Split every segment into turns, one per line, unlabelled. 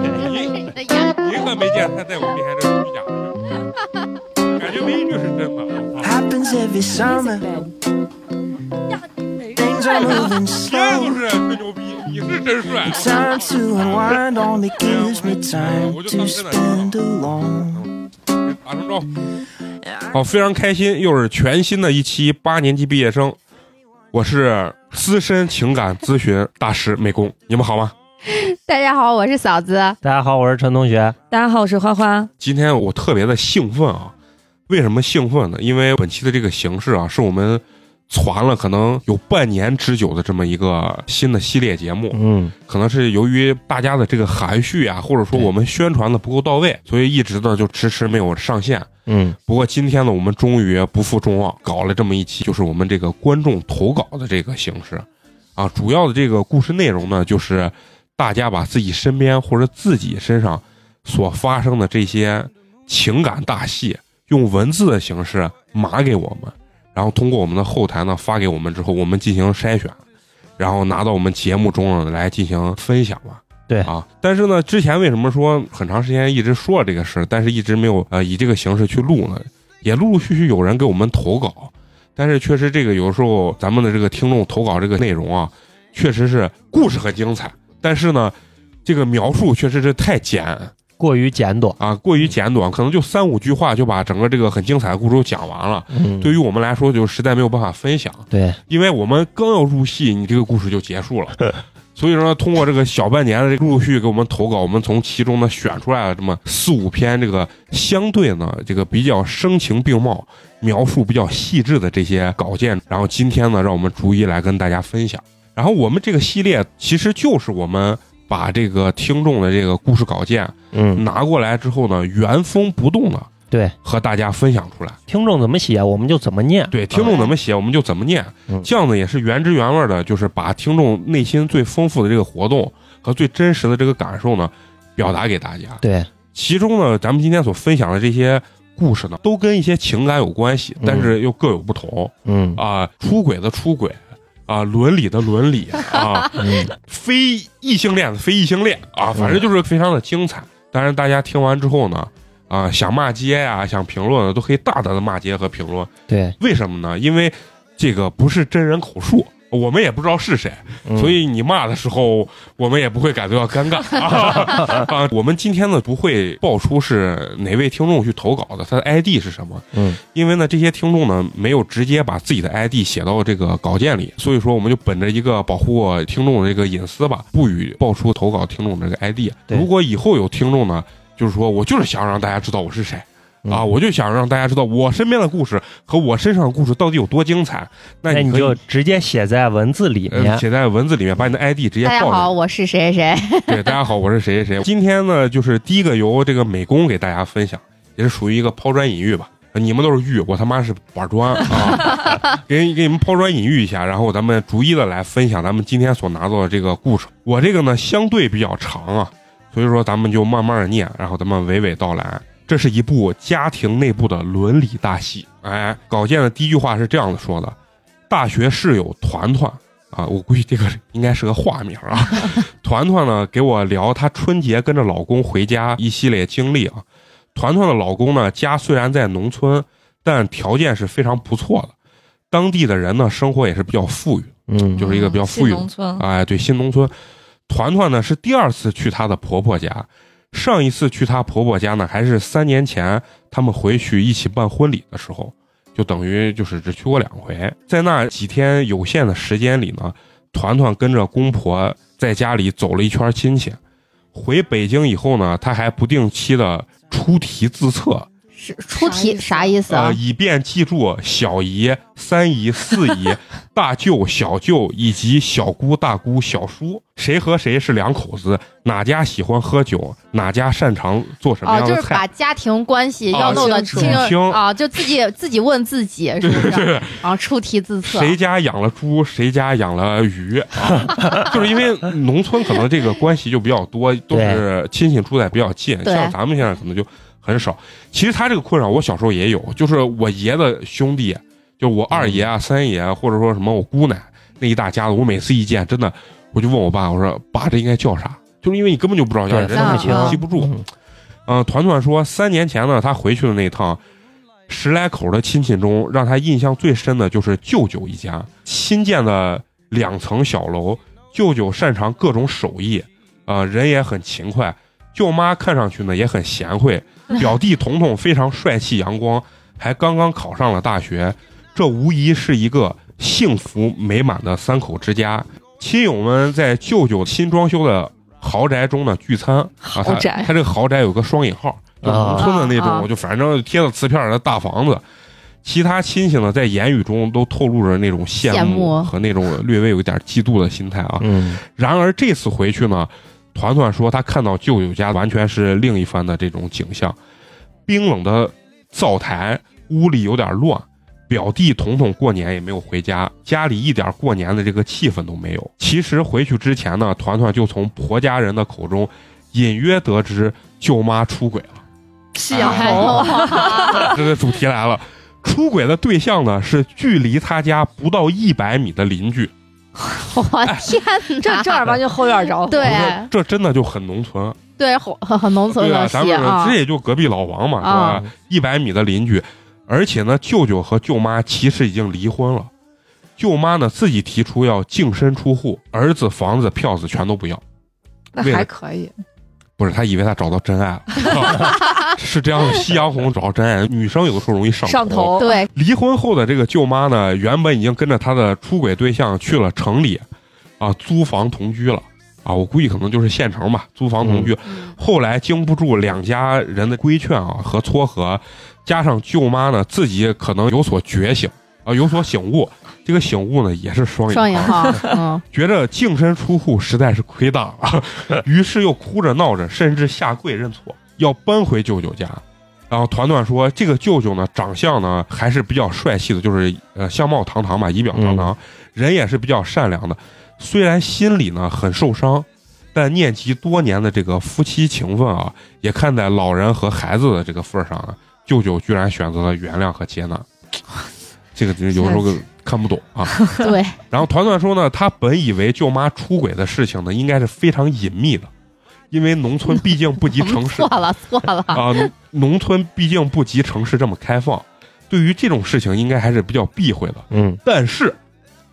你可没见他在我面前这虚假的，感觉没一句是真的。我操
happens every summer. Things are
别人
moving slow.
都是吹牛逼，你是真帅。
Time to unwind only gives me time to spend alone.
打声招呼。好，非常开心，又是全新的一期八年级毕业生。我是资深情感咨询大师美工，你们好吗？
大家好，我是嫂子。
大家好，我是陈同学。
大家好，我是花花。
今天我特别的兴奋啊！为什么兴奋呢？因为本期的这个形式啊，是我们传了可能有半年之久的这么一个新的系列节目。
嗯，
可能是由于大家的这个含蓄啊，或者说我们宣传的不够到位，所以一直呢就迟迟没有上线。
嗯，
不过今天呢，我们终于不负众望，搞了这么一期，就是我们这个观众投稿的这个形式啊。主要的这个故事内容呢，就是大家把自己身边或者自己身上所发生的这些情感大戏，用文字的形式码给我们，然后通过我们的后台呢发给我们之后，我们进行筛选，然后拿到我们节目中来进行分享吧。
对
啊，但是呢，之前为什么说很长时间一直说这个事儿，但是一直没有呃以这个形式去录呢？也陆陆续续有人给我们投稿，但是确实这个有时候咱们的这个听众投稿这个内容啊，确实是故事很精彩，但是呢，这个描述确实是太简
过于简短。
啊，过于简短，可能就三五句话就把整个这个很精彩的故事都讲完了。
嗯，
对于我们来说，就实在没有办法分享，
对，
因为我们刚要入戏，你这个故事就结束了。所以说呢，通过这个小半年的这个陆续给我们投稿，我们从其中呢选出来了这么四五篇，这个相对呢这个比较声情并茂、描述比较细致的这些稿件，然后今天呢，让我们逐一来跟大家分享。然后我们这个系列其实就是我们把这个听众的这个故事稿件
嗯，
拿过来之后呢，原封不动的
对，
和大家分享出来。
听众怎么写，我们就怎么念。
对，听众怎么写，我们就怎么念
嗯。
这样呢，也是原汁原味的，就是把听众内心最丰富的这个活动和最真实的这个感受呢，表达给大家。
对，
其中呢，咱们今天所分享的这些故事呢，都跟一些情感有关系，
嗯
但是又各有不同
嗯，
啊、出轨的出轨，啊、伦理的伦理啊
嗯，
非异性恋的非异性恋啊，反正就是非常的精彩。当然，大家听完之后呢，啊、想骂街呀、想评论的，都可以大胆的骂街和评论。
对，
为什么呢？因为这个不是真人口述，我们也不知道是谁，
嗯
所以你骂的时候，我们也不会感觉到尴尬啊啊。我们今天呢不会报出是哪位听众去投稿的，他的 ID 是什么？
嗯，
因为呢这些听众呢没有直接把自己的 ID 写到这个稿件里，所以说我们就本着一个保护听众的这个隐私吧，不予报出投稿听众的这个 ID。
对
如果以后有听众呢，就是说我就是想让大家知道我是谁。
嗯
啊，我就想让大家知道我身边的故事和我身上的故事到底有多精彩。那
那
你
你
可以
就直接写在文字里
呃
面。
写在文字里面，把你的 ID 直接
大家
报
好，
上。
我是谁谁谁。
对，大家好，我是谁谁谁。今天呢，就是第一个由这个美工给大家分享，也是属于一个抛砖引玉吧。你们都是玉，我他妈是板砖啊！给给你们抛砖引玉一下，然后咱们逐一的来分享咱们今天所拿到的这个故事。我这个呢相对比较长啊，所以说咱们就慢慢的念，然后咱们娓娓道来。这是一部家庭内部的伦理大戏。哎，稿件的第一句话是这样的说的：大学室友团团啊，我估计这个应该是个化名啊。团团呢给我聊她春节跟着老公回家一系列经历啊。团团的老公呢，家虽然在农村，但条件是非常不错的，当地的人呢生活也是比较富裕，
嗯，
就是一个比较富裕
新
的
农村，
哎，对，新农村。团团呢是第二次去她的婆婆家，上一次去她婆婆家呢还是三年前他们回去一起办婚礼的时候，就等于就是只去过两回。在那几天有限的时间里呢，团团跟着公婆在家里走了一圈亲戚。回北京以后呢，她还不定期的出题自测，
是出题啥
啥
意思啊
呃，？以便记住小姨、三姨、四 姨、大舅、小舅以及小姑、大姑、小叔，谁和谁是两口子，哪家喜欢喝酒，哪家擅长做呃什么
哦，
样
就
的
是把
菜。哦
家庭关系要弄得清
清楚
啊，就自己自己问自己 是不是？然后出题自测，
谁家养了猪，谁家养了 鱼啊？就是因为农村可能这个关系就比较多，都是亲戚住在比较近，
对
像咱们现在可能就很少。其实他这个困扰，我小时候也有，就是我爷的兄弟，啊就我二爷啊、三爷啊，或者说什么我姑奶那一大家子，我每次一见，真的我就问我爸，我说爸，这应该叫啥？就是因为你根本就不知道叫啥，
对
人
分不
家
清
记不住。
嗯
嗯，团团说，三年前呢，他回去的那一趟，十来口的亲戚中，让他印象最深的就是舅舅一家新建的两层小楼。舅舅擅长各种手艺，呃，人也很勤快。舅妈看上去呢也很贤惠，表弟彤彤非常帅气阳光，还刚刚考上了大学。这无疑是一个幸福美满的三口之家。亲友们在舅舅新装修的豪宅中呢聚餐，豪
豪宅
他这个豪宅有个双引号，就农村的那
啊啊
种，就反正贴了瓷片儿的大房子。其他亲戚呢，在言语中都透露着那种羡
羡慕
和那种略微有一点嫉妒的心态啊。
嗯，
然而这次回去呢，团团说他看到舅舅家完全是另一番的这种景象，冰冷的灶台，屋里有点乱。表弟彤彤过年也没有回家，家里一点过年的这个气氛都没有。其实回去之前呢，团团就从婆家人的口中隐约得知舅妈出轨了。
夕
哎
阳
啊
还
红这个主题来了，出轨的对象呢是距离他家不到一百米的邻居。
我天哪！
这正儿八经后院着火。
对
我说这真的就很农村。啊
对，很很农村
对啊，
的
咱
戏
们
啊
这，也就隔壁老王嘛，
啊
是吧？一百米的邻居，而且呢，舅舅和舅妈其实已经离婚了。舅妈呢自己提出要净身出户，儿子、房子、票子全都不要。
那
为了
还可以。
不是，他以为他找到真爱了，是这样的。夕阳红找到真爱，女生有的时候容易上
上头
对，
离婚后的这个舅妈呢，原本已经跟着她的出轨对象去了城里，啊，租房同居了。啊，我估计可能就是县城吧，租房同居。
嗯
后来经不住两家人的规劝啊和撮合，加上舅妈呢自己可能有所觉醒啊，有所醒悟。这个醒悟呢也是双
双
引
引
号，
号，嗯，
觉着净身出户实在是亏大了，于是又哭着闹着，甚至下跪认错，要搬回舅舅家。然后团团说，这个舅舅呢，长相呢还是比较帅气的，就是呃相貌堂堂吧，仪表堂堂，人也是比较善良的。虽然心里呢很受伤，但念及多年的这个夫妻情分啊，也看在老人和孩子的这个份儿上呢，舅舅居然选择了原谅和接纳。这个就是有时候
下次
看不懂啊。
对，
然后团团说呢，他本以为舅妈出轨的事情呢，应该是非常隐秘的，因为农村毕竟不及城市
错了错了，
啊、农农村毕竟不及城市这么开放，对于这种事情应该还是比较避讳的。
嗯，
但是，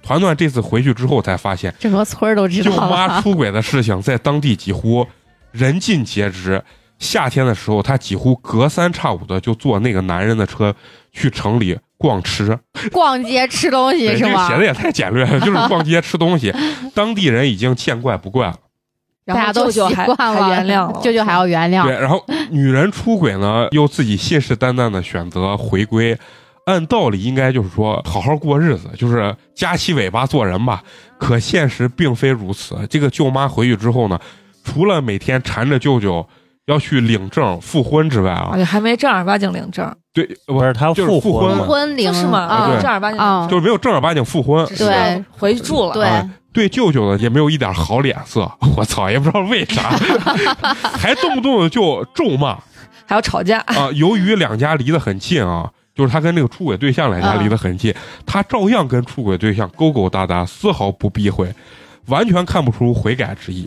团团这次回去之后才发现，
整个村儿都知道
舅妈
了。
出轨的事情在当地几乎人尽皆知。夏天的时候，她几乎隔三差五的就坐那个男人的车去城里逛吃，
逛街吃东西
对
是
这个
吗
写？的也太简略了，就是逛街吃东西，当地人已经见怪不怪了。
啊
然
大家
后
都
舅
习
舅还
惯了，
还原谅了，
舅舅还要原谅
对，。然后女人出轨呢，又自己信誓旦旦的选择回归，按道理应该就是说好好过日子，就是夹起尾巴做人吧。可现实并非如此。这个舅妈回去之后呢，除了每天缠着舅舅要去领证复婚之外啊
哎
而，且哎还没正儿八经领证，
对，
不
我
是他
就是
复
复
婚
婚
嘛，
婚龄
就是嘛，
啊对
正
啊
儿八经领证，
啊，
就是没有正儿八经复婚，
只是
哦对
回去住了。
对
啊对舅舅呢也没有一点好脸色， 我操，也不知道为啥， 还动不动就咒骂
还要吵架，
啊。由于两家离得很近啊，就是他跟这个出轨对象两家离得很近，他照样跟出轨对象勾勾搭搭，丝毫不避讳，完全看不出悔改之意。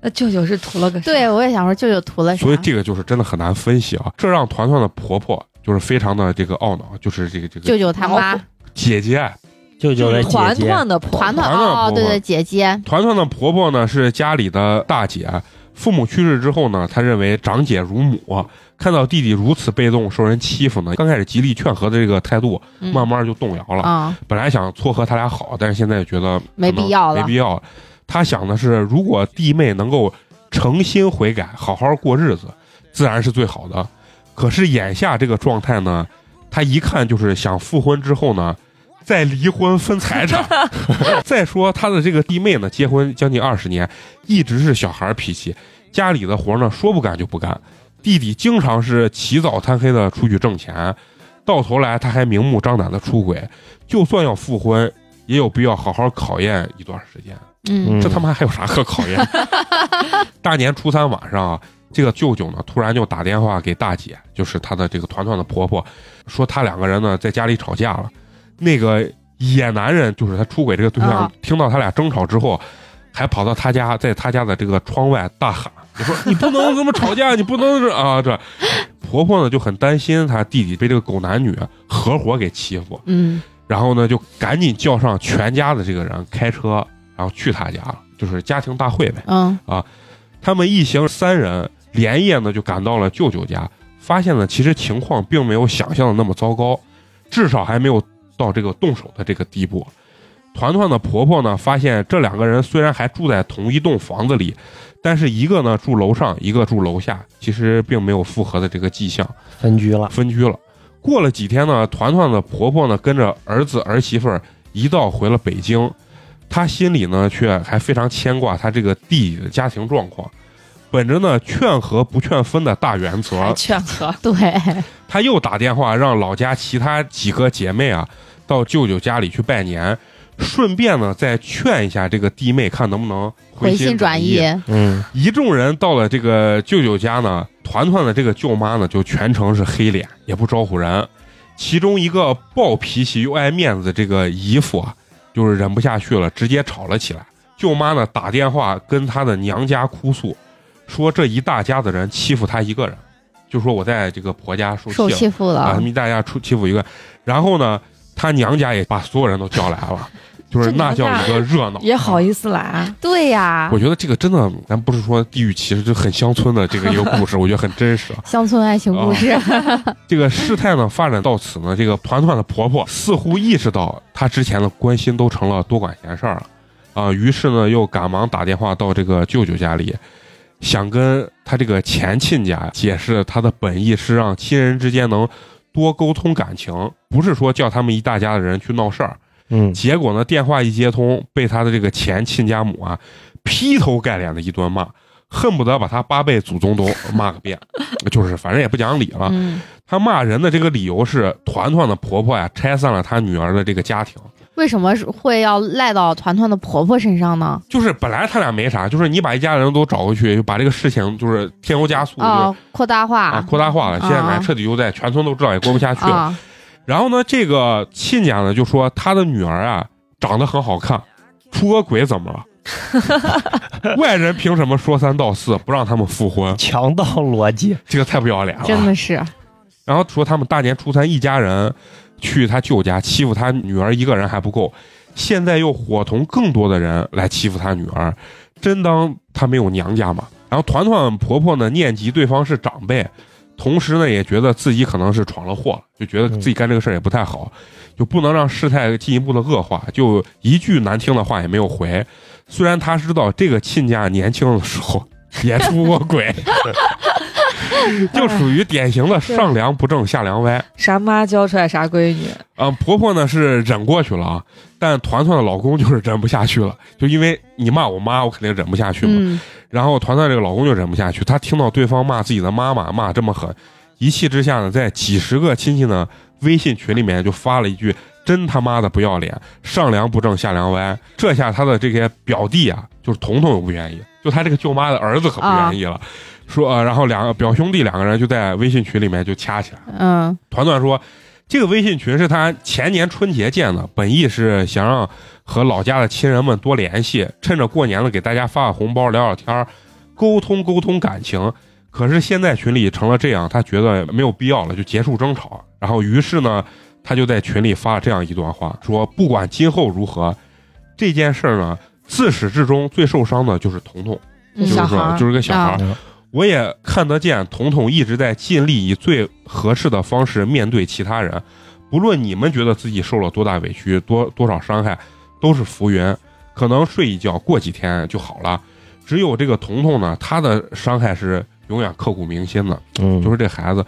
那舅舅是图了个啥
对，我也想说舅舅图了啥
所以？这个就是真的很难分析啊。这让团团的婆婆就是非常的这个懊恼，就是这个这个
舅舅他妈，
姐姐。
舅舅的姐
团
姐，
团的婆
团团
团团
哦，
婆
对
婆
对，姐姐，
团团的婆婆呢是家里的大姐，父母去世之后呢，她认为长姐如母，看到弟弟如此被动受人欺负呢，刚开始极力劝和的这个态度，
嗯
慢慢就动摇了。
啊，
本来想撮合他俩好，但是现在觉得
没必要了
没必要了。他想的是，如果弟妹能够诚心悔改，好好过日子，自然是最好的。可是眼下这个状态呢，他一看就是想复婚之后呢，再离婚分财 产。再说他的这个弟妹呢，结婚将近二十年，一直是小孩儿脾气，家里的活儿呢说不干就不干。弟弟经常是起早贪黑的出去挣钱，到头来他还明目张胆的出轨。就算要复婚，也有必要好好考验一段时间。
嗯
嗯
这他妈还有啥可考验？大年初三晚上啊，这个舅舅呢突然就打电话给大姐，就是她的这个团团的婆婆，说他两个人呢在家里吵架了。那个野男人就是他出轨这个对象，
啊
听到他俩争吵之后，还跑到他家，在他家的这个窗外大喊：“你说你不能这么吵架，你不能这啊这。”婆婆呢就很担心她弟弟被这个狗男女合伙给欺负，
嗯，
然后呢，就赶紧叫上全家的这个人开车，然后去他家了，就是家庭大会呗。
嗯，
他们一行三人连夜呢就赶到了舅舅家，发现呢其实情况并没有想象的那么糟糕，至少还没有到这个动手的这个地步。团团的婆婆呢发现这两个人虽然还住在同一栋房子里，但是一个呢住楼上，一个住楼下，其实并没有复合的这个迹象。
分居了，
分居了。过了几天呢，团团的婆婆呢跟着儿子儿媳妇儿一道回了北京，她心里呢却还非常牵挂她这个弟弟的家庭状况。本着呢劝和不劝分的大原则，
劝和，
对，
她又打电话让老家其他几个姐妹啊到舅舅家里去拜年，顺便呢再劝一下这个弟妹，看能不能
回
心
心转
意啊
意。，
嗯，
一众人到了这个舅舅家呢，团团的这个舅妈呢，就全程是黑脸，也不招呼人。其中一个暴脾气又爱面子的这个姨父啊，就是忍不下去了，直接吵了起来。舅妈呢打电话跟她的娘家哭诉，说这一大家子人欺负她一个人，就说我在这个婆家受气
受
了，
欺负
啊，他
了
们，一大家出欺负一个。然后呢，她娘家也把所有人都叫来了，就是
这
那
娘
叫
家
一个热闹，
也好意思来啊，
对呀
我，觉得这个真的，咱不是说地域歧视，就很乡村的这个一个故事，我觉得很真实啊。
乡村爱情故
啊
事，
这个事态呢发展到此呢，这个团团的婆婆似乎意识到她之前的关心都成了多管闲事儿了，啊、于是呢又赶忙打电话到这个舅舅家里，想跟她这个前亲家解释她的本意是让亲人之间能多沟通感情，不是说叫他们一大家子人去闹事儿。
嗯，
结果呢，电话一接通，被他的这个前亲家母啊劈头盖脸的一顿骂，恨不得把他八辈祖宗都骂个遍， 就是反正也不讲理了。
嗯，
他骂人的这个理由是，团团的婆婆呀、拆散了她女儿的这个家庭，
为什么会要赖到团团的婆婆身上呢？
就是本来他俩没啥，就是你把一家人都找过去，就把这个事情就是添油加醋，就
啊，扩大
啊
化
扩大化了，现在
啊
反正彻底就在全村都知道也过不下去了。
啊，
然后呢，这个亲家呢就说他的女儿啊长得很好看，出个轨怎么 了？外人凭什么说三道四，不让他们复婚？
强盗逻辑，
这个太不要脸了。啊
真的是，
然后说他们大年初三一家人去他舅家欺负他女儿一个人还不够，现在又伙同更多的人来欺负他女儿，真当他没有娘家吗？然后团团婆婆呢念及对方是长辈，同时呢也觉得自己可能是闯了祸了，就觉得自己干这个事儿也不太好，就不能让事态进一步的恶化，就一句难听的话也没有回。虽然他知道这个亲家年轻的时候也出过轨，就属于典型的上梁不正下梁歪。
啥妈教出来啥闺女，
啊，婆婆呢是忍过去了啊，但团团的老公就是忍不下去了，就因为你骂我妈，我肯定忍不下去嘛。
嗯，
然后团团这个老公就忍不下去，他听到对方骂自己的妈妈骂这么狠，一气之下呢，在几十个亲戚呢微信群里面就发了一句“真他妈的不要脸，上梁不正下梁歪”。这下他的这些表弟啊，就是彤彤又不愿意，就他这个舅妈的儿子可不愿意了，说、呃，然后两个表兄弟两个人就在微信群里面就掐起来。
嗯，
团团说，这个微信群是他前年春节建的，本意是想让和老家的亲人们多联系，趁着过年了给大家发发红包、聊聊天儿，沟通沟通感情。可是现在群里成了这样，他觉得没有必要了，就结束争吵。然后于是呢，他就在群里发了这样一段话，说不管今后如何，这件事儿呢，自始至终最受伤的就是彤彤，
嗯
就是
小孩
说
儿
就是个小孩儿
啊。
我也看得见，彤彤一直在尽力以最合适的方式面对其他人，不论你们觉得自己受了多大委屈、多多少伤害，都是浮云，可能睡一觉，过几天就好了。只有这个彤彤呢，她的伤害是永远刻骨铭心的，
嗯，
就是这孩子，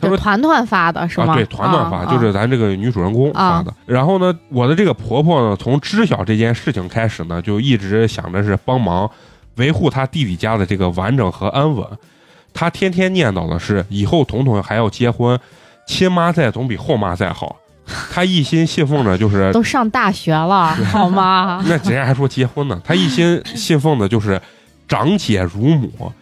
他说
对团团发的是
啊，
吗？
对，团团发，
啊
就是咱这个女主人公发的。然后呢，我的这个婆婆呢，从知晓这件事情开始呢，就一直想着是帮忙维护她弟弟家的这个完整和安稳。她天天念叨的是，以后彤彤还要结婚，亲妈在总比后妈在好。她一心信奉着就是
啊都上大学了，好 吗？
那人家还说结婚呢，她一心信奉的就是长姐如母，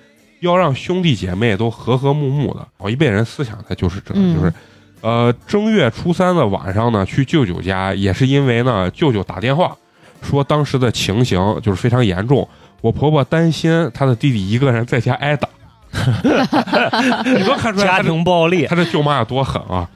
要让兄弟姐妹都和和睦睦的。哦老一辈人思想他就是这，
嗯
就是，呃，正月初三的晚上呢，去舅舅家，也是因为呢，舅舅打电话说当时的情形就是非常严重，我婆婆担心她的弟弟一个人在家挨打， 你都看出来她
家
这
庭暴力，
他这舅妈有多狠啊，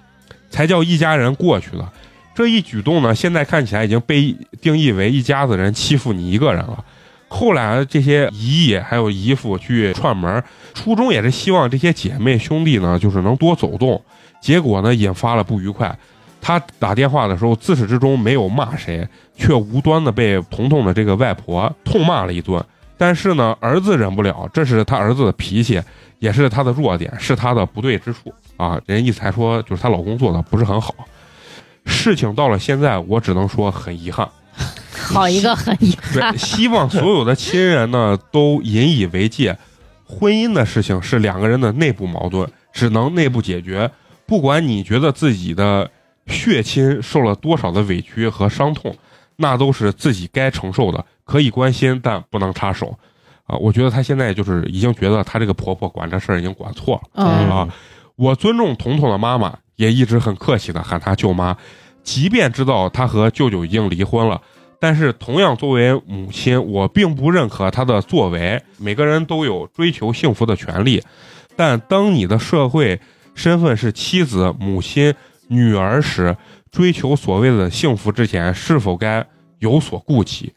才叫一家人过去了。这一举动呢，现在看起来已经被定义为一家子人欺负你一个人了。后来这些姨姨还有姨父去串门，初衷也是希望这些姐妹兄弟呢，就是能多走动。结果呢，引发了不愉快。他打电话的时候，自始至终没有骂谁，却无端的被彤彤的这个外婆痛骂了一顿。但是呢，儿子忍不了，这是他儿子的脾气，也是他的弱点，是他的不对之处啊。人家一才说，就是她老公做的不是很好。事情到了现在，我只能说很遗憾。
好一个很遗憾
对，，希望所有的亲人呢都引以为戒。婚姻的事情是两个人的内部矛盾，只能内部解决。不管你觉得自己的血亲受了多少的委屈和伤痛，那都是自己该承受的，可以关心，但不能插手。啊，我觉得她现在就是已经觉得她这个婆婆管这事儿已经管错了。
嗯
啊，我尊重彤彤的妈妈，也一直很客气的喊她舅妈，即便知道她和舅舅已经离婚了，但是同样作为母亲，我并不认可她的作为。每个人都有追求幸福的权利，但当你的社会身份是妻子、母亲、女儿时，追求所谓的幸福之前，是否该有所顾忌？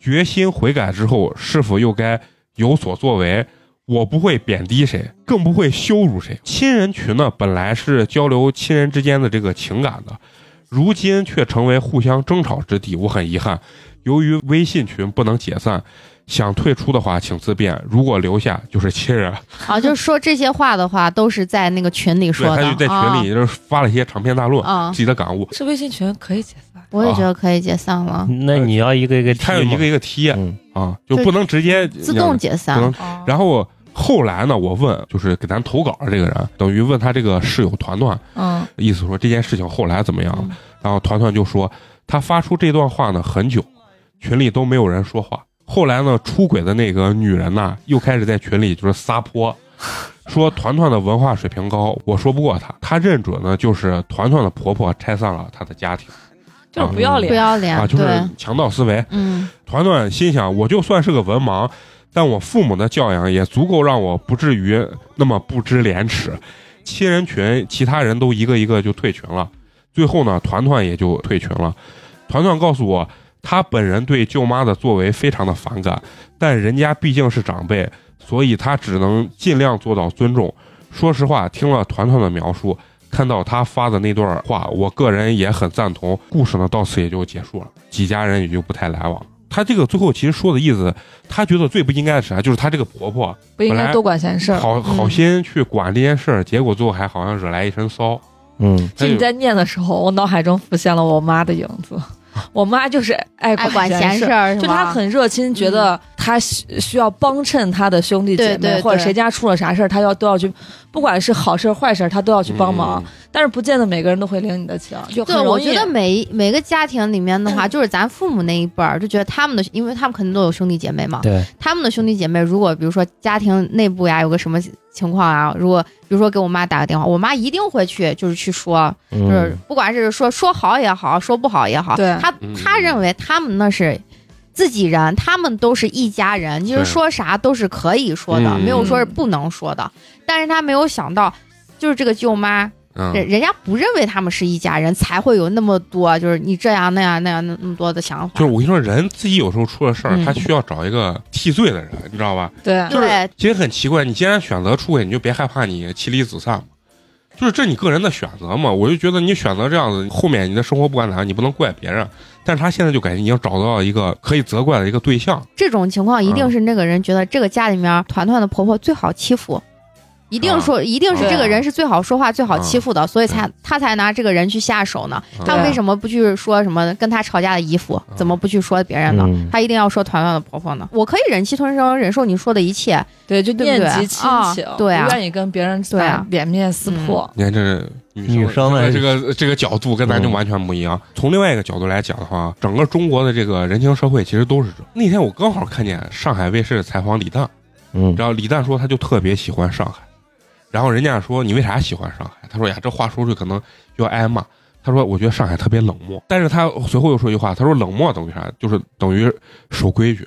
决心悔改之后，是否又该有所作为？我不会贬低谁，更不会羞辱谁。亲人群呢，本来是交流亲人之间的这个情感的，如今却成为互相争吵之地。我很遗憾，由于微信群不能解散，想退出的话请自便，如果留下就是亲人。
啊，就是说这些话的话，都是在那个群里
对，
说
他
的啊
就在群里就是发了一些长篇大论，
啊。啊
自己的感悟，
这微信群可以解散。
我也觉得可以解散
啊
了，
那你要一个一个踢
他有一
吗
个一个贴
嗯
啊，就不能直接
自动解散
不能
哦
然后后来呢，我问就是给咱投稿的这个人，等于问他这个室友团团，
嗯，
意思说这件事情后来怎么样。
嗯
然后团团就说，他发出这段话呢很久，群里都没有人说话。后来呢，出轨的那个女人呐，又开始在群里就是撒泼，说团团的文化水平高，我说不过她。她认准呢，就是团团的婆婆拆散了她的家庭
就是不要
不
脸。
要脸，
啊，就
哎对
是，强盗思维。
嗯，
团团心想，我就算是个文盲，但我父母的教养也足够让我不至于那么不知廉耻。亲人群其他人都一个一个就退群了，最后呢，团团也就退群了。团团告诉我，他本人对舅妈的作为非常的反感，但人家毕竟是长辈，所以他只能尽量做到尊重。说实话，听了团团的描述，看到他发的那段话，我个人也很赞同。故事呢，到此也就结束了，几家人也就不太来往了。他这个最后其实说的意思，他觉得最不应该的是啥，就是他这个婆婆
不应该多管闲事儿。
好好心去管这件事儿，结果最后还好像惹来一身骚。
嗯，
就你在念的时候，我脑海中浮现了我妈的影子。我妈就是爱
爱管
闲
闲事。儿，
就是她
吗
很热心，觉得她需需要帮衬她的兄弟姐
对
妹，
对
或者
对
谁家出了啥事儿，她要都要去，不管是好事儿坏事儿，她都要去帮
嗯
忙。但是不见得每个人都会领你的情，就很
对，我
容易
觉得每每个家庭里面的 话，就是咱父母那一辈儿，就觉得他们的，因为他们肯定都有兄弟姐妹嘛，
对，
他们的兄弟姐妹如果比如说家庭内部呀有个什么情况啊，如果比如说给我妈打个电话，我妈一定会去就是去说，就
嗯
是，不管是说说好也好，说不好也好，
对
她
嗯
她认为他们那是。自己人，他们都是一家人，就是
对
说啥都是可以说的，
嗯
没有说是不能说的。但是他没有想到，就是这个舅妈，
嗯，
人人家不认为他们是一家人，才会有那么多就是你这样那样那样那那么多的想法。
就是我跟你说，人自己有时候出了事儿，
嗯
他需要找一个替罪的人，你知道吧？
对
就是
对
其实很奇怪，你既然选择出轨，你就别害怕你妻离子散嘛，就是这你个人的选择嘛。我就觉得你选择这样子，后面你的生活不管咋样，你不能怪别人。但是他现在就感觉已经找到一个可以责怪的一个对象，
这种情况，一定是那个人觉得这个家里面团团的婆婆最好欺负，一定说，一定是这个人是最好说话、最好欺负的，所以才
啊嗯
他才拿这个人去下手呢。
嗯
他为什么不去说什么跟他吵架的姨父？
嗯
怎么不去说别人呢
嗯？
他一定要说团团的婆婆呢？我可以忍气吞声，忍受你说的一切。
对，就
对不
念
对
及亲
啊
情，
对啊
不愿意跟别人
对啊
把脸面撕破。
你看这女
女生
的
呢
这个这个这个角度跟咱就
嗯
完全不一样。从另外一个角度来讲的话，整个中国的这个人情社会其实都是这样。那天我刚好看见上海卫视采访李诞，
嗯，
然后李诞说他就特别喜欢上海，然后人家说你为啥喜欢上海？他说呀，这话说出去可能就要挨骂。他说我觉得上海特别冷漠，但是他随后又说一句话，他说冷漠等于啥？就是等于守规矩。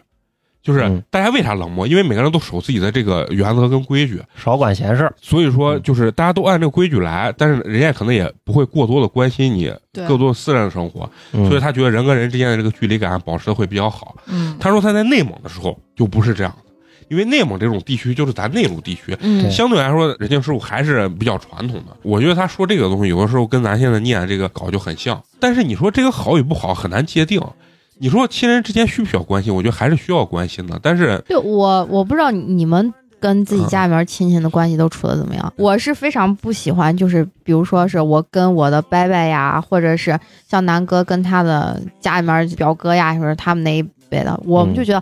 就是
嗯
大家为啥冷漠？因为每个人都守自己的这个原则跟规矩，
少管闲事儿，
所以说
嗯
就是大家都按这个规矩来，但是人家可能也不会过多的关心你
对
更多私人的生活，
嗯
所以他觉得人跟人之间的这个距离感啊保持的会比较好。
嗯，
他说他在内蒙的时候就不是这样的，因为内蒙这种地区就是咱内陆地区，
嗯
对
相对来说人情世故还是比较传统的。我觉得他说这个东西有的时候跟咱现在念这个稿就很像，但是你说这个好与不好很难界定。你说亲人之间需不需要关心？我觉得还是需要关心的，但是
对我，我不知道你们跟自己家里面亲戚的关系都处的怎么样。我是非常不喜欢，就是比如说是我跟我的伯伯呀，或者是像南哥跟他的家里面表哥呀，或者他们那一辈的，我们
嗯
就觉得、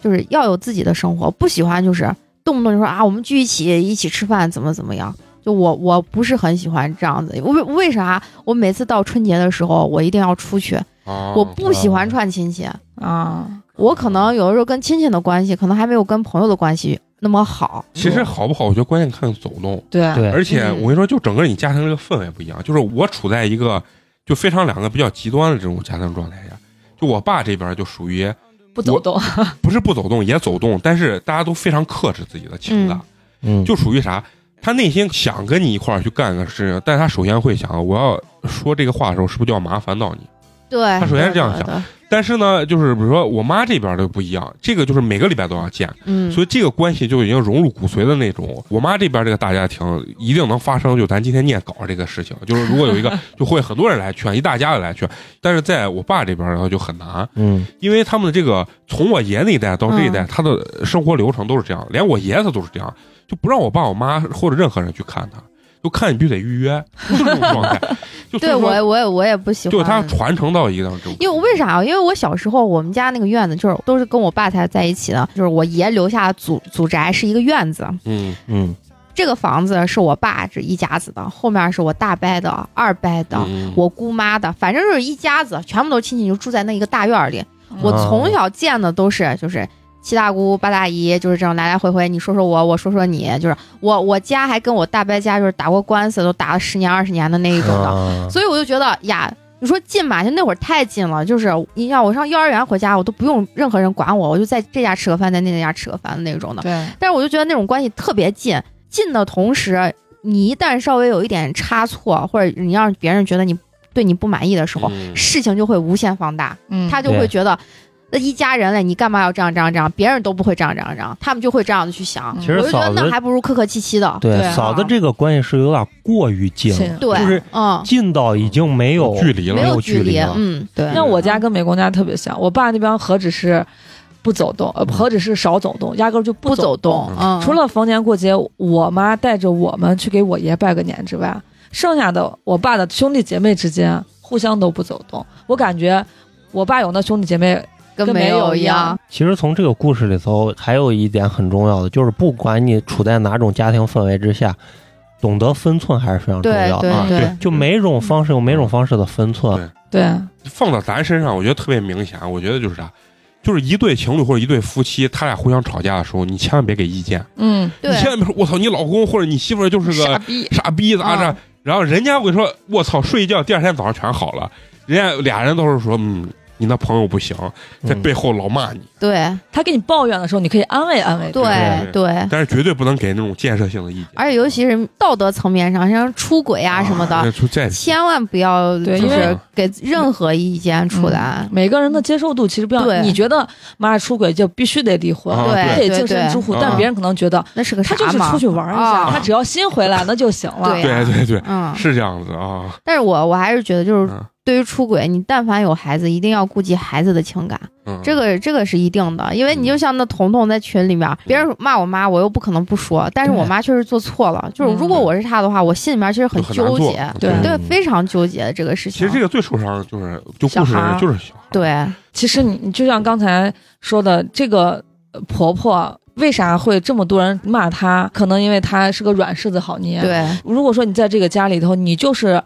就是要有自己的生活，不喜欢就是动不动就说啊，我们聚一起一起吃饭，怎么怎么样。就我我不是很喜欢这样子，为为啥我每次到春节的时候，我一定要出去，
啊，
我不喜欢串亲戚。
啊，
我可能有的时候跟亲戚的关系，可能还没有跟朋友的关系那么好。
其实好不好，我觉得关键看走动。
对
对，
而且
嗯
我跟你说，就整个你家庭这个氛围不一样，就是我处在一个就非常两个比较极端的这种家庭状态下，就我爸这边就属于
不走
我
动，
不是不走动也走动，但是大家都非常克制自己的情感，
嗯
就属于啥，他内心想跟你一块儿去干个事情，但他首先会想，我要说这个话的时候是不是就要麻烦到你？
对，
他首先是这样想
对，对对
但是呢，就是比如说我妈这边的不一样，这个就是每个礼拜都要见，
嗯，
所以这个关系就已经融入骨髓的那种。我妈这边这个大家庭一定能发生，就咱今天念稿这个事情，就是如果有一 个，就会很多人来劝，一大家子来劝。但是在我爸这边，然后就很难，
嗯
因为他们的这个从我爷那一代到这一
嗯
代，他的生活流程都是这样，连我爷他都是这样，就不让我爸我妈或者任何人去看他，就看你必须得预约，就这种状 态。就所以
对
说
我也我也我也不喜欢。
就他传承到一个这种，
因为为啥啊？因为我小时候，我们家那个院子就是都是跟我爸才在一起的，就是我爷留下的祖祖宅是一个院子，
嗯
嗯
这个房子是我爸这一家子的，后面是我大伯的、二伯的、
嗯
我姑妈的，反正就是一家子，全部都亲戚，就住在那一个大院儿里。我
啊
从小见的都是就是七大姑八大姨，就是这样来来回回，你说说我，我说说你，就是我我家还跟我大伯家就是打过官司，都打了十年二十年的那一种的，
啊
所以我就觉得呀。你说近吧，就那会儿太近了，就是你像我上幼儿园回家，我都不用任何人管我，我就在这家吃个饭，在那家吃个饭的那种的。
对，
但是我就觉得那种关系特别近，近的同时，你一旦稍微有一点差错，或者你让别人觉得你对你不满意的时候，
嗯
事情就会无限放大，
嗯
他就会觉得。那一家人嘞，你干嘛要这样这样这样？别人都不会这样这样这样，他们就会这样的去想。
嗯
其
我
实
就觉得
嫂
那
子
还不如客客气气的。
对
对啊
嫂子这个关系是有点过于近了，
亲
对，
就是
嗯，
近到已经没有
距离
没
了，
有
有
距
距离了
嗯，对，
那我家跟美工家特别像，我爸那边何止是不走动，呃，何止是少走动，压根儿就
嗯不
走
走动。嗯，
除了逢年过节，我妈带着我们去给我爷拜个年之外，剩下的我爸的兄弟姐妹之间互相都不走动。我感觉我爸有那兄弟姐妹，
跟
跟没有
有
一样。
其实从这个故事里头，还有一点很重要的，就是不管你处在哪种家庭氛围之下，懂得分寸还是非常重
对
要的。
啊
对
对
对，
就每种方式有每种方式的分寸，
对
对，
放到咱身上，我觉得特别明显。啊我觉得就是啥，就是一对情侣或者一对夫妻，他俩互相吵架的时候，你千万别给意见，
嗯，
你千万别说我操，你老公或者你媳妇儿就是个
逼，
傻逼咋着
啊，
然后人家我跟你说，我操，睡一觉第二天早上全好了，人家俩人都是说，嗯，你那朋友不行，在
嗯
背后老骂你，
对
他给你抱怨的时候，你可以安慰安慰他。
对
对对，
但是绝对不能给那种建设性的意见，
而且尤其是道德层面上，像出轨啊什么的，
那出再
千万不要
对
就
因嗯
是
为
给任何意见出来。
每个人的接受度其实不一
对
样。你觉得妈出轨就必须得离婚，
啊
你得
对
净身
对嗯
出户，
对
但
啊
别人可能觉得
那是个啥
他就是
嘛
出去玩一下，
啊
他只要心回来那就行了。
对
对对对，
嗯，
是这样子啊，
但是我我还是觉得就是
嗯
对于出轨，你但凡有孩子，一定要顾及孩子的情感，
嗯
这个这个是一定的，因为你就像那彤彤在群里面，别人骂我妈，我又不可能不说，但是我妈确实做错了，就是如
嗯
果我是她的话，我心里面其实很
就很难
纠
做
结，
对
嗯
对，非常纠结这个事
其
情
实。这个最受伤的就是就
小
故事
孩儿
就是小孩儿，
对，
其实你你就像刚才说的，这个呃婆婆为啥会这么多人骂她？可能因为她是个软柿子好捏。，
对，
如果说你在这个家里头，你就是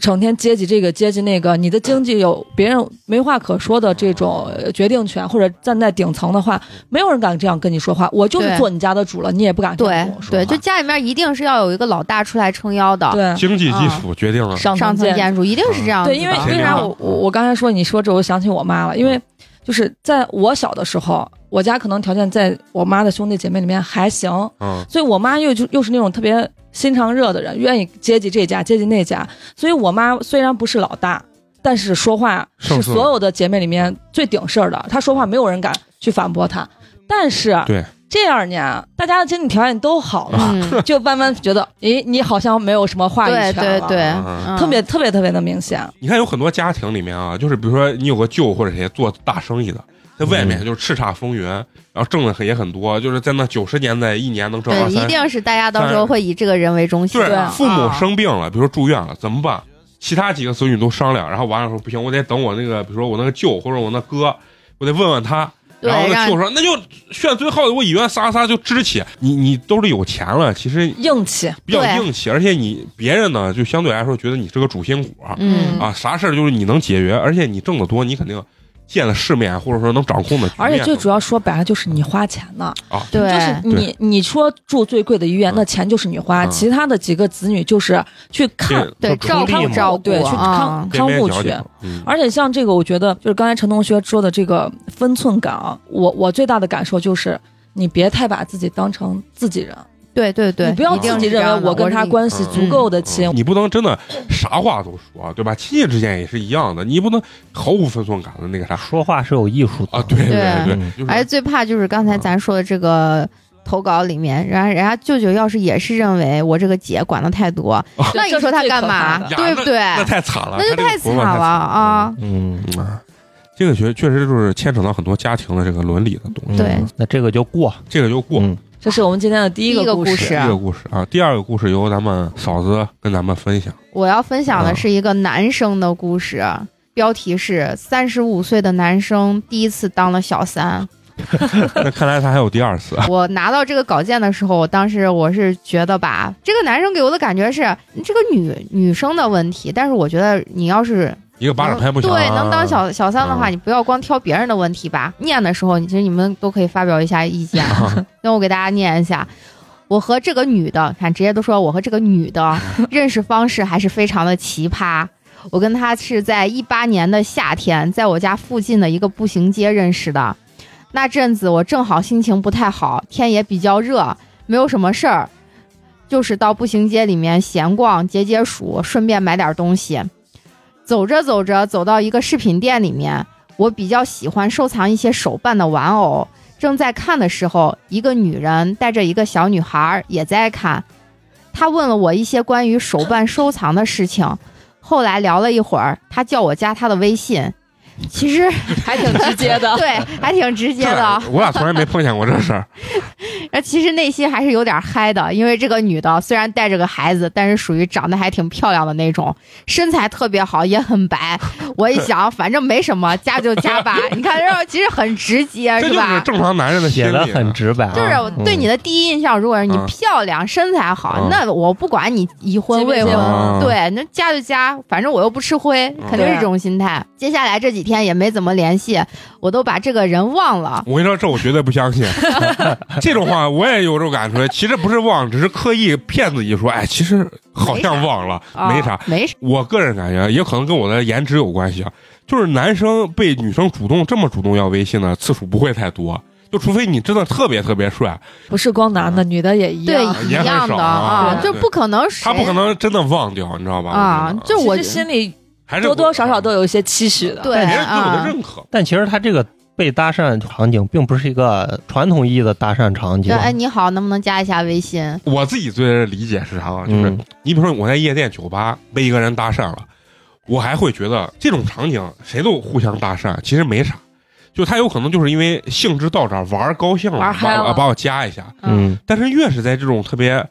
成天接济这个接济那个，你的经济有别人没话可说的这种呃决定权，或者站在顶层的话，没有人敢这样跟你说话。我就是
对
做你家的主了，你也不敢这
对
样跟我说
对，
话
就家里面一定是要有一个老大出来撑腰的，
对
经济基础决定了，
上
上层
见
建筑一定是这样子的。
嗯对，因为
吧
为啥我我我刚才说你说这，我就想起我妈了，因
嗯
为就是在我小的时候，我家可能条件在我妈的兄弟姐妹里面还行，
嗯，
所以我妈又就又是那种特别心肠热的人，愿意接济这家接济那家，所以我妈虽然不是老大，但是说话是
胜似
所有的姐妹里面最顶事儿的，她说话没有人敢去反驳她，但是
对
这二年大家的经济条件都 好了，
嗯，
就慢慢觉得，诶，你好像没有什么话语
对
权
对
了
对，
嗯
嗯
特别特别特别的明显。
你看有很多家庭里面啊，就是比如说你有个舅或者谁做大生意的，在外面就是叱咤风云，然后挣的也很多，就是在那九十年代一年能挣二
对，一
三十，
定是大家到时候会以这个人为中心
就
的。
是父母
啊
生病了，比如说住院了，怎么办？其他几个子女都商量，然后完了说不行，我得等我那个，比如说我那个舅或者我那哥，我得问问他。
对
然后那
让
舅说：“那就炫最后的，我以为撒撒就支起。你你兜里有钱了，其实
硬气，
比较
对啊
硬气，而且你别人呢，就相对来说觉得你是个主心骨啊，
嗯，
啊，啥事儿就是你能解决，而且你挣得多，你肯定见了世面，或者说能掌控的局面。
而且最主要说白了就是你花钱呢，
啊，
对，
就是你你说住最贵的医院
嗯，
那钱就是你花，
嗯
其他的几个子女就是去看
对照
出力
顾
嘛
照顾
对去
啊
康，
边
康
边
护
角
去。
角，嗯，
而且像这个，我觉得就是刚才陈同学说的这个分寸感啊，我我最大的感受就是，你别太把自己当成自己人，
对对对，
你不要
一定
自己
是这
认
样
为
的
我跟他
是你
关系足够的亲
嗯，你不能真的啥话都说，对吧？亲戚之间也是一样的，你不能毫无分寸感的那个啥
说话是有艺术的
啊，对
对
对，
嗯
就是
而且最怕就是刚才咱说的这个投稿里面，然后人家舅舅要是也是认为我这个姐管的太多，那你
这是
说他
最可
干嘛？
怕的
呀
对不对？
那太惨了，
那
他这
就
个
太
婆
惨
婆
了啊！
嗯，
惨了。嗯这个确确实就是牵扯到很多家庭的这个伦理的东西，
嗯
对，
那这个就过
这个就过。
嗯
这是我们今天的第一
第一个
个故
故
事
事。
第一个故事啊，第二个故事由咱们嫂子跟咱们分享。
我要分享
啊
的是一个男生的故事，标题是“三十五岁的男生第一次当了小三”。
那看来他还有第二次，啊
我拿到这个稿件的时候，我当时我是觉得吧，这个男生给我的感觉是这个女女生的问题，但是我觉得你要是
一个巴掌拍不响啊。
对能当小小三的话，
嗯
你不要光挑别人的问题吧。念的时候，你其实你们都可以发表一下意见。
啊
那我给大家念一下。我和这个女的，看直接都说我和这个女 的认识方式还是非常的奇葩。我跟她是在一八年的夏天，在我家附近的一个步行街认识的。那阵子我正好心情不太好，天也比较热，没有什么事儿，就是到步行街里面闲逛、解解暑，顺便买点东西。走着走着，走到一个饰品店里面，我比较喜欢收藏一些手办的玩偶。正在看的时候，一个女人带着一个小女孩儿也在看。她问了我一些关于手办收藏的事情，后来聊了一会儿，她叫我加她的微信。其实
还挺直接 的。
对，还挺直接 的。啊
我俩从来没碰见过这事儿。
那其实内心还是有点嗨的，因为这个女的虽然带着个孩子，但是属于长得还挺漂亮的那种，身材特别好，也很 白。我一想，反正没什么，加就加吧。你看，这其实很直接，
这
哎是
就是
吧？
正常男人的心
写
理
的
啊，
很直白啊，
就是我对你的第一印象，如果是你
嗯
漂亮、身材好，
嗯
那我不管你已婚
结没
未婚，
结婚
啊
对，那加就加，反正我又不吃亏，肯定是这种心态。接下来这几天也没怎么联系，我都把这个人忘了。
我跟你说，这我绝对不相信。 这种话我也有这种感觉，其实不是忘，只是刻意骗自己说，哎，其实好像忘了，
啊
没啥。，
没啥，
我个人感觉，也可能跟我的颜值有关系啊。就是男生被女生主动这么主动要微信的次数不会太多，就除非你真的特别特别帅，
不是光男的，女的也一
对
样。，
一
也很
样
少
的
啊
啊，
对
就不可能谁
他不可能真的忘掉，你知道吧？
啊
我觉得
就我
其实心里
还是
多多少少都有一些期许的。
对
别人对我的
啊，
认可。
但其实他这个被搭讪场景并不是一个传统意义的搭讪场景嗯
就，哎你好，能不能加一下微信？
我自己最理解是啥啊？就是
嗯
你比如说我在夜店酒吧被一个人搭讪了，我还会觉得这种场景谁都互相搭讪，其实没啥。就他有可能就是因为兴致到这儿玩儿高兴
玩
了，
嗨
把
了
我把我加一下。
嗯，
但是越是在这种特别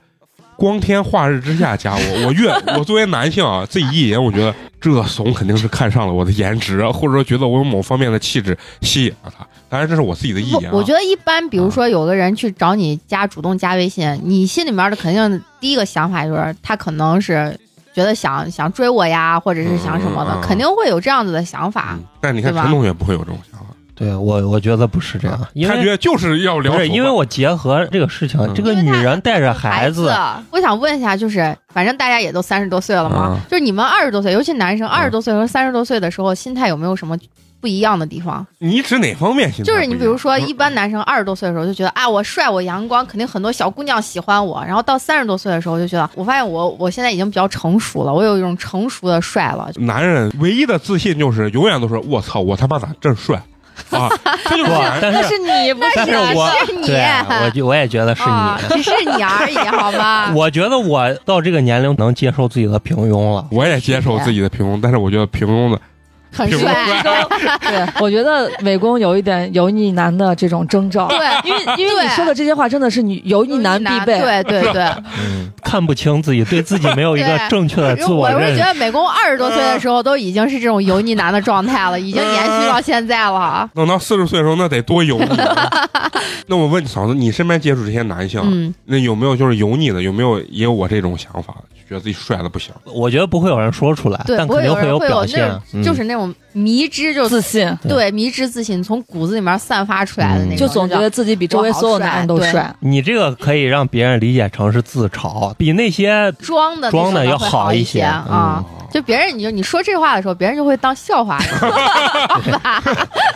光天化日之下加我，我越我作为男性啊，自己一眼我觉得这怂肯定是看上了我的颜值，或者说觉得我有某方面的气质吸引了他。当然这是我自己的意
不
淫、啊，
我觉得一般，比如说有个人去找你加主动加微信，你心里面的肯定第一个想法就是他可能是觉得想想追我呀，或者是想什么的，
嗯嗯嗯
肯定会有这样子的想法。
嗯但你看
对吧
陈同学不会有这种想法，
对我我觉得不是这样，因
啊他觉
为
得就是要聊
不
怂
是
嘛，
因为我结合这个事情，
嗯
这个女人带着孩
子，我想问一下，就是反正大家也都三十多岁了嘛，
嗯
就是你们二十多岁，尤其男生二十多岁和三十多岁的时候，心态有没有什么不一样的地方？
你指哪方面心态
就
不一
是
样？
你比如
嗯
说，一般男生二十多岁的时候就觉得啊，我帅，我阳光，肯定很多小姑娘喜欢我。然后到三十多岁的时候就觉得，我发现我我现在已经比较成熟了，我有一种成熟的帅了。
男人唯一的自信就是永远都是我操，我他妈咋这帅 啊！这就是
不
男，人。
但是
你不
但是我
是你，
对，啊 我就我也觉得是
啊
你。
只是 你而已，好吗？
我觉得我到这个年龄能接受自己的平庸了，
我也接受自己的平庸，但是我觉得平庸的
很
平庸
帅，
帅，
对，我觉得伪公有一点油腻男的这种征兆，
对，
因为因为
对
你说的这些话真的是你油腻男必备。，
对对 对。
嗯，看不清自己，对自己没有一个
对
正确的
因为
自我
我
认
是
识
觉。得美工二十多岁的时候都已经是这种油腻男的状态了，已经延续到现在
嗯
了。
等到四十岁的时候，那得多油腻啊。 那我问你嫂子，你身边接触这些男性，啊
嗯，
那有没有就是油腻的？有没有也有我这种想法，就觉得自己帅的不 行？
我觉得不会有人说出来，
对，
但
不
肯
会
定
有人
有
会
表
有
现啊嗯
那，种，就是那种迷之，就是嗯
自信，
对
对迷之自信从骨子里面散发出来的那种，
嗯就总觉
那
得
种
自己比周围所有男人都
我
帅。
你这个可以让别人理解成是自嘲，比那些
装的
装的
的
要
好
一
些
些嗯
啊。就别人，你就你说这话的时候，别人就会当笑话。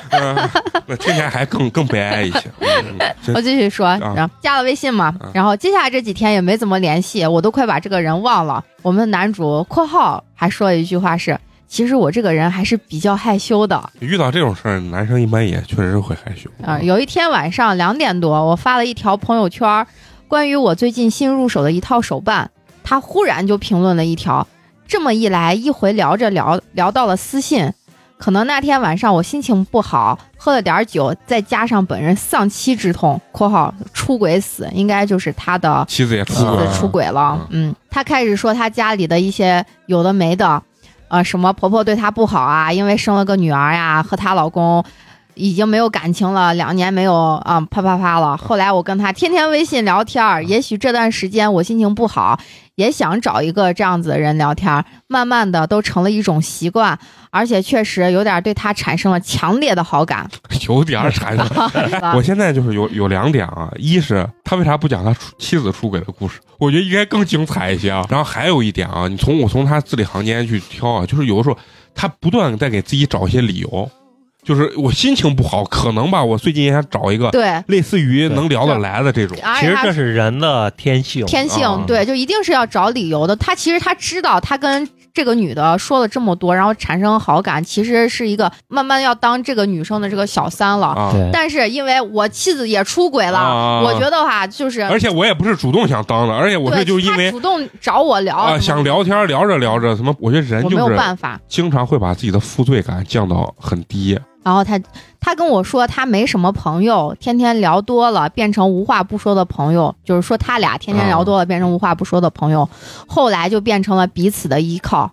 嗯，那听起来还更更悲哀一些。嗯嗯真
我继续说，
啊
然后加了微信嘛，
嗯
然后接下来这几天也没怎么联系，我都快把这个人忘了。我们的男主（括号）还说了一句话是：“其实我这个人还是比较害羞的。”
遇到这种事儿，男生一般也确实会害羞。
啊、有一天晚上两点多，我发了一条朋友圈儿，关于我最近新入手的一套手办。他忽然就评论了一条，这么一来一回聊着聊聊到了私信，可能那天晚上我心情不好，喝了点儿酒，再加上本人丧妻之痛（括号出轨死），应该就是他的
妻子也出
妻
轨
子
了，
出轨了。嗯，他开始说他家里的一些有的没的，呃，什么婆婆对她不好啊，因为生了个女儿呀、和她老公已经没有感情了，两年没有啊、啪啪啪了。后来我跟他天天微信聊天儿，也许这段时间我心情不好，也想找一个这样子的人聊天儿，慢慢的都成了一种习惯，而且确实有点对他产生了强烈的好感。
有点儿产生
啊
我现在就是有有两点啊，一是他为啥不讲他出妻子出轨的故事？我觉得应该更精彩一些啊。然后还有一点啊，你从我从他字里行间去挑啊，就是有的时候他不断在给自己找一些理由，就是我心情不好，可能吧，我最近也想找一个
对，
类似于能聊得来的这种。
而
其
且
实
他
这是人的天性。
天
啊
性，对，就一定是要找理由的。他其实他知道，他跟这个女的说了这么多，然后产生好感，其实是一个慢慢要当这个女生的这个小三了。
啊，
对，
但是因为我妻子也出轨了，
啊
我觉得哈，就是
而且我也不是主动想当的，而且我是
对
就是因
他
为
主动找我聊
啊、
什么
想聊天聊着聊着什么，我觉得人
我没
就
有
是
办法。
经常会把自己的负罪感降到很低。
然后他他跟我说他没什么朋友，天天聊多了变成无话不说的朋友，就是说他俩天天聊多了变成无话不说的朋友，后来就变成了彼此的依靠。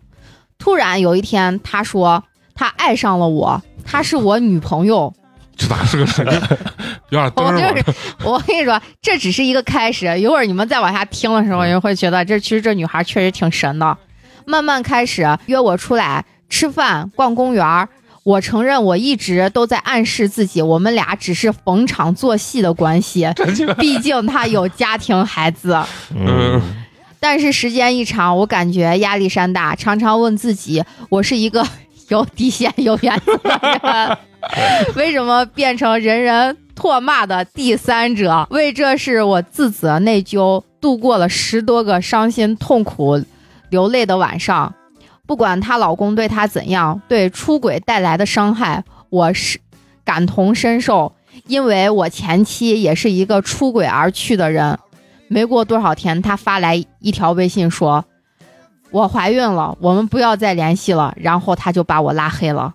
突然有一天，他说他爱上了我，她是我女朋友。
这咋是个神 经？有点嘚
我
儿吧？
哦 就是我跟你说，这只是一个开始，一会儿你们再往下听的时候，你就会觉得这其实这女孩确实挺神的。慢慢开始约我出来吃饭、逛公园儿。我承认我一直都在暗示自己，我们俩只是逢场作戏的关系，
神经
毕竟她有家庭孩子。
嗯
嗯，
但是时间一长，我感觉压力山大，常常问自己，我是一个 有底线、有原则的人，为什么变成人人唾骂的第三者？为这事我自责内疚，度过了十多个伤心、痛苦、流泪的晚上。不管她老公对她怎样，对出轨带来的伤害，我是感同身受，因为我前妻也是一个出轨而去的人。没过多少天，他发来一条微信说：“我怀孕了，我们不要再联系了。然后他就把我拉黑了，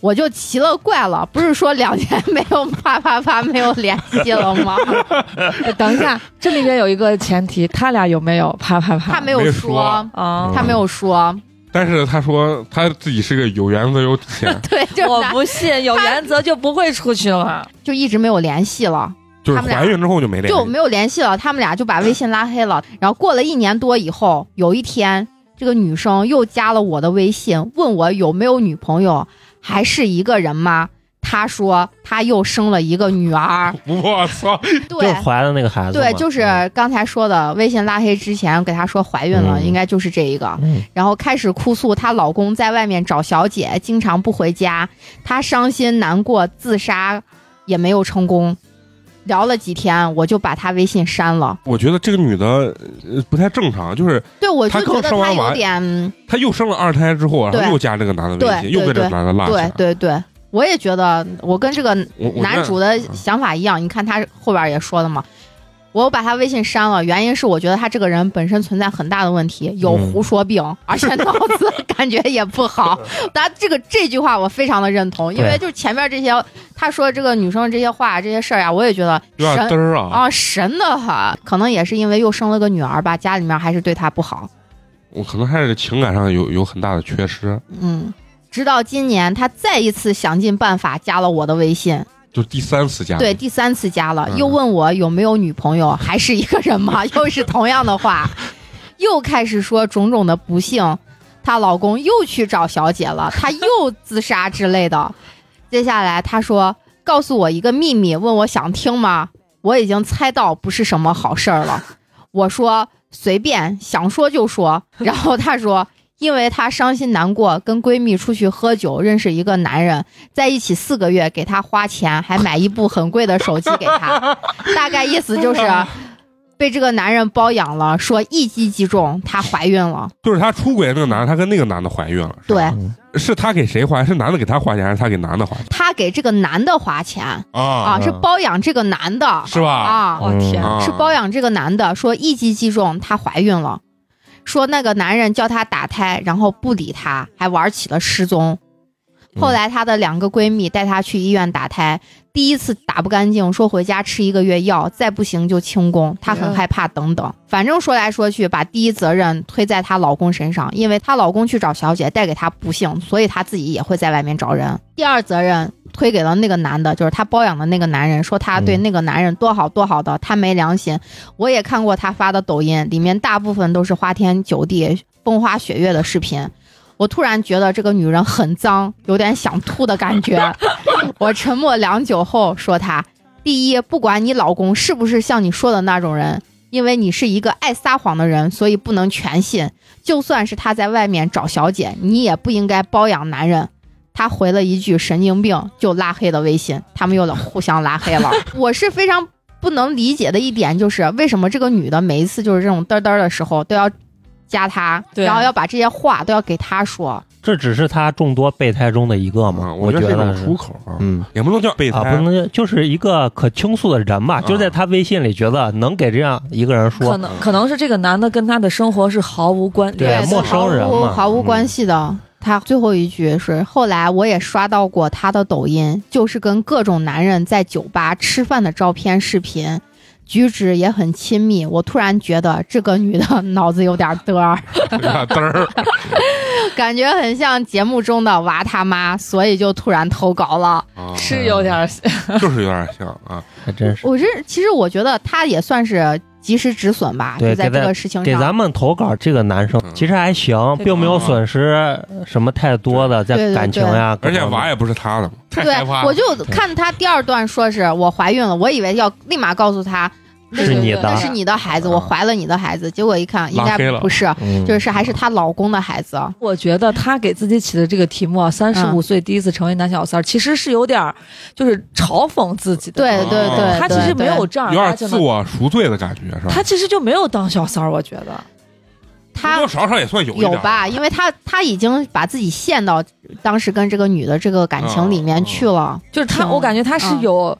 我就奇了怪了，不是说两年没有啪啪啪没有联系了吗？
哎等一 下，这里边有一个前提，他俩有没有啪啪啪？
他没
没
有
说
说，
啊，
他没有说，
但是他说他自己是个有原则、有底 线，
对，就是
我
他嗯
不信，有原则就不会出去了。
就一直没有联系了，
就是
他们俩
怀孕之后就没联
就
系。
没有联系了。他们俩就把微信拉黑了。然后过了一年多以后，有一天，这个女生又加了我的微信，问我有没有女朋友，还是一个人吗？她说她又生了一个女 儿，
我操！
就是
对。
怀的那个孩子嘛。
对，就是刚才说的，微信拉黑之前给她说怀孕了，
嗯
应该就是这一个。
嗯，
然后开始哭诉她老公在外面找小姐，经常不回家，她伤心难过，自杀也没有成功。聊了几天，我就把她微信删了。
我觉得这个女的呃不太正常，就是
对，我就
她刚
觉得
生
她
完
有
娃
点，
她又生了二胎之后，然
对
后又加这个男的微信，
对
又跟这个
对
男的拉起
嗯对
来。
对对，我也觉得我跟这个
我啊我
男
那
主的想法一样。你看他后边也说了嘛，我把他微信删了，原因是我觉得他这个人本身存在很大的问题，有
嗯
胡说病，而且脑子感觉也不好。他这个这句话我非常的认同，因为
对
就是前面这些他说这个女生这些话这些事儿呀，我也觉得
有点嘚
神
儿啊！
啊神的很，可能也是因为又生了个女儿吧，家里面还是对她不好。
我可能还是情感上有有很大的缺失，
嗯，直到今年，他再一次想尽办法加了我的微信，
就是第三次加。
对，，第三次加了，
嗯
又问我有没有女朋友，还是一个人吗？又是同样的话，又开始说种种的不幸，她老公又去找小姐了，她又自杀之类的。接下来她说：“告诉我一个秘密，问我想听吗？”我已经猜到不是什么好事儿了。我说：“随便，想说就说。”然后她说。因为她伤心难过，跟闺蜜出去喝酒，认识一个男人，在一起四个月，给她花钱，还买一部很贵的手机给她， 大概意思就是被这个男人包养了，说一击即中，她怀孕了。
就是她出轨那个男的，她跟那个男的怀孕了。是吧
对
嗯
是她给谁怀？是男的给她花钱，还是她给男的花钱
她给这个男的花钱
啊
啊，是包养这个男的
是吧？
啊，
我天，
啊
是包养这个男的，说一击即中，她怀孕了，说那个男人叫她打胎，然后不理她，还玩起了失踪。后来她的两个闺蜜带她去医院打胎，第一次打不干净，说回家吃一个月药，再不行就清宫，她很害怕等等。反正说来说去，把第一责任推在她老公身上，因为她老公去找小姐带给她不幸，所以她自己也会在外面找人。第二责任推给了那个男的，就是她包养的那个男人，说她对那个男人多好多好的，她没良心。我也看过她发的抖音，里面大部分都是花天酒地、风花雪月的视频。我突然觉得这个女人很脏，有点想吐的感觉。 我沉默良久后说她：第一，不管你老公是不是像你说的那种人，因为你是一个爱撒谎的人，所以不能全信。就算是他在外面找小姐，你也不应该包养男人。他回了一句“神经病”，就拉黑了微信，他们又互相拉黑了。我是非常不能理解的一点就是，为什么这个女的每一次就是这种嘚嘚的时候都要加他，
对
然后要把这些话都要给他说。
这只是他众多备胎中的一个嘛，
啊，
我
觉得是一
得
种
是
出口啊，
嗯。
也不能叫备
啊，
胎 嗯
不。能就是一个可倾诉的人吧，就在他微信里觉得能给这样一个人
可
说，
能可能是这个男的跟他的生活是毫无关
对
联系的，
陌生人
毫无
嘛
毫无
嗯
关系的。他最后一句是：后来我也刷到过他的抖音，就是跟各种男人在酒吧吃饭的照片、视频，举止也很亲密。我突然觉得这个女的脑子有点嘚儿，
嘚儿，
感觉很像节目中的娃他妈，所以就突然投稿了。
啊
是有点儿
就是有点像啊。
还真是
我是其实我觉得他也算是及时止损吧，
对
就在
给
这
咱
个事情
给咱
上。
们投稿这个男生
嗯
其实还行，
对
并没有损失什么太多的
对
在
对
感情呀，
而且
各方面嗯
娃也不是她的嘛，太
对
害怕，了。
我就看他第二段说是我怀孕了，我以为要立马告诉他
对
是
对
你的
对
那是你的孩子，
啊
我怀了你的孩子，结果一看应
拉
该
黑了
不是，
嗯
就是还是她老公的孩子。
我觉得他给自己起的这个题目
嗯
啊，三十五岁第一次成为男小三儿，其实是有点儿就是嘲讽自己的。
对对
哦
对，
他其
对
实没有，正儿
有
八
啊
点
经
自
的，
我赎罪的感觉，是吧？
他其实就没有当小三儿，我觉得。
多
他
多少少也算有一
有
点儿
吧？因为他他已经把自己陷
嗯
到当时跟这个女的这个感情里面去了。
就是他，
挺嗯
我感觉他是有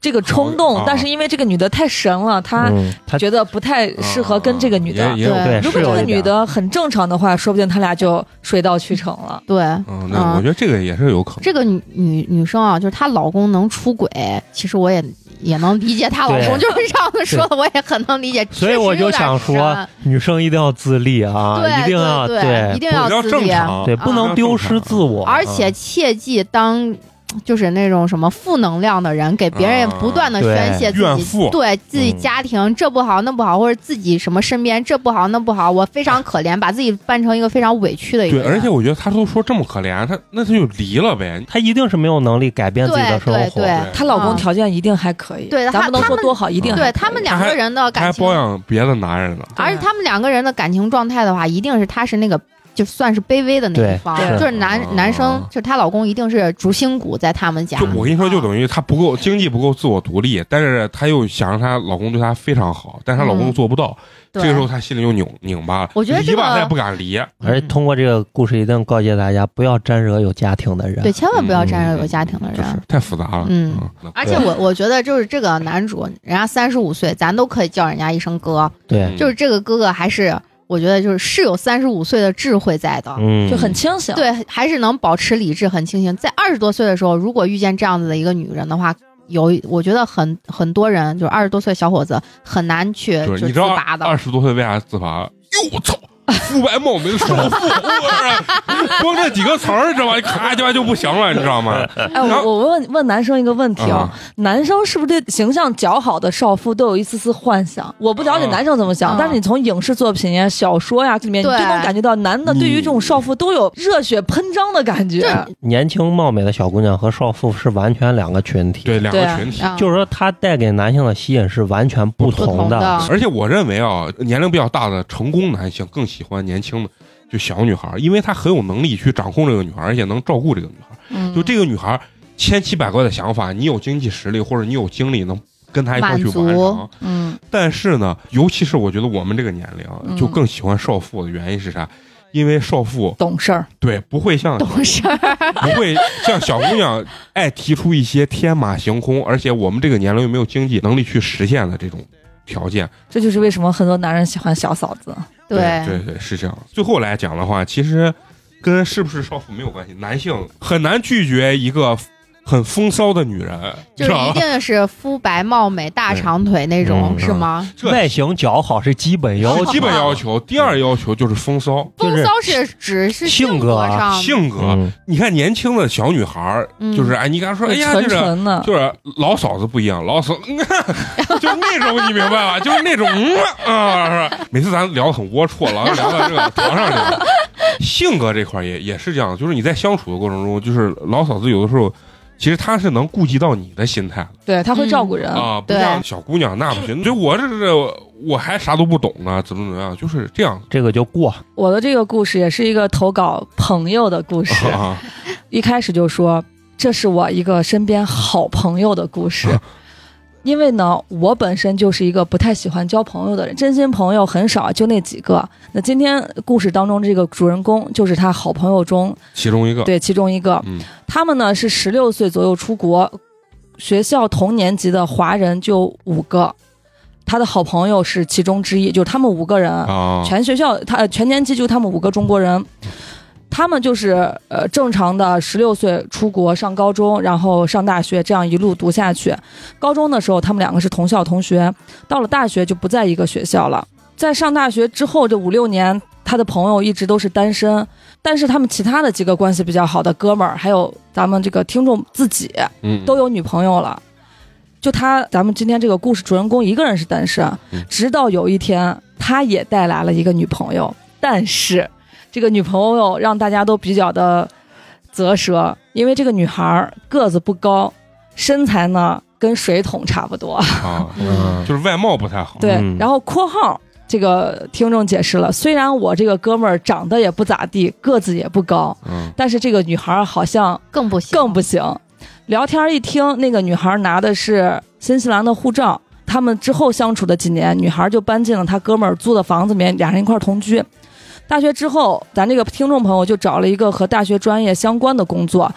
这个冲动，
啊
但是因为这个女的太神了，他
啊
嗯，他
觉得不太
啊
适合跟这个女的。
哦也也有
对
可能
对
如果
是
这
有
个
一点
女的很正常的话，说不定他俩就水到渠成了。
对，
嗯，那我觉得这个也是有可能。
这个女女女生啊，就是她老公能出轨，其实我也也能理解她老公，
对
就是这样子说的，我也很能理解。
所以我就想
确实有点
说
神，
女生一定要自立啊，
对
一定要
啊对一定
比
要
较
自
正
立，
常，
对，不能丢失自我，
而且切忌当。就是那种什么负能量的人，给别人
啊
不断的
对
宣泄自
怨
己，
妇
对自己
嗯
家庭这不好那不好，或者自己什么身边这不好那不好，我非常可怜，把自己扮成一个非常委屈的一个
对，
人。
而且我觉得他都说这么可怜，他那他就离了呗。
她一定是没有能力改变自己的生
对
活，
对
她老
嗯
公条件一定还可以，
对
咱
她
不能
她
说
们
多好，一
嗯
定还
对
可以
他们两个人的
他
感
还
情
包养别的男人呢，
而且他们两个人的感情状态的话，一定是她是那个就算是卑微的那一
对
方，
是
就是男、
啊
男生，就是她老公一定是主心骨在他们家
就。我跟你说，就等于她不够经济不够自我独立，但是她又想让她老公对她非常好，但是她老公又做不到，这
嗯对，
个时候她心里就拧拧巴了。
我觉得这
离
个哎
吧，她也不敢离。
嗯
而且通过这个故事，一定告诫大家不要沾惹有家庭的人。
对，千万不要
嗯
沾惹有家庭的人。
就是太复杂了。
嗯而且
对
我我觉得就是这个男主，人家三十五岁，咱都可以叫人家一声哥，
嗯
对，
就是这个哥哥还是我觉得就是是有三十五岁的智慧在的。
嗯，
就很清醒。
对，还是能保持理智，很清醒。在二十多岁的时候，如果遇见这样子的一个女人的话，有我觉得很很多人就是二十多岁小伙子很难去
就
就是是
你
自
知道
拔的。
二十多岁为啥自罚？哟，我操！肤白貌美的首富，我光这几个词儿，这玩意咔就就不行了，你知道吗？
哎，我我问问男生一个问题啊
啊，
男生是不是对形象姣好的少妇都有一丝丝幻想？我不了解
啊
男生怎么想
啊，
但是你从影视作品呀、小说呀里面，你
对
就能感觉到男的对于这
嗯
种少妇都有热血喷张的感觉。
这
年轻貌美的小姑娘和少妇是完全两个群体。
对，两
对
个
啊
群体。
啊
就是说她带给男性的吸引是完全不
不同
同的。
而且我认为啊，年龄比较大的成功男性更喜欢年轻的就小女孩儿，因为他很有能力去掌控这个女孩儿，而且能照顾这个女孩儿。
嗯
就这个女孩儿千奇百怪的想法，你有经济实力或者你有精力能跟她一块儿去
满足
完成。
嗯，
但是呢，尤其是我觉得我们这个年龄啊
嗯
就更喜欢少妇的原因是啥？因为少妇
懂事儿，
对不会像
懂事儿，
不会像小姑娘爱提出一些天马行空，而且我们这个年龄又没有经济能力去实现的这种条件。
这就是为什么很多男人喜欢小嫂子。
对对，是这样。最后来讲的话，其实跟是不是少妇没有关系，男性很难拒绝一个很风骚的女人，知
就是
道
一
吧？
定是肤白貌美、大
对
长腿那种，
嗯
是吗？
这
外形姣好是基本要
有
求，
基本要求，第二要求就是风骚。
就
风
是
骚是只是
性格
格
啊
上，
性格，
嗯
你看年轻的小女孩儿，
嗯
就是哎，你跟她说，哎呀，
纯
这个
纯的，
就是老嫂子不一样，老嫂 就是那种你明白 吧？就是那种嗯啊，是吧每次咱聊得很龌龊，老是聊到这个床上去 了。性格这块儿也也是这样，就是你在相处的过程中，就是老嫂子有的时候。其实她是能顾及到你的心态
对他会照顾人
的。啊，不像小姑娘那不行。 就我这是我还啥都不懂呢，怎么怎么样，就是这 样
这个就过。
我的这个故事也是一个投稿朋友的故事，
啊。
一开始就说这是我一个身边好朋友的故事。因为呢，我本身就是一个不太喜欢交朋友的人，真心朋友很少，就那几个。那今天故事当中这个主人公就是他好朋友中
其中一个，
对其中一个，
嗯
他们呢是十六岁左右出国，学校同年级的华人就五个，他的好朋友是其中之一，就是他们五个人，
啊，
嗯全学校他呃全年级就他们五个中国人，他们就是呃正常的十六岁出国上高中，然后上大学，这样一路读下去。高中的时候他们两个是同校同学，到了大学就不在一个学校了。在上大学之后这五六年，他的朋友一直都是单身，但是他们其他的几个关系比较好的哥们儿，还有咱们这个听众自己，
嗯
都有女朋友了。就他，咱们今天这个故事主人公一个人是单身啊
嗯，
直到有一天，他也带来了一个女朋友，但是这个女朋友让大家都比较的啧舌，因为这个女孩儿个子不高，身材呢跟水桶差不多，
啊，
嗯，
就是外貌不太好，
对。
嗯
然后括号这个听众解释了，虽然我这个哥们儿长得也不咋地，个子也不高，
嗯
但是这个女孩儿好像
更不行，
更不行。聊天一听，那个女孩拿的是新西兰的护照。他们之后相处的几年，女孩就搬进了她哥们儿租的房子里面，俩人一块儿同居。大学之后，咱这个听众朋友就找了一个和大学专业相关的工作，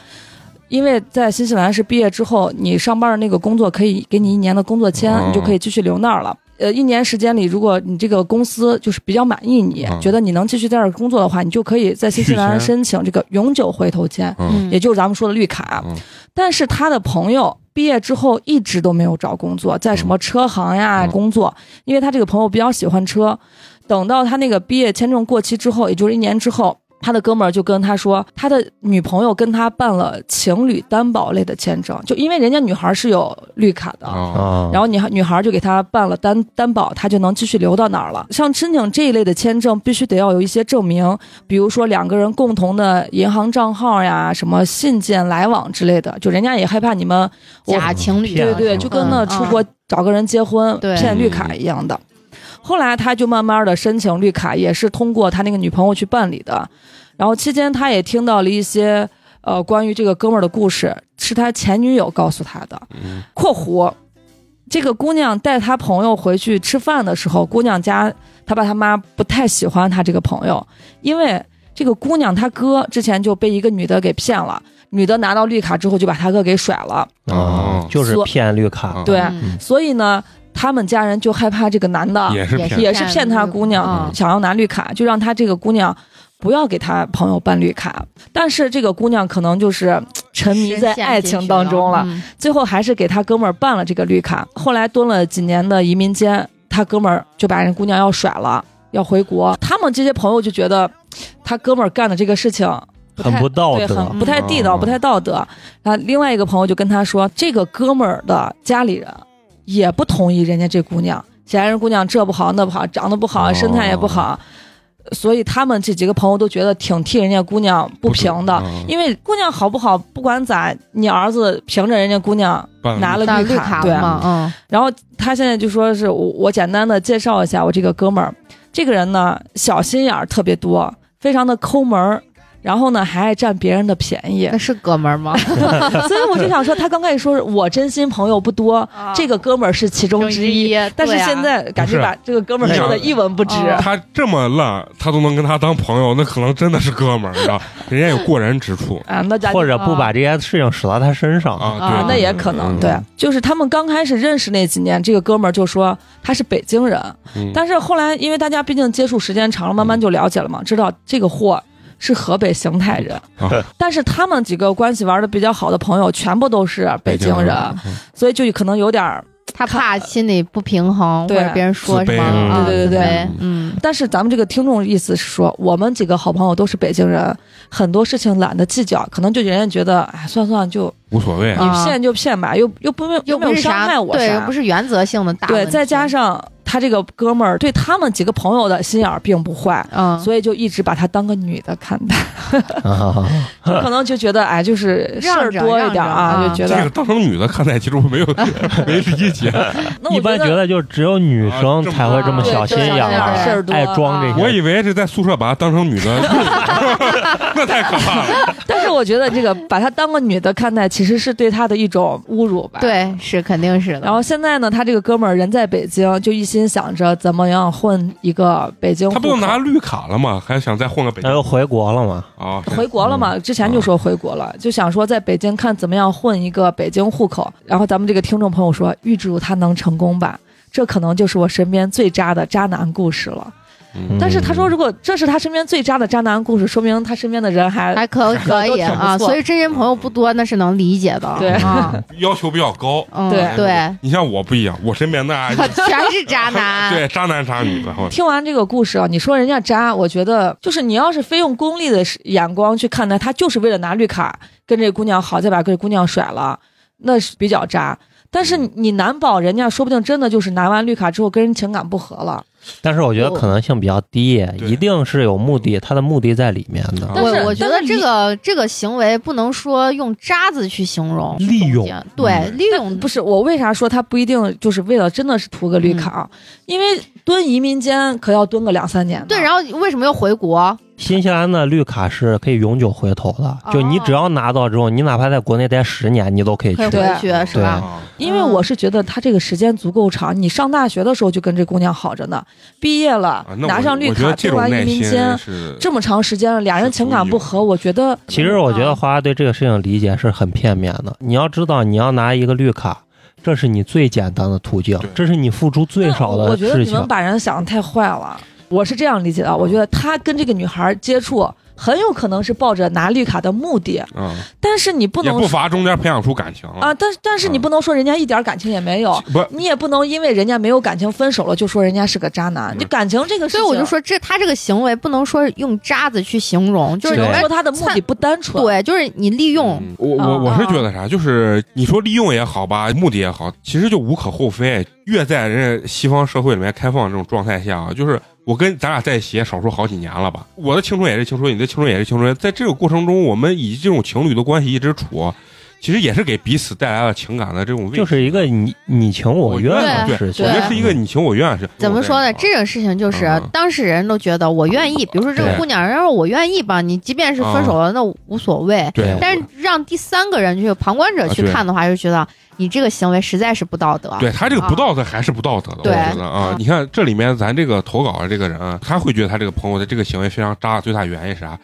因为在新西兰是毕业之后，你上班的那个工作可以给你一年的工作签，
哦
你就可以继续留那儿了。呃，一年时间里，如果你这个公司就是比较满意你，
嗯
觉得你能继续在这儿工作的话，你就可以在新西兰
续签
申请这个永久回头签，
嗯
也就是咱们说的绿卡。
嗯
但是他的朋友毕业之后一直都没有找工作，在什么车行呀、
嗯
工作，因为他这个朋友比较喜欢车。等到他那个毕业签证过期之后，也就是一年之后，他的哥们儿就跟他说，他的女朋友跟他办了情侣担保类的签证，就因为人家女孩是有绿卡的。
啊，
啊，
然后你女孩就给他办了担担保，他就能继续留到哪儿了。像申请这一类的签证，必须得要有一些证明，比如说两个人共同的银行账号呀、什么信件来往之类的。就人家也害怕你们，我
假情侣，
骗
对对，
嗯
就跟那
嗯
出国找个人结婚
对
骗绿卡一样的。后来他就慢慢的申请绿卡，也是通过他那个女朋友去办理的。然后期间他也听到了一些呃关于这个哥们儿的故事，是他前女友告诉他的。
嗯
（括弧）这个姑娘带她朋友回去吃饭的时候，姑娘家她爸她妈不太喜欢她这个朋友，因为这个姑娘她哥之前就被一个女的给骗了，女的拿到绿卡之后就把她哥给甩了，
啊
哦，
就是
所
骗绿卡
嗯，
对，
嗯
所以呢，他们家人就害怕这个男的
也是
也
骗子，
是
啊也是骗他姑娘，
嗯
想要拿绿卡，就让他这个姑娘不要给他朋友办绿卡。但是这个姑娘可能就是沉迷在爱情当中了，
嗯
最后还是给他哥们儿办了这个绿卡。后来蹲了几年的移民监，他哥们儿就把人姑娘要甩了，要回国。他们这些朋友就觉得他哥们儿干的这个事情不太
很不道
对，
德
很不太地道，
嗯
不太道德。啊，另外一个朋友就跟他说，这个哥们儿的家里人也不同意人家这姑娘，显然人姑娘这不好那不好，长得不好，
哦
身材也不好，所以他们这几个朋友都觉得挺替人家姑娘不平的。
嗯
因为姑娘好不好，不管咋，你儿子凭着人家姑娘
办
拿了
那
绿
绿
卡，
卡
对
了，
啊
嘛，嗯，
然后他现在就说是我我简单的介绍一下我这个哥们儿，这个人呢小心眼儿特别多，非常的抠门儿，然后呢还爱占别人的便 宜
那，是哥们儿 吗？
所以我就想说，他刚开始说是我真心朋友不多，
啊
这个哥们儿是其啊中之一，但是
对啊
现在感觉
不是
把这个哥们儿说的一文不值，
哦
他这么烂，他都能跟他当朋友，那可能真的是哥们儿，你知道？人家有过人之处
啊，那咱
或者不把这嗯件事情使到他身上
啊，
啊
对，
那也可能对，就是他们刚开始认识那几年，这个哥们儿就说他是北京人，
嗯
但是后来，因为大家毕竟接触时间长了，慢慢就了解了嘛，知道这个货是河北邢台人。
啊
但是他们几个关系玩的比较好的朋友，全部都是北京人，啊
嗯
所以就可能有点儿。
他怕心里不平衡，或
对
者别人说
自
什
卑
么，
嗯
啊
对对对
自
对
卑嗯，
但是咱们这个听众意思是说，我们几个好朋友都是北京人，很多事情懒得计较，可能就人家觉得，哎，算算就
无所谓。
你
啊
骗就骗吧，又又不
又
没
不
有
是
伤
啥
害，我
对，又
啥
不。是原则性的大问
对，
题
再加，上他这个哥们儿对他们几个朋友的心眼儿并不坏，
嗯，
所以就一直把他当个女的看待。
啊，
可能就觉得哎，就是事儿
让着
多一点
让
啊，
着
就觉
这个
得
当成女的看待，其实我没 有没理解，
那
一
我
般觉得就只有女生才会这么小心眼
啊
对对对对对事
儿
儿，多
爱装这
啊我
些。
以为是在宿舍把她当成女的， 那太可怕 了。
但是我觉得这个把她当个女的看待，其实是对她的一种侮辱吧。。
对，是肯定是的。
然后现在呢，他这个哥们儿人在北京，就一心想着怎么样混一个北京户
他
口。
不都拿绿卡了吗？还想再混个北
他
京
又回国了嘛？
啊？
回国了嘛？之前就说回国了，就想说在北京看怎么样混一个北京户口。然后咱们这个听众朋友说，预祝他能成功吧。这可能就是我身边最渣的渣男故事了。
嗯
但是他说，如果这是他身边最渣的渣男故事，说明他身边的人还
还可可
都
以
挺不
啊，
错
所以真心朋友不多，那是能理解的。
对
啊，
要求比较高。哎
嗯，
对
对，
你像我不一样，我身边 那
全是渣 男。
对渣男渣女的，我
听完这个故事啊，你说人家渣，我觉得就是你要是非用功利的眼光去看待他，就是为了拿绿卡跟这姑娘好，再把这姑娘甩了，那是比较渣。但
嗯
是你难保人家说不定真的就是拿完绿卡之后跟人情感不和了。
但是我觉得可能性比较低，
对
一定是有目的，他的目的在里面的。
啊
但是
我我觉得
但是
这
你
个这个行为不能说用“渣”字去形容，
利用
对
嗯
利用
不是我为啥说他不一定就是为了真的是图个
嗯
绿卡啊？因为蹲移民监可要蹲个两三年呢。
对，然后为什么要回国？
新西兰的绿卡是可以永久回头的，
哦
就你只要拿到之后，你哪怕在国内待十年，你都可以
可以
去。
回去是吧？
啊，
因为我是觉得他这个时间足够长，你上大学的时候就跟这姑娘好着呢，毕业了
啊那我
拿上绿
我觉
卡，
得这
通
种
完
耐
移民
心
监，
是
这么长时间了，俩人情感不和，我觉得
其实我觉
啊
得花花对这个事情理解是很片面的。你要知道，你要拿一个绿卡，这是你最简单的途径
对，
这是你付出最少
我
的
觉得
事
你们
情。嗯
把人想的太坏了。我是这样理解的，我觉得他跟这个女孩接触，很有可能是抱着拿绿卡的目的，
啊，
但是你不
也
能
不嗯乏中间培养出感情了
啊，。但是但是你不能说人家一点感情也没有，
不，
你啊也不能因为人家没有感情分手了就说人家是个渣男。
嗯
你感情这个事
所
情，啊
以我就说这他这个行为不能说用渣子去形容，就
只
是
对
能
哎
说他的目的不单纯。
对，就是你利用
嗯我我
嗯
我是
嗯
觉得啥，就是你说利用也好吧，目的也好，其实就无可厚非。越在人家西方社会里面开放这种状态下啊，就是我跟咱俩在一起也少说好几年了吧，我的青春也是青春，你的青春也是青春，在这个过程中，我们以这种情侣的关系一直处，其实也是给彼此带来了情感的这种慰藉
就是一个你你情我愿的
对
事情，
我觉得
对
是一个你情我愿是。
怎么说呢？这种事情就是、
嗯
当事人都觉得我愿意，比如说这个
对
姑娘，然后我愿意帮你，即便是
嗯
分手了，那无所谓。
对，
但是让第三个人去旁观者去
嗯啊对
看的话，就觉得你这个行为实在是不道德。
对他这个不道德还是不道德的，
啊对
我觉得啊
嗯，
你看这里面咱这个投稿的这个人啊，他会觉得他这个朋友的这个行为非常渣，最大原因是啥？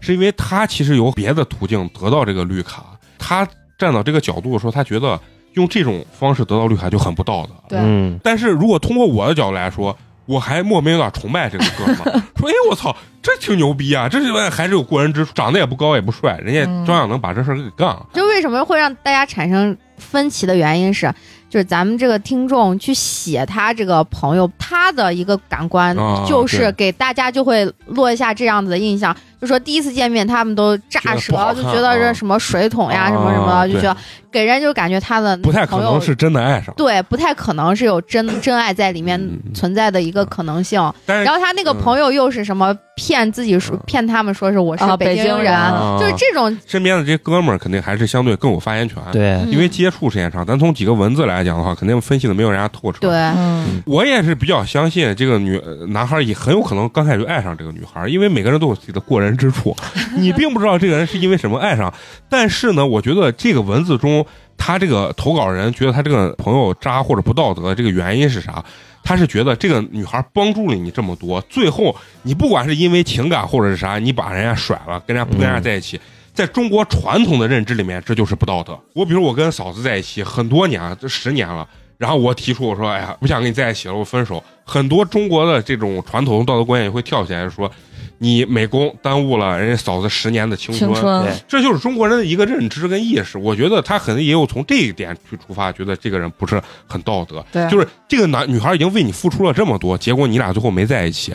是因为他其实有别的途径得到这个绿卡，他站到这个角度说，他觉得用这种方式得到绿卡就很不道德。
对
嗯，
但是如果通过我的角度来说，我还莫名有点崇拜这个哥们 儿，说哎我操，这挺牛逼啊，这是还是有过人之处，长得也不高也不帅，人家
嗯
照样能把这事儿给干了。
就为什么会让大家产生分歧的原因是，就是咱们这个听众去写他这个朋友他的一个感官
啊，
嗯就是
对
给大家就会落一下这样子的印象，就说第一次见面他们都
觉
炸
得不
舌，
好
就
看
觉得这什么水桶呀
啊
什么什么，就
对
觉得给人就感觉他的
不太可
朋友
能是真的爱上，
对，不太可能是有真 真爱在里面
嗯
存在的一个可能性。
但是
然后他那个朋友又是什么骗自己说
嗯
骗他们说是我
啊
是
北
北
京
京
人
人，
啊
就是这种
身边的这些哥们儿肯定还是相对更有发言权，，
对
嗯
因为接触时间长。咱从几个文字来讲的话，肯定分析的没有人家透彻。
对，
嗯，
我也是比较相信这个女呃男孩也很有可能刚开始就爱上这个女孩，因为每个人都有自己的过人之处，你并不知道这个人是因为什么爱上。但是呢，我觉得这个文字中，他这个投稿人觉得他这个朋友渣或者不道德，这个原因是啥？他是觉得这个女孩帮助了你这么多，最后你不管是因为情感或者是啥，你把人家甩了，跟人家不跟人家在一起。在中国传统的认知里面，这就是不道德。我比如我跟嫂子在一起很多年了，这十年了，然后我提出我说，哎呀，不想跟你在一起了，我分手。很多中国的这种传统道德观念会跳起来说，你美工耽误了人家嫂子十年的青
青春
对
这就是中国人的一个认知跟意识。我觉得他可能也有从这一点去出发，觉得这个人不是很道德。
对
就是这个男女孩已经为你付出了这么多，结果你俩最后没在一起。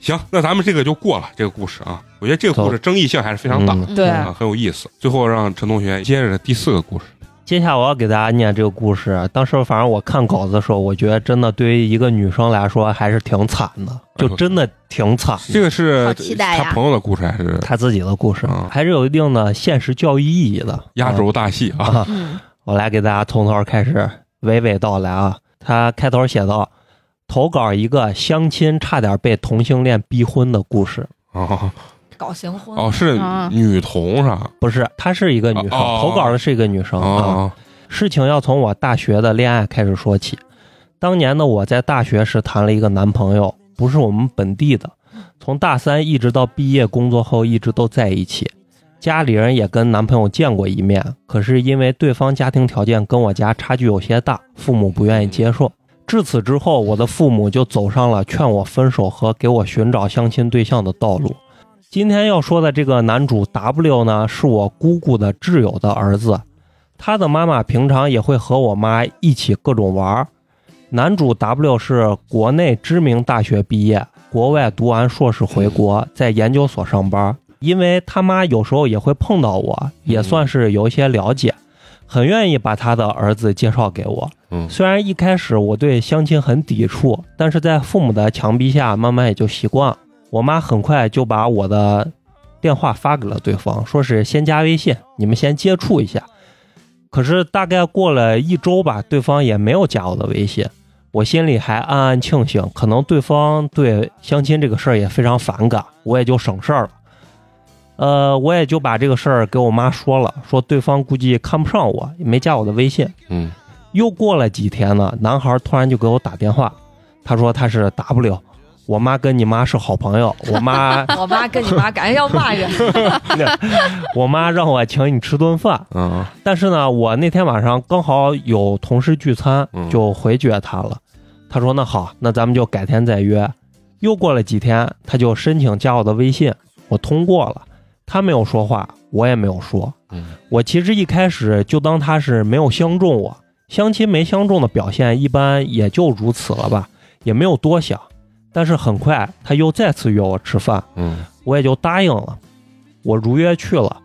行，那咱们这个就过了这个故事啊。我觉得这个故事争议性还是非常大，
嗯
对
啊，很有意思。最后让陈同学接着第四个故事。
接下来我要给大家念这个故事。当时反正我看稿子的时候，我觉得真的对于一个女生来说还是挺惨的，就真的挺惨的。
哎这个是
好期待呀
他朋友的故事还是
她自己的故事
嗯
还是有一定的现实教育意义的。
压轴大戏啊？
啊，
嗯，
我来给大家从头开始娓娓道来啊。他开头写道：“投稿一个相亲差点被同性恋逼婚的故事。
哦
搞行婚
哦，是
啊
女童是吧？”
不是，她是一个女生，
哦哦
投稿的是一个女生啊。
哦，
事情要从我大学的恋爱开始说起。当年呢，我在大学时谈了一个男朋友，不是我们本地的，从大三一直到毕业工作后一直都在一起。家里人也跟男朋友见过一面，可是因为对方家庭条件跟我家差距有些大，父母不愿意接受。至此之后，我的父母就走上了劝我分手和给我寻找相亲对象的道路。今天要说的这个男主 W 呢，是我姑姑的挚友的儿子，他的妈妈平常也会和我妈一起各种玩儿。男主 W 是国内知名大学毕业，国外读完硕士回国，在研究所上班。因为他妈有时候也会碰到我，也算是有一些了解，很愿意把他的儿子介绍给我。
嗯
虽然一开始我对相亲很抵触，但是在父母的强逼下，慢慢也就习惯了。我妈很快就把我的电话发给了对方，说是先加微信，你们先接触一下。可是大概过了一周吧，对方也没有加我的微信。我心里还暗暗庆幸，可能对方对相亲这个事儿也非常反感，我也就省事儿了。呃，我也就把这个事儿给我妈说了，说对方估计看不上我，也没加我的微信。
嗯，
又过了几天呢，男孩突然就给我打电话，他说他是 W，我妈跟你妈是好朋友，我妈
我妈跟你妈感觉要 骂人，
我妈让我请你吃顿饭，
嗯
但是呢，我那天晚上刚好有同事聚餐
嗯，
就回绝他了。他说那好，那咱们就改天再约。又过了几天，他就申请加我的微信，我通过了。他没有说话，我也没有说。
嗯
我其实一开始就当他是没有相中我，相亲没相中的表现一般也就如此了吧，也没有多想。但是很快他又再次约我吃饭，
嗯
我也就答应了，我如约去了。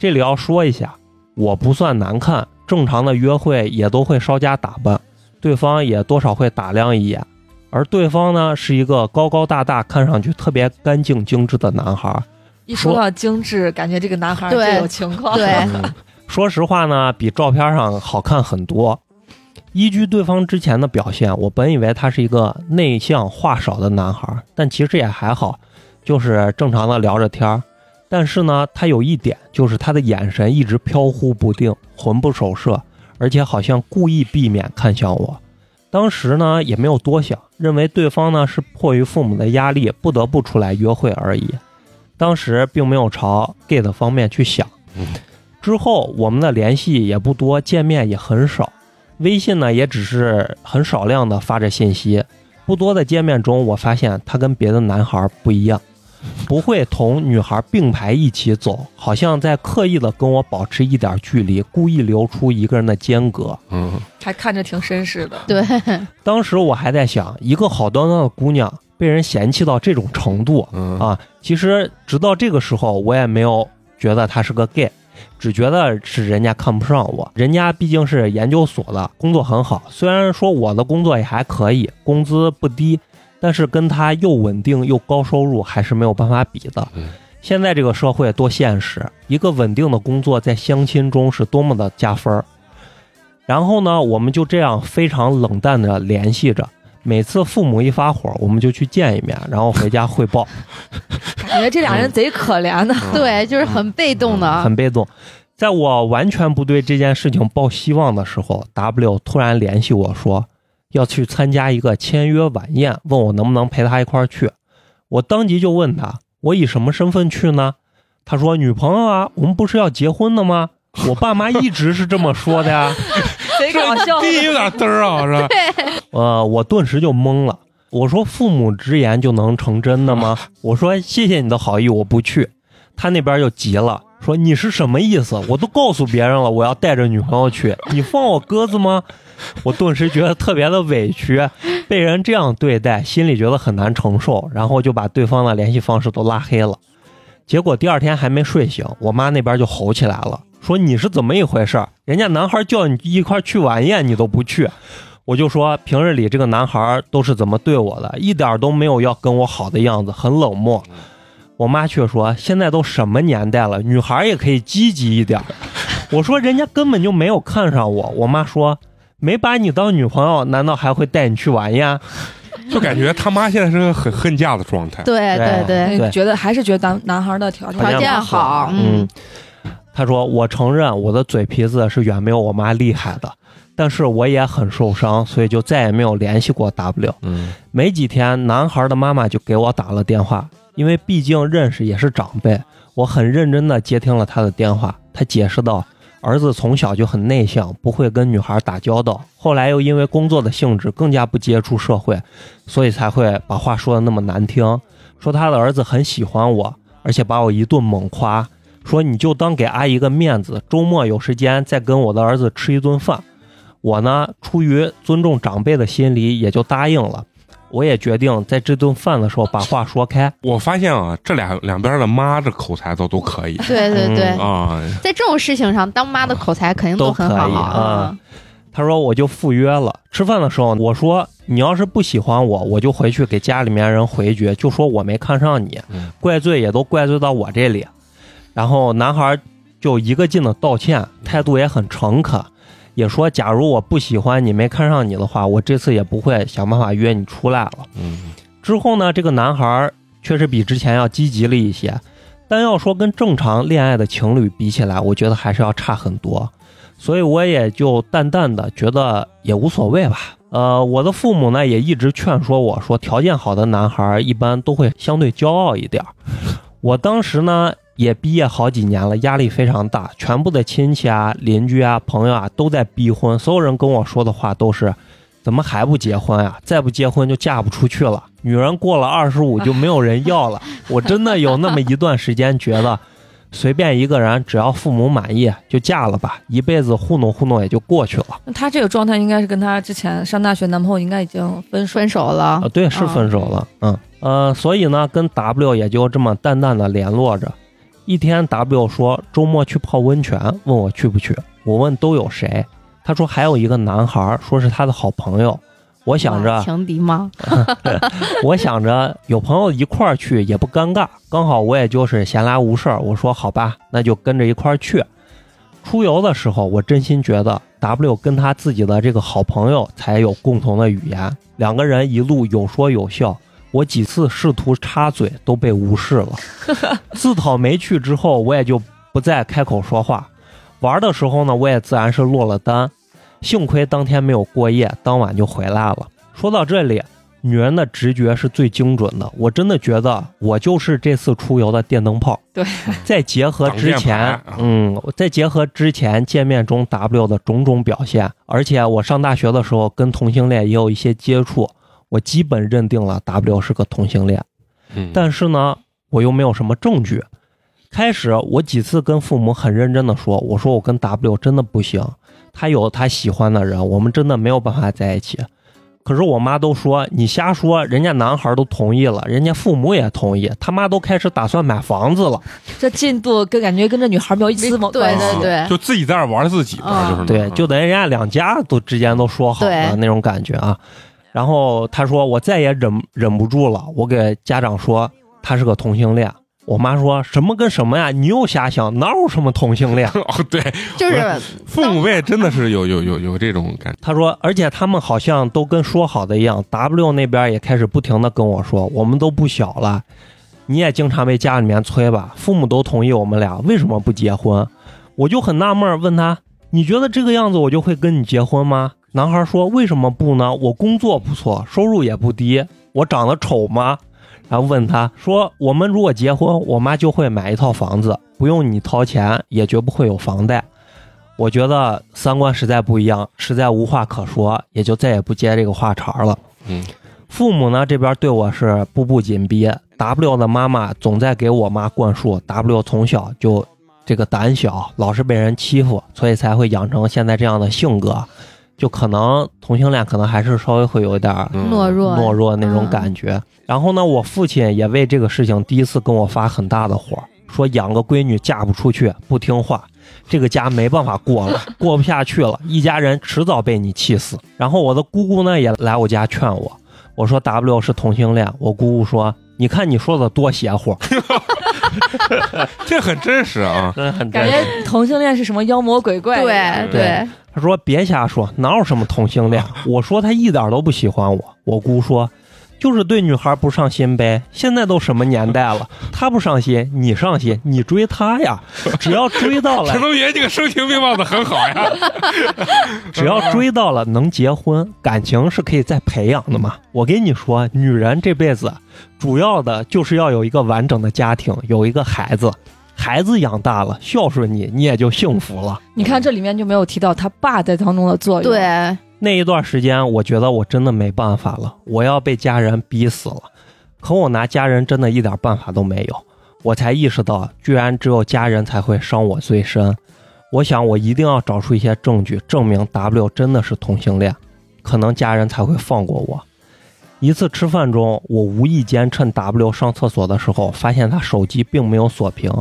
这里要说一下，我不算难看，正常的约会也都会稍加打扮，对方也多少会打量一眼。而对方呢，是一个高高大大、看上去特别干净精致的男孩。
一说到精致，感觉这个男孩儿就
对
有情况。
对，
嗯
说实话呢，比照片上好看很多。依据对方之前的表现，我本以为他是一个内向话少的男孩，但其实也还好，就是正常的聊着天儿。但是呢，他有一点就是他的眼神一直飘忽不定，魂不守舍，而且好像故意避免看向我。当时呢也没有多想，认为对方呢是迫于父母的压力，不得不出来约会而已。当时并没有朝 gay 的方面去想。之后我们的联系也不多，见面也很少，微信呢也只是很少量的发着信息。不多的见面中，我发现他跟别的男孩不一样，不会同女孩并排一起走，好像在刻意的跟我保持一点距离，故意留出一个人的间隔。
嗯
还看着挺绅士的。
对，
当时我还在想，一个好端端的姑娘被人嫌弃到这种程度，
嗯
啊其实直到这个时候，我也没有觉得他是个 gay，只觉得是人家看不上我。人家毕竟是研究所的，工作很好，虽然说我的工作也还可以，工资不低，但是跟他又稳定又高收入还是没有办法比的
嗯。
现在这个社会多现实，一个稳定的工作在相亲中是多么的加分儿。然后呢，我们就这样非常冷淡的联系着，每次父母一发火，我们就去见一面，然后回家汇报。
感觉这俩人贼可怜呢。
对，就是很被动
嗯
的，
很被动。在我完全不对这件事情抱希望的时候，W 突然联系我说要去参加一个签约晚宴，问我能不能陪他一块儿去。我当即就问他，我以什么身份去呢？他说女朋友啊，我们不是要结婚的吗？我爸妈一直是这么说的呀。
贼搞 笑。
第一个嘚儿啊，是吧？
呃，我顿时就懵了。我说父母之言就能成真的吗？我说谢谢你的好意，我不去。他那边就急了，说你是什么意思？我都告诉别人了，我要带着女朋友去，你放我鸽子吗？我顿时觉得特别的委屈，被人这样对待，心里觉得很难承受，然后就把对方的联系方式都拉黑了。结果第二天还没睡醒，我妈那边就吼起来了，说你是怎么一回事儿？人家男孩叫你一块儿去晚宴，你都不去。我就说平日里这个男孩都是怎么对我的，一点儿都没有要跟我好的样子，很冷漠。我妈却说现在都什么年代了，女孩也可以积极一点儿。我说人家根本就没有看上我。我妈说没把你当女朋友，难道还会带你去玩呀？
就感觉他妈现在是个很恨嫁的状态。
对对对，
对
觉得还是觉得男男孩的条件
条件好，嗯，，
他说：“我承认我的嘴皮子是远没有我妈厉害的，但是我也很受伤，所以就再也没有联系过 W。
嗯
没几天，男孩的妈妈就给我打了电话，因为毕竟认识也是长辈，我很认真的接听了他的电话。他解释道，儿子从小就很内向，不会跟女孩打交道，后来又因为工作的性质更加不接触社会，所以才会把话说的那么难听，说他的儿子很喜欢我，而且把我一顿猛夸，说你就当给阿姨个面子，周末有时间再跟我的儿子吃一顿饭。我呢，出于尊重长辈的心理，也就答应了。我也决定在这顿饭的时候把话说开。
我发现啊，这俩两边的妈这口才都都可以
对对对
嗯，
啊，
在这种事情上，当妈的口才肯定
都
很
可以
好
啊，他说我就赴约了。吃饭的时候，我说你要是不喜欢我，我就回去给家里面人回绝，就说我没看上你
嗯，
怪罪也都怪罪到我这里。然后男孩就一个劲的道歉，态度也很诚恳，也说，假如我不喜欢你，没看上你的话，我这次也不会想办法约你出来了。
嗯，
之后呢，这个男孩儿确实比之前要积极了一些，但要说跟正常恋爱的情侣比起来，我觉得还是要差很多。所以我也就淡淡的觉得也无所谓吧。呃，我的父母呢也一直劝说我说，条件好的男孩儿一般都会相对骄傲一点儿。我当时呢也毕业好几年了，压力非常大，全部的亲戚啊、邻居啊、朋友啊都在逼婚，所有人跟我说的话都是。怎么还不结婚啊？再不结婚就嫁不出去了。女人过了二十五就没有人要了。我真的有那么一段时间觉得，随便一个人，只要父母满意就嫁了吧，一辈子糊弄糊弄也就过去了。
那她这个状态应该是跟她之前上大学男朋友应该已经分手
分手了
啊，，对，是
嗯
分手了，嗯，呃，所以呢，跟 W 也就这么淡淡的联络着。一天，W 说周末去泡温泉，问我去不去。我问都有谁，他说还有一个男孩儿，说是他的好朋友。我想着
哇情敌吗？
我想着有朋友一块儿去也不尴尬，刚好我也就是闲来无事儿，我说好吧，那就跟着一块儿去。出游的时候，我真心觉得 W 跟他自己的这个好朋友才有共同的语言，两个人一路有说有笑。我几次试图插嘴都被无视了， 自讨没趣之后，我也就不再开口说话。玩的时候呢，我也自然是落了单，幸亏当天没有过夜，当晚就回来了。说到这里，女人的直觉是最精准的，我真的觉得我就是这次出游的电灯泡。
对，
再结合之
挡箭牌
前
啊，
嗯，再结合之前见面中 W 的种种表现，而且我上大学的时候跟同性恋也有一些接触，我基本认定了 W 是个同性恋。
嗯
但是呢，我又没有什么证据。开始我几次跟父母很认真的说，我说我跟 W 真的不行，他有他喜欢的人，我们真的没有办法在一起。可是我妈都说你瞎说，人家男孩都同意了，人家父母也同意，他妈都开始打算买房子了。
这进度跟感觉跟这女孩没有一丝
没
关系。
对对对
啊就自己在那玩自己吧，
嗯
就是那
对，
种
就等于人家两家都之间都说好了
对
那种感觉啊。然后他说我再也忍忍不住了，我给家长说他是个同性恋。我妈说什么跟什么呀？你又瞎想，哪有什么同性恋？
哦， 对，
就是
父母辈真的是有有有有这种感觉，
他说，而且他们好像都跟说好的一样，W 那边也开始不停的跟我说，我们都不小了，你也经常被家里面催吧，父母都同意我们俩，为什么不结婚？我就很纳闷儿，问他，你觉得这个样子我就会跟你结婚吗？男孩说，为什么不呢？我工作不错，收入也不低，我长得丑吗？然后问他说，我们如果结婚，我妈就会买一套房子，不用你掏钱，也绝不会有房贷。我觉得三观实在不一样，实在无话可说，也就再也不接这个话茬儿了。
嗯，
父母呢这边对我是步步紧逼，W 的妈妈总在给我妈灌输，W 从小就这个胆小，老是被人欺负，所以才会养成现在这样的性格。就可能同性恋可能还是稍微会有点儿
嗯
懦弱
懦弱那
嗯
种感觉。然后呢，我父亲也为这个事情第一次跟我发很大的火，说养个闺女嫁不出去，不听话，这个家没办法过 了，过不下去了，一家人迟早被你气死。然后我的姑姑呢也来我家劝我，我说 W 是同性恋，我姑姑说。你看你说的多邪乎，
这很真实 啊。
真的很
感
真实
觉同性恋是什么妖魔鬼怪？
对
对，他说别瞎说，哪有什么同性恋？我说他一点都不喜欢我。我姑说，就是对女孩不上心呗。现在都什么年代了，他不上心，你上心，你追他呀。只要追到了
陈，同学，这个声情并茂的很好呀。
只要追到了能结婚，感情是可以再培养的嘛。我跟你说，女人这辈子主要的就是要有一个完整的家庭，有一个孩子，孩子养大了孝顺你，你也就幸福了。
你看这里面就没有提到他爸在当中的作用。
对，
那一段时间，我觉得我真的没办法了，我要被家人逼死了。可我拿家人真的一点办法都没有，我才意识到，居然只有家人才会伤我最深。我想，我一定要找出一些证据，证明 W 真的是同性恋，可能家人才会放过我。一次吃饭中，我无意间趁 W 上厕所的时候，发现他手机并没有锁屏。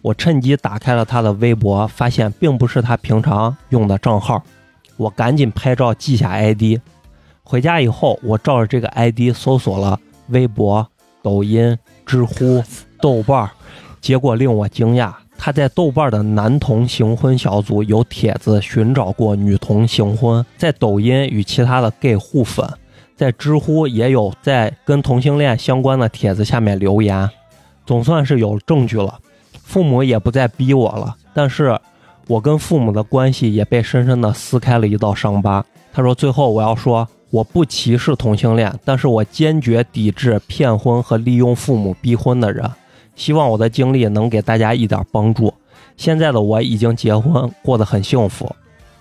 我趁机打开了他的微博，发现并不是他平常用的账号。我赶紧拍照记下 ID。回家以后，我照着这个 ID 搜索了微博、抖音、知乎、豆瓣儿，结果令我惊讶，他在豆瓣的男童行婚小组有帖子寻找过女童行婚，在抖音与其他的 gay 互粉，在知乎也有在跟同性恋相关的帖子下面留言，总算是有证据了，父母也不再逼我了，但是我跟父母的关系也被深深的撕开了一道伤疤。他说：“最后我要说，我不歧视同性恋，但是我坚决抵制骗婚和利用父母逼婚的人。希望我的经历能给大家一点帮助。现在的我已经结婚，过得很幸福。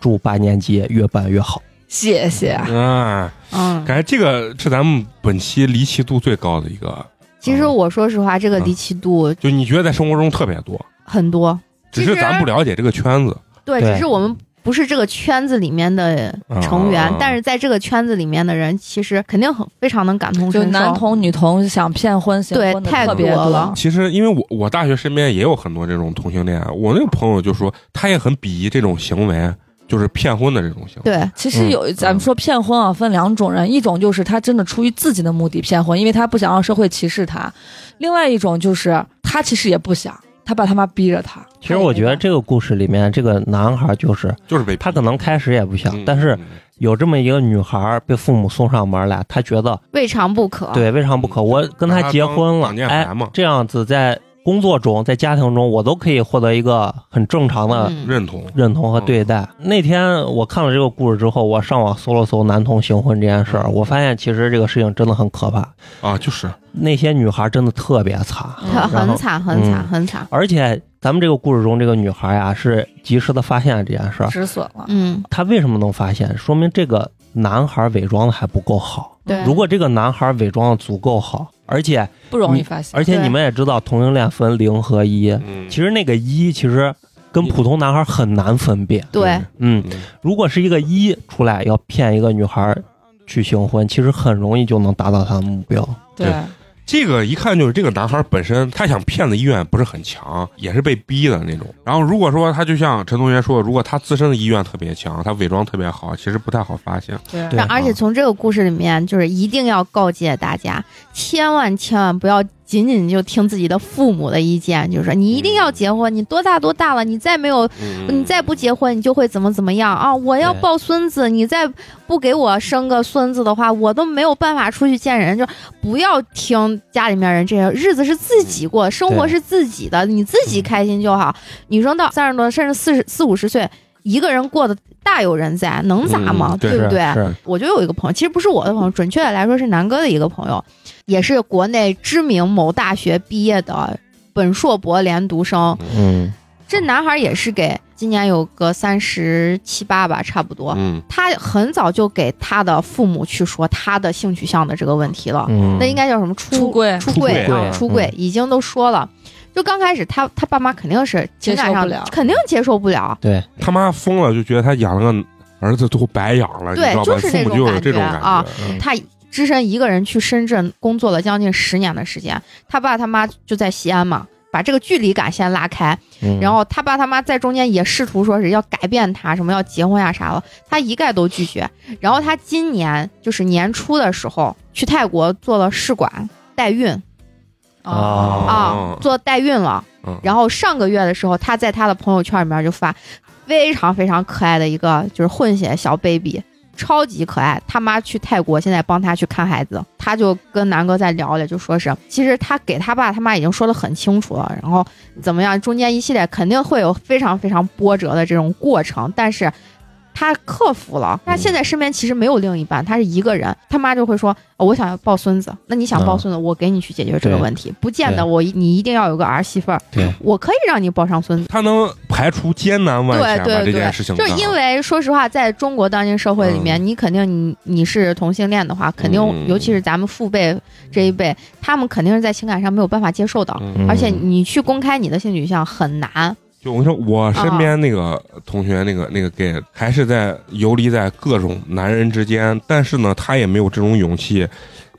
祝八年级越办越好。
谢谢。
啊，
嗯，
感觉这个是咱们本期离奇度最高的一个，
其实我说实话，这个
嗯
离奇度
就你觉得在生活中特别多，
很多，
只
其
是
实
咱不了解这个圈子。
对，
对
只是我们不是这个圈子里面的成员，
嗯
但是在这个圈子里面的人，其实肯定很非常能感同
就
身受。
男童女童想骗婚行
对
婚的
太
特别
多了
其实，因为我我大学身边也有很多这种同性恋，啊我那个朋友就说，他也很鄙夷这种行为，就是骗婚的这种行为。
对，
嗯
其实有，咱们说骗婚啊，分两种人，一种就是他真的出于自己的目的骗婚，因为他不想让社会歧视他；，另外一种就是他其实也不想，他爸他妈逼着他。
其实我觉得这个故事里面，这个男孩就是
就是被逼
他可能开始也不想，
嗯
但是
嗯
有这么一个女孩被父母送上门来，他觉得
未尝不可。，
对未尝不可。我跟他结婚了
嗯把他当挡，箭
哎
牌嘛，
这样子在工作中、在家庭中，我都可以获得一个很正常的
嗯，
认同
认同和对待。
嗯
那天我看了这个故事之后，我上网搜了搜男童行婚这件事儿，
嗯
我发现其实这个事情真的很可怕，
啊，就是
那些女孩真的特别惨，
很
然
很
后
惨，很惨，
嗯
很惨。
而且咱们这个故事中这个女孩呀、是及时的发现了这件事儿，
止损了。
嗯，
她为什么能发现？说明这个男孩伪装的还不够好。
对。
如果这个男孩伪装的足够好，而且
不容
嗯
易发现。
而且
对
你们也知道同性恋分零和一，
嗯，
其实那个一其实跟普通男孩很难分辨，
对，
嗯。
嗯
如果是一个一出来要骗一个女孩去行婚，其实很容易就能达到他的目标。
对，
对这个一看就是这个男孩本身他想骗的意愿不是很强，也是被逼的那种。然后如果说他就像陈同学说，的，如果他自身的意愿特别强，他伪装特别好，其实不太好发现。
对
对啊
但而且从这个故事里面，就是一定要告诫大家，千万千万不要仅仅就听自己的父母的意见，就是说你一定
嗯
要结婚，你多大多大了，你再没有
嗯
你再不结婚，你就会怎么怎么样啊！我要
对
抱孙子，你再不给我生个孙子的话，我都没有办法出去见人。就不要听家里面人这些，日子是自
嗯
己过，生活是自己的，你自己开心就好。女生到三十多，甚至四十四五十岁，一个人过得大有人在，能咋
嗯
嘛？
对
对不对？啊
是
我就有一个朋友，其实不是我的朋友，准确的来说是南哥的一个朋友，也是国内知名某大学毕业的本硕博连读生。
嗯，
这男孩也是给今年有个三十七八吧，差不多。
嗯，
他很早就给他的父母去说他的性取向的这个问题了，
嗯，
那应该叫什么出
出柜
出
出
柜
柜
啊，
对
出柜已经都说了。就刚开始他他爸妈肯定是情感上
接受不了
肯定接受不了，
对，
他妈疯了，就觉得他养了个儿子都白养了，
对
你知道吧？
就是
父
那种
母就有这种
感觉
感
啊
嗯
他只身一个人去深圳工作了将近十年的时间，他爸他妈就在西安嘛，把这个距离感先拉开，
嗯
然后他爸他妈在中间也试图说是要改变他，什么要结婚呀、啥了，他一概都拒绝。然后他今年就是年初的时候去泰国做了试管代孕
哦
啊、
哦
做代孕了。
嗯
然后上个月的时候，他在他的朋友圈里面就发非常非常可爱的一个就是混血小 baby。超级可爱，他妈去泰国，现在帮他去看孩子。他就跟南哥在聊了，就说是，其实他给他爸他妈已经说的很清楚了，然后怎么样，中间一系列肯定会有非常非常波折的这种过程，但是他克服
嗯
了。他现在身边其实没有另一半，他是一个人，他妈就会说、哦我想要抱孙子，那你
嗯
想抱孙子，我给你去解决这个
对
问题，不见得
对
我你一定要有个儿媳妇儿，
对
我可以让你抱上孙子。
他能排除艰难万
对
险把
对
这
对，
件事情
就
干
是
好，
因为说实话，在中国当今社会里面，
嗯
你肯定你你是同性恋的话，肯定、
嗯
尤其是咱们父辈这一辈，他们肯定是在情感上没有办法接受的，
嗯
而且你去公开你的性取向很难。
就我跟你说，我身边那个同学，那个那个 gay，还是在游离在各种男人之间，但是呢，他也没有这种勇气，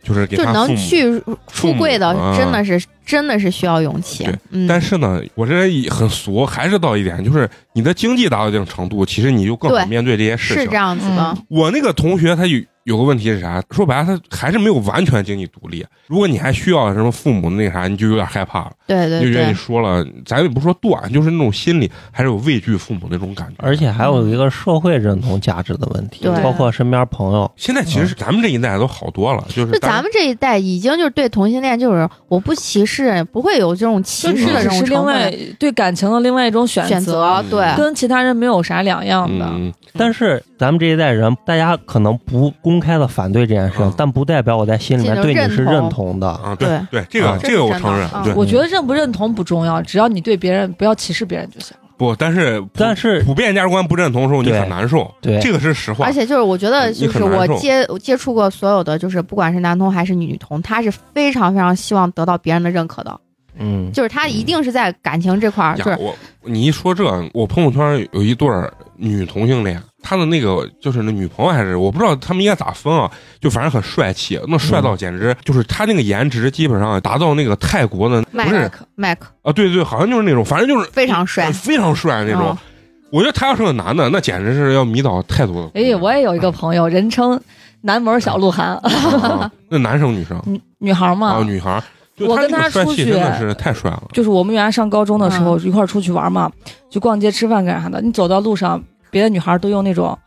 就是给
就
他父
能
母。
去出柜的
父母，啊
真的是、真的是需要勇气
对。
嗯，
但是呢，我这人也很俗，还是到一点，就是你的经济达到一定程度，其实你就更好
对
面对这些事
是
情
嗯
这。样子的。
我那个同学他有有个问题是啥？说白了，他还是没有完全经济独立。如果你还需要什么父母那啥，你就有点害怕了，
对
你就
对
觉得你
对，
说了，咱也不说断，就是那种心里还是有畏惧父母那种感觉。
而且还有一个社会认同价值的问题，
对嗯
包括身边朋友，
现在其
嗯
实咱们这一代都好多了，就是
就
大家
咱们这一代已经就是对同性恋就是我不歧视，不会有这种歧
就
视的这
只
种
是另
成分
外
的
对感情的另外一种选
选
择，
择，嗯对，
跟其他人没有啥两样的。
嗯，
但是咱们这一代人，大家可能不公开的反对这件事情
嗯，
但不代表我在心里面
哦心里
对
有认
你是
同嗯
认同的。
啊，对
对
对，这个
啊
这个我
这是
承认
真的，啊
对
我
嗯
觉得认不认同不重要，只要你对别人不要歧视别人就行。
啊
不，但是普
但是
普遍价值观不认同的时候，你
对
很难受，
对
这个是实话
而。且就是我觉得，就
你
是
很难
我
受
接接触过所有的，就是不管是男同还是女同，他是非常非常希望得到别人的认可的，
嗯，
就是他一定是在感情这块儿，就
呀，
是
我你一说这，我朋友圈有一对儿女同性恋，他的那个就是那女朋友还是我不知道他们应该咋分啊，就反正很帅气，那帅到简直就是他那个颜值基本上达到那个泰国的，不
麦
是
克麦克
啊，对对，好像就是那种，反正就是
非常帅
呃，非常帅那种
哦
嗯。
我觉得他要是个男的，那简直是要迷倒太多的姑
哎
娘。
嗯
呀，我也有一个朋友，人称南门小鹿晗，
啊那男生女生
女女孩嘛。
哦
啊，女孩儿，就
我跟
那个
他
帅
出
气
去
真的是太帅了。
就是我们原来上高中的时
嗯
候、一块儿出去玩嘛，就逛街吃饭干啥的。你走到路上，别的女孩都用那种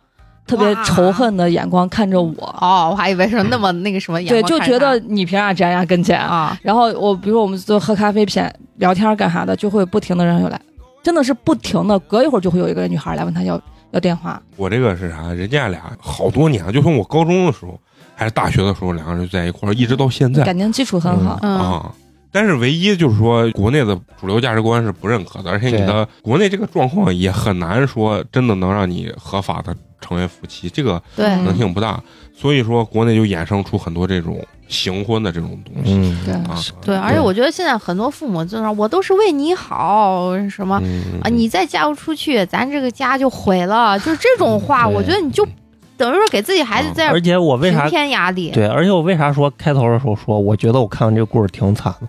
特别
哇
仇恨的眼光看着我，
哦，我还以为是那么那个什嗯么眼
对，
光
就
看
觉
他
得你凭啥站人家跟前啊？
啊，
然后我比如我们就喝咖啡片聊天干啥的，就会不停的人有来，真的是不停的，隔一会儿就会有一个女孩来问他要要电话。
我这个是啥？人家俩好多年了，就从我高中的时候还是大学的时候，两个人就在一块儿，一直到现在
感情基础很好，
嗯，
啊。但是唯一就是说，国内的主流价值观是不认可的，而且你
对
的国内这个状况也很难说真的能让你合法的成为夫妻，这个
对，
可能
嗯
性不大。所以说，国内就衍生出很多这种行婚的这种东西、
嗯，
对
啊。
对，而且我觉得现在很多父母就是我都是为你好，什么
嗯
啊，你再嫁不出去，咱这个家就毁了，就是这种话，
嗯对
我觉得你就等于说给自己孩子在
而且我为啥
平添压力，
对？而且我为啥说开头的时候说，我觉得我看完这个故事挺惨的。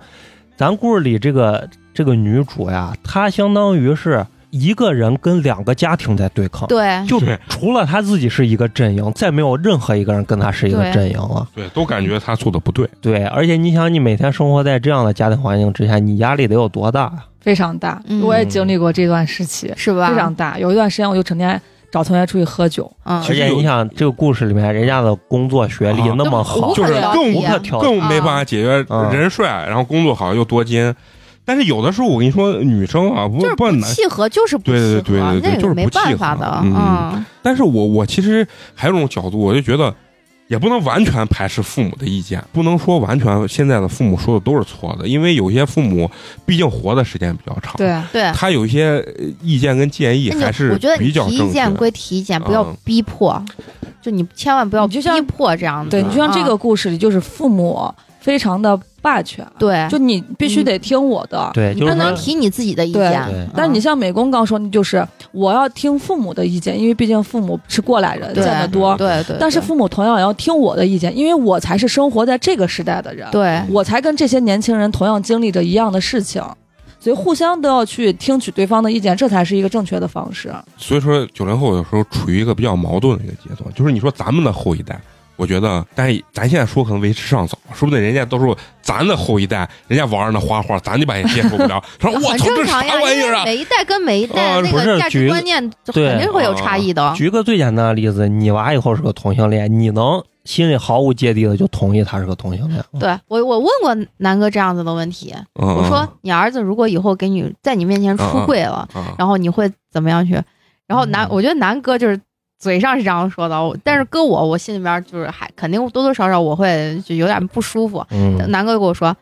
咱故事里这个这个女主呀，她相当于是一个人跟两个家庭在对抗，
对
就
对
除了她自己是一个阵营，再没有任何一个人跟她是一个
对
阵营了。
对，都感觉他做的不对。
对，而且你想，你每天生活在这样的家庭环境之下，你压力得有多大啊？
非常大。
嗯
我也经历过这段时期，
是吧？
非常大。有一段时间我就成天找同学出去喝酒，
嗯，
其
而
实
且
有
你想，这个故事里面人家的工作学历
啊
那么
无
好，
就
法
是
了
更
解
无
法调
更没办
哦
法解决
嗯
人帅，然后工作好又多金。但是有的时候我跟你说，女生啊，不
就是
不
不
难。
契合，就是不
对对
契
对
合
对，对
那
就是
个没
不契
办
合
法的，
嗯
嗯，
但是我我其实还有一种角度，我就觉得也不能完全排斥父母的意见，不能说完全现在的父母说的都是错的，因为有些父母毕竟活的时间比较长，
对，
对。
他有一些呃意见跟建议
那
还
你
是
我觉得
比
你
较
提
正
意
确
见
的。
归提意见，不要
嗯
逼迫，就你千万不要
你就
逼
像
迫这样子。
对你就像这个
啊
故事里，就是父母非常的霸权，
对，
就你必
嗯
须得听我的。
对，就
他
是
能
说
提你自己的意
对
见
对，
但是你
嗯
像美工刚说，你就是我要听父母的意见，因为毕竟父母是过来人，
对
见得多。
对对，
但是
对
父母同样也要听我的意见，因为我才是生活在这个时代的人，
对
我才跟这些年轻人同样经历着一样的事情，所以互相都要去听取对方的意见，这才是一个正确的方式。
所以说，九零后有时候处于一个比较矛盾的一个阶段，就是你说咱们的后一代。我觉得，但是咱现在说可能为时尚早，说不定人家到时候咱的后一代，人家玩儿那花花，咱就把人接受不 了。他说：“我
很
操，这
正
啥
常哎呀，
玩意
因
儿
为
啊哦
每一代跟每一代
呃
那
不
个
是
价值
举
观念就
对
肯定会有差异的。
举个最简单的例子，你娃以后是个同性恋，你能心里毫无芥蒂的就同意他是个同性恋吗？
对我，我问过南哥这样子的问题，！”
嗯
我说你儿子如果以后给你在你面前出柜了，
嗯啊
然后你会怎么样去？然后南，
嗯
我觉得南哥就是嘴上是这样说的，我但是搁我，我心里边就是还肯定多多少少我会就有点不舒服。
嗯，
南哥跟我说，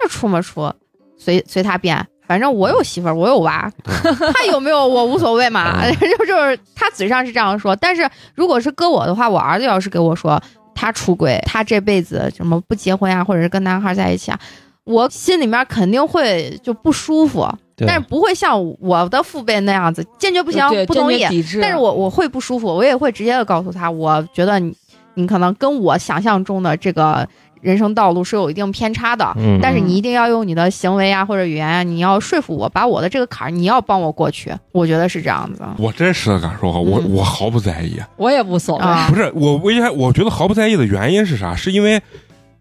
那出没出，随随他便。反正我有媳妇儿，我有娃， 他有没有我无所谓嘛。
嗯
就就是他嘴上是这样说，但是如果是搁我的话，我儿子要是给我说他出轨，他这辈子什么不结婚啊，或者是跟男孩在一起啊，我心里面肯定会就不舒服，
对
但是不会像我的父辈那样子，坚决不行，
对
不同
坚
意
决。抵制。
但是我我会不舒服，我也会直接的告诉他，我觉得你你可能跟我想象中的这个人生道路是有一定偏差的。
嗯
但是你一定要用你的行为啊，或者语言啊，你要说服我，把我的这个坎儿，你要帮我过去。啊我觉得是这样子
我真实的感受哈，我
嗯
我毫不在 意，
我也无所谓。
啊
不，是我唯一还我觉得毫不在意的原因是啥？是因为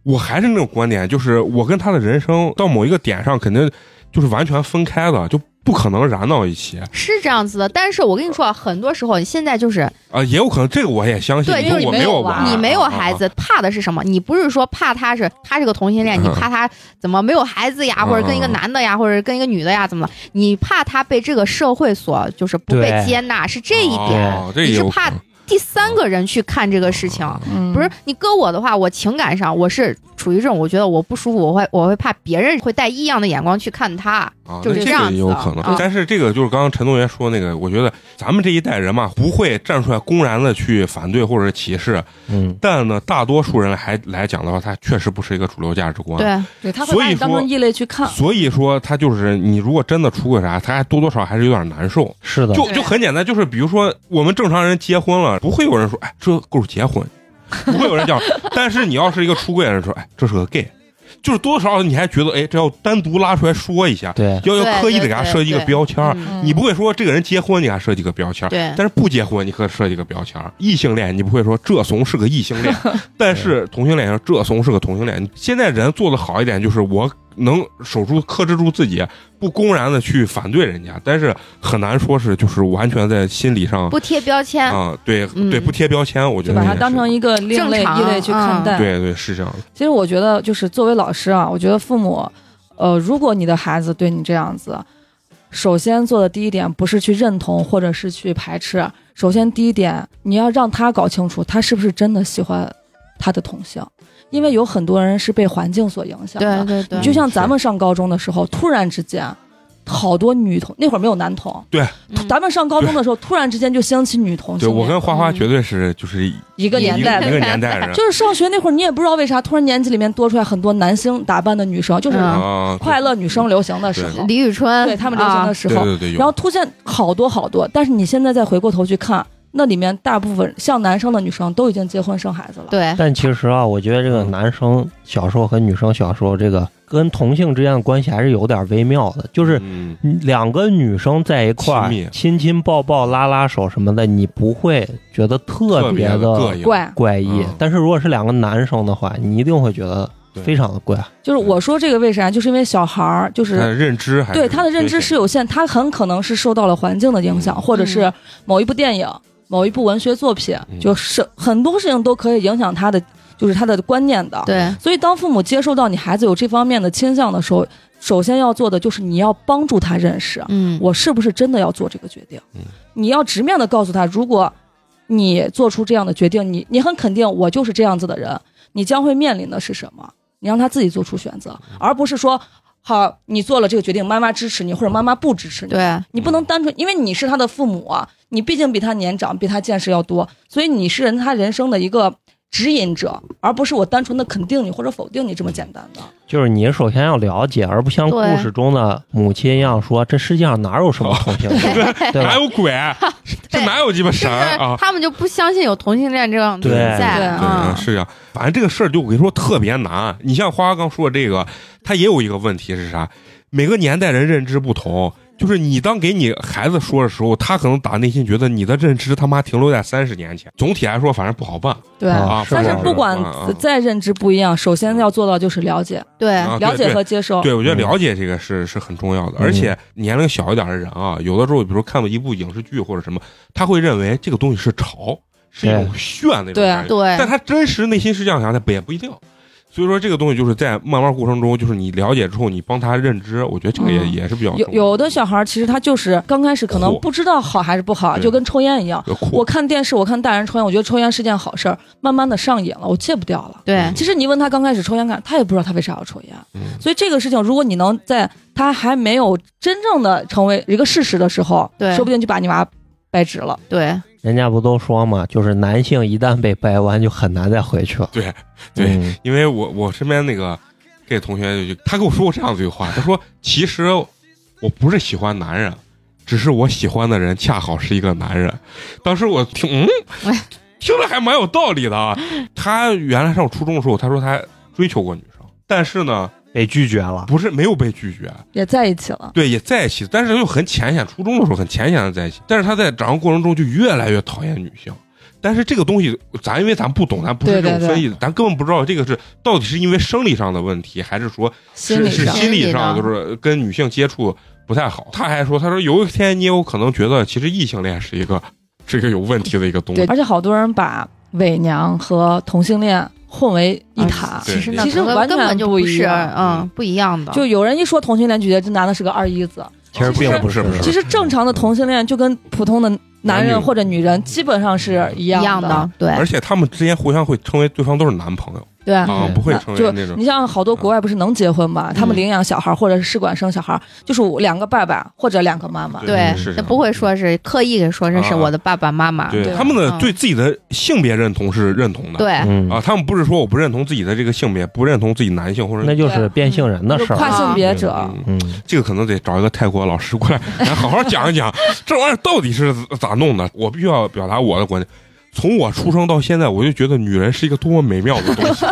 我还是那种观点，就是我跟他的人生到某一个点上，肯定就是完全分开的，就不可能燃到一起啊、
是这样子的。但是我跟你说啊，很多时候你现在就是
啊也有可能这个我也相信，
对
因
就
为
是
我
你
没
没有
娃，
娃
你没有孩
啊，
子，怕的是什么？你不是说怕他是他是个同性恋，你
嗯
怕他怎么没有孩子呀，
嗯
或者跟一个男的呀，或者跟一个女的呀，怎么了？你怕他被这个社会所就是不被
对
接纳，是这一点。
哦、这
你
也
是
有
怕
可能
第三个人去看这个事情，
嗯
不是你搁我的话，我情感上我是处于这种，我觉得我不舒服，我会我会怕别人会带异样的眼光去看他。
啊，
就是
那这
这样
个
子
也有
的
可能。
啊
但是这个就是刚刚陈同学说那个，我觉得咱们这一代人嘛，不会站出来公然的去反对或者歧视，
嗯，
但呢，大多数人还来讲的话，它确实不是一个主流价值观。
对，
对他会
所
把
以
你当
说
成异类去看。
所以说，他就是你如果真的出个啥，他还多多少少还是有点难受。
是的，
就
对
就很简单，就是比如说我们正常人结婚了，不会有人说，哎，这够结婚，不会有人 讲。但是你要是一个出柜的人说，哎，这是个 gay，就是多多少少你还觉得，哎，这要单独拉出来说一下，
对，
要
对
要刻意的
对
给他
对
设计一个
对
标签儿。
嗯
嗯
你不会说这个人结婚你还设计个标签儿，
对
但是不结婚你可设计个标 签儿。异性恋你不会说这怂是个异性恋，但是同性恋说这怂是个同性恋。现在人做的好一点就是我能守住克制住自己，不公然的去反对人家，但是很难说是就是完全在心理上
不贴标签，
啊、对
嗯
对不贴标签，我觉
就
得
把
这
它
件
当
事
成一个另
正
类、
常嗯
异类去看待。
嗯对对是这样的，
其实我觉得，就是作为老师啊，我觉得父母，呃，如果你的孩子对你这样子，首先做的第一点不是去认同或者是去排斥，首先第一点你要让他搞清楚他是不是真的喜欢他的同性，因为有很多人是被环境所影响的。
对对对
你就像
嗯是
咱们上高中的时候，突然之间，好多女同那会儿没有男同，
嗯
咱们上高中的时候，突然之间就兴起女同
对
性恋，
我跟花花
嗯
绝对是就是一
一个年代
一
的。
个年代人
就是上学那会儿，你也不知道为啥，突然年级里面多出来很多男星打扮的女生，就是
嗯
啊，
快乐女生流行的时候，
李宇春，
对他们流行
啊
的时
对
候，
对对对，有
然后出现好多好多。但是你现在再回过头去看，那里面大部分像男生的女生都已经结婚生孩子了。
对，
但其实啊，我觉得这个男生小时候和女生小时候这个跟同性之间的关系还是有点微妙的，就是
嗯
两个女生在一块儿
亲密
亲亲抱抱拉拉手什么的，你不会觉得特
特别的膈
的
应，
怪，
怪异
嗯。
但是如果是两个男生的话，你一定会觉得
对
非常的怪。
就是我说这个为啥，就是因为小孩儿就
他的
是。
认知还
对
是
他的认知
缺陷
是有限，他很可能是受到了环境的影响，
嗯
或者是某一部电影、某一部文学作品，
嗯
就是很多事情都可以影响他的，就是他的观念的。
对，
所以，当父母接受到你孩子有这方面的倾向的时候，首先要做的就是你要帮助他认识，啊
嗯，
我是不是真的要做这个决定
嗯。
你要直面的告诉他，如果你做出这样的决定，你你很肯定我就是这样子的人，你将会面临的是什么？你让他自己做出选择，而不是说。好，你做了这个决定，妈妈支持你，或者妈妈不支持你。
对，
你不能
嗯
单纯，因为你是他的父母啊，你毕竟比他年长，比他见识要多，所以你是人他人生的一个指引者，而不是我单纯的肯定你或者否定你这么简单
嗯
的。
就是你首先要了解，而不像故
对
事中的母亲一样说，这世界上哪有什么同性恋，对
哪
吧？
有鬼？这哪有鸡巴
是
神
不
儿啊
是？他们就不相信有同性恋这样的
对
存
对
在啊
对，？是呀，反正这个事儿就我跟你说特别难。你像花花刚说的这个，他也有一个问题是啥？每个年代人认知不同，就是你当给你孩子说的时候，他可能打内心觉得你的认知他妈停留在三十年前。总体来说，反正不好办
对
嗯
啊
啊。
是
但
的
是
是
不
的
管
啊啊
再认知不一样，首先要做到就是了解、
对，
啊
了
对
解
对
和接受。
对，我觉得了解这个是是很重要的，
嗯
而且年龄小一点的人啊，有的时候比如看到一部影视剧或者什么，他会认为这个东西是潮，是一种炫那种
对
感觉。
对
但他真实内心是这样想的，也不一定。所以说，这个东西就是在慢慢过程中，就是你了解之后，你帮他认知，我觉得这个也、
嗯
也是比较
有
重要
有的小孩儿其实他就是刚开始可能
酷
不知道好还是不好，
对
就跟抽烟一样。
有酷
我看电视，我看大人抽烟，我觉得抽烟是件好事儿，慢慢的上瘾了，我戒不掉了。
对
其实你问他刚开始抽烟干，他也不知道他为啥要抽烟。
嗯
所以这个事情，如果你能在他还没有真正的成为一个事实的时候，
对
说不定就把你娃掰直了。
对，
人家不都说嘛，就是男性一旦被掰弯，就很难再回去了。
对对，
嗯
因为我我身边那个这同学就就他跟我说过这样一句话，他说其实我不是喜欢男人。只是我喜欢的人恰好是一个男人，当时我 听，嗯，听着还蛮有道理的啊。他原来上初中的时候，他说他追求过女生，但是呢，
被拒绝了。
不是没有被拒绝，
也在一起了。
对，也在一起，但是又很浅显，初中的时候很浅显的在一起，但是他在长大过程中就越来越讨厌女性。但是这个东西，咱因为咱不懂，咱不是
对
这
对
种
对
分析的，咱根本不知道这个是到底是因为生理上的问题，还是说
心理
是是
上
心理上，
心理上
就是跟女性接触不太好。他还说，他说有一天你有可能觉得其实异性恋是一个是一个有问题的一个东西
而且好多人把伪娘和同性恋混为一谈。
对
其实呢，
其实
根
完
根
全
本就
不一
是，
样
嗯，不一样的。
就有人一说同性恋，就觉得这男的是个二一子。
其实并不是
其实
其实正常的同性恋就跟普通的嗯男人或者女人基本上是一
一
样
样
的。
的，对，
而且他们之间互相会称为对方都是男朋友
对，
啊，
嗯
不会
那
成为
就
那种
你像好多国外不是能结婚吗？
嗯
他们领养小孩或者是试管生小孩，就是两个爸爸或者两个妈妈。
对
嗯是，这
那
样
不会说是刻意给说这是
啊
我的爸爸妈妈，
对
对
他们的
嗯
对自己的性别认同是认同的，
对，
嗯
啊，他们不是说我不认同自己的这个性别，不认同自己男性或者
那就是啊变性人的
就是
事
跨
儿。
性别者，
嗯
嗯，
这个可能得找一个泰国老师 过来，咱好好讲一讲这玩意儿到底是咋弄的。我必须要表达我的观点。从我出生到现在，我就觉得女人是一个多么美妙的东 西，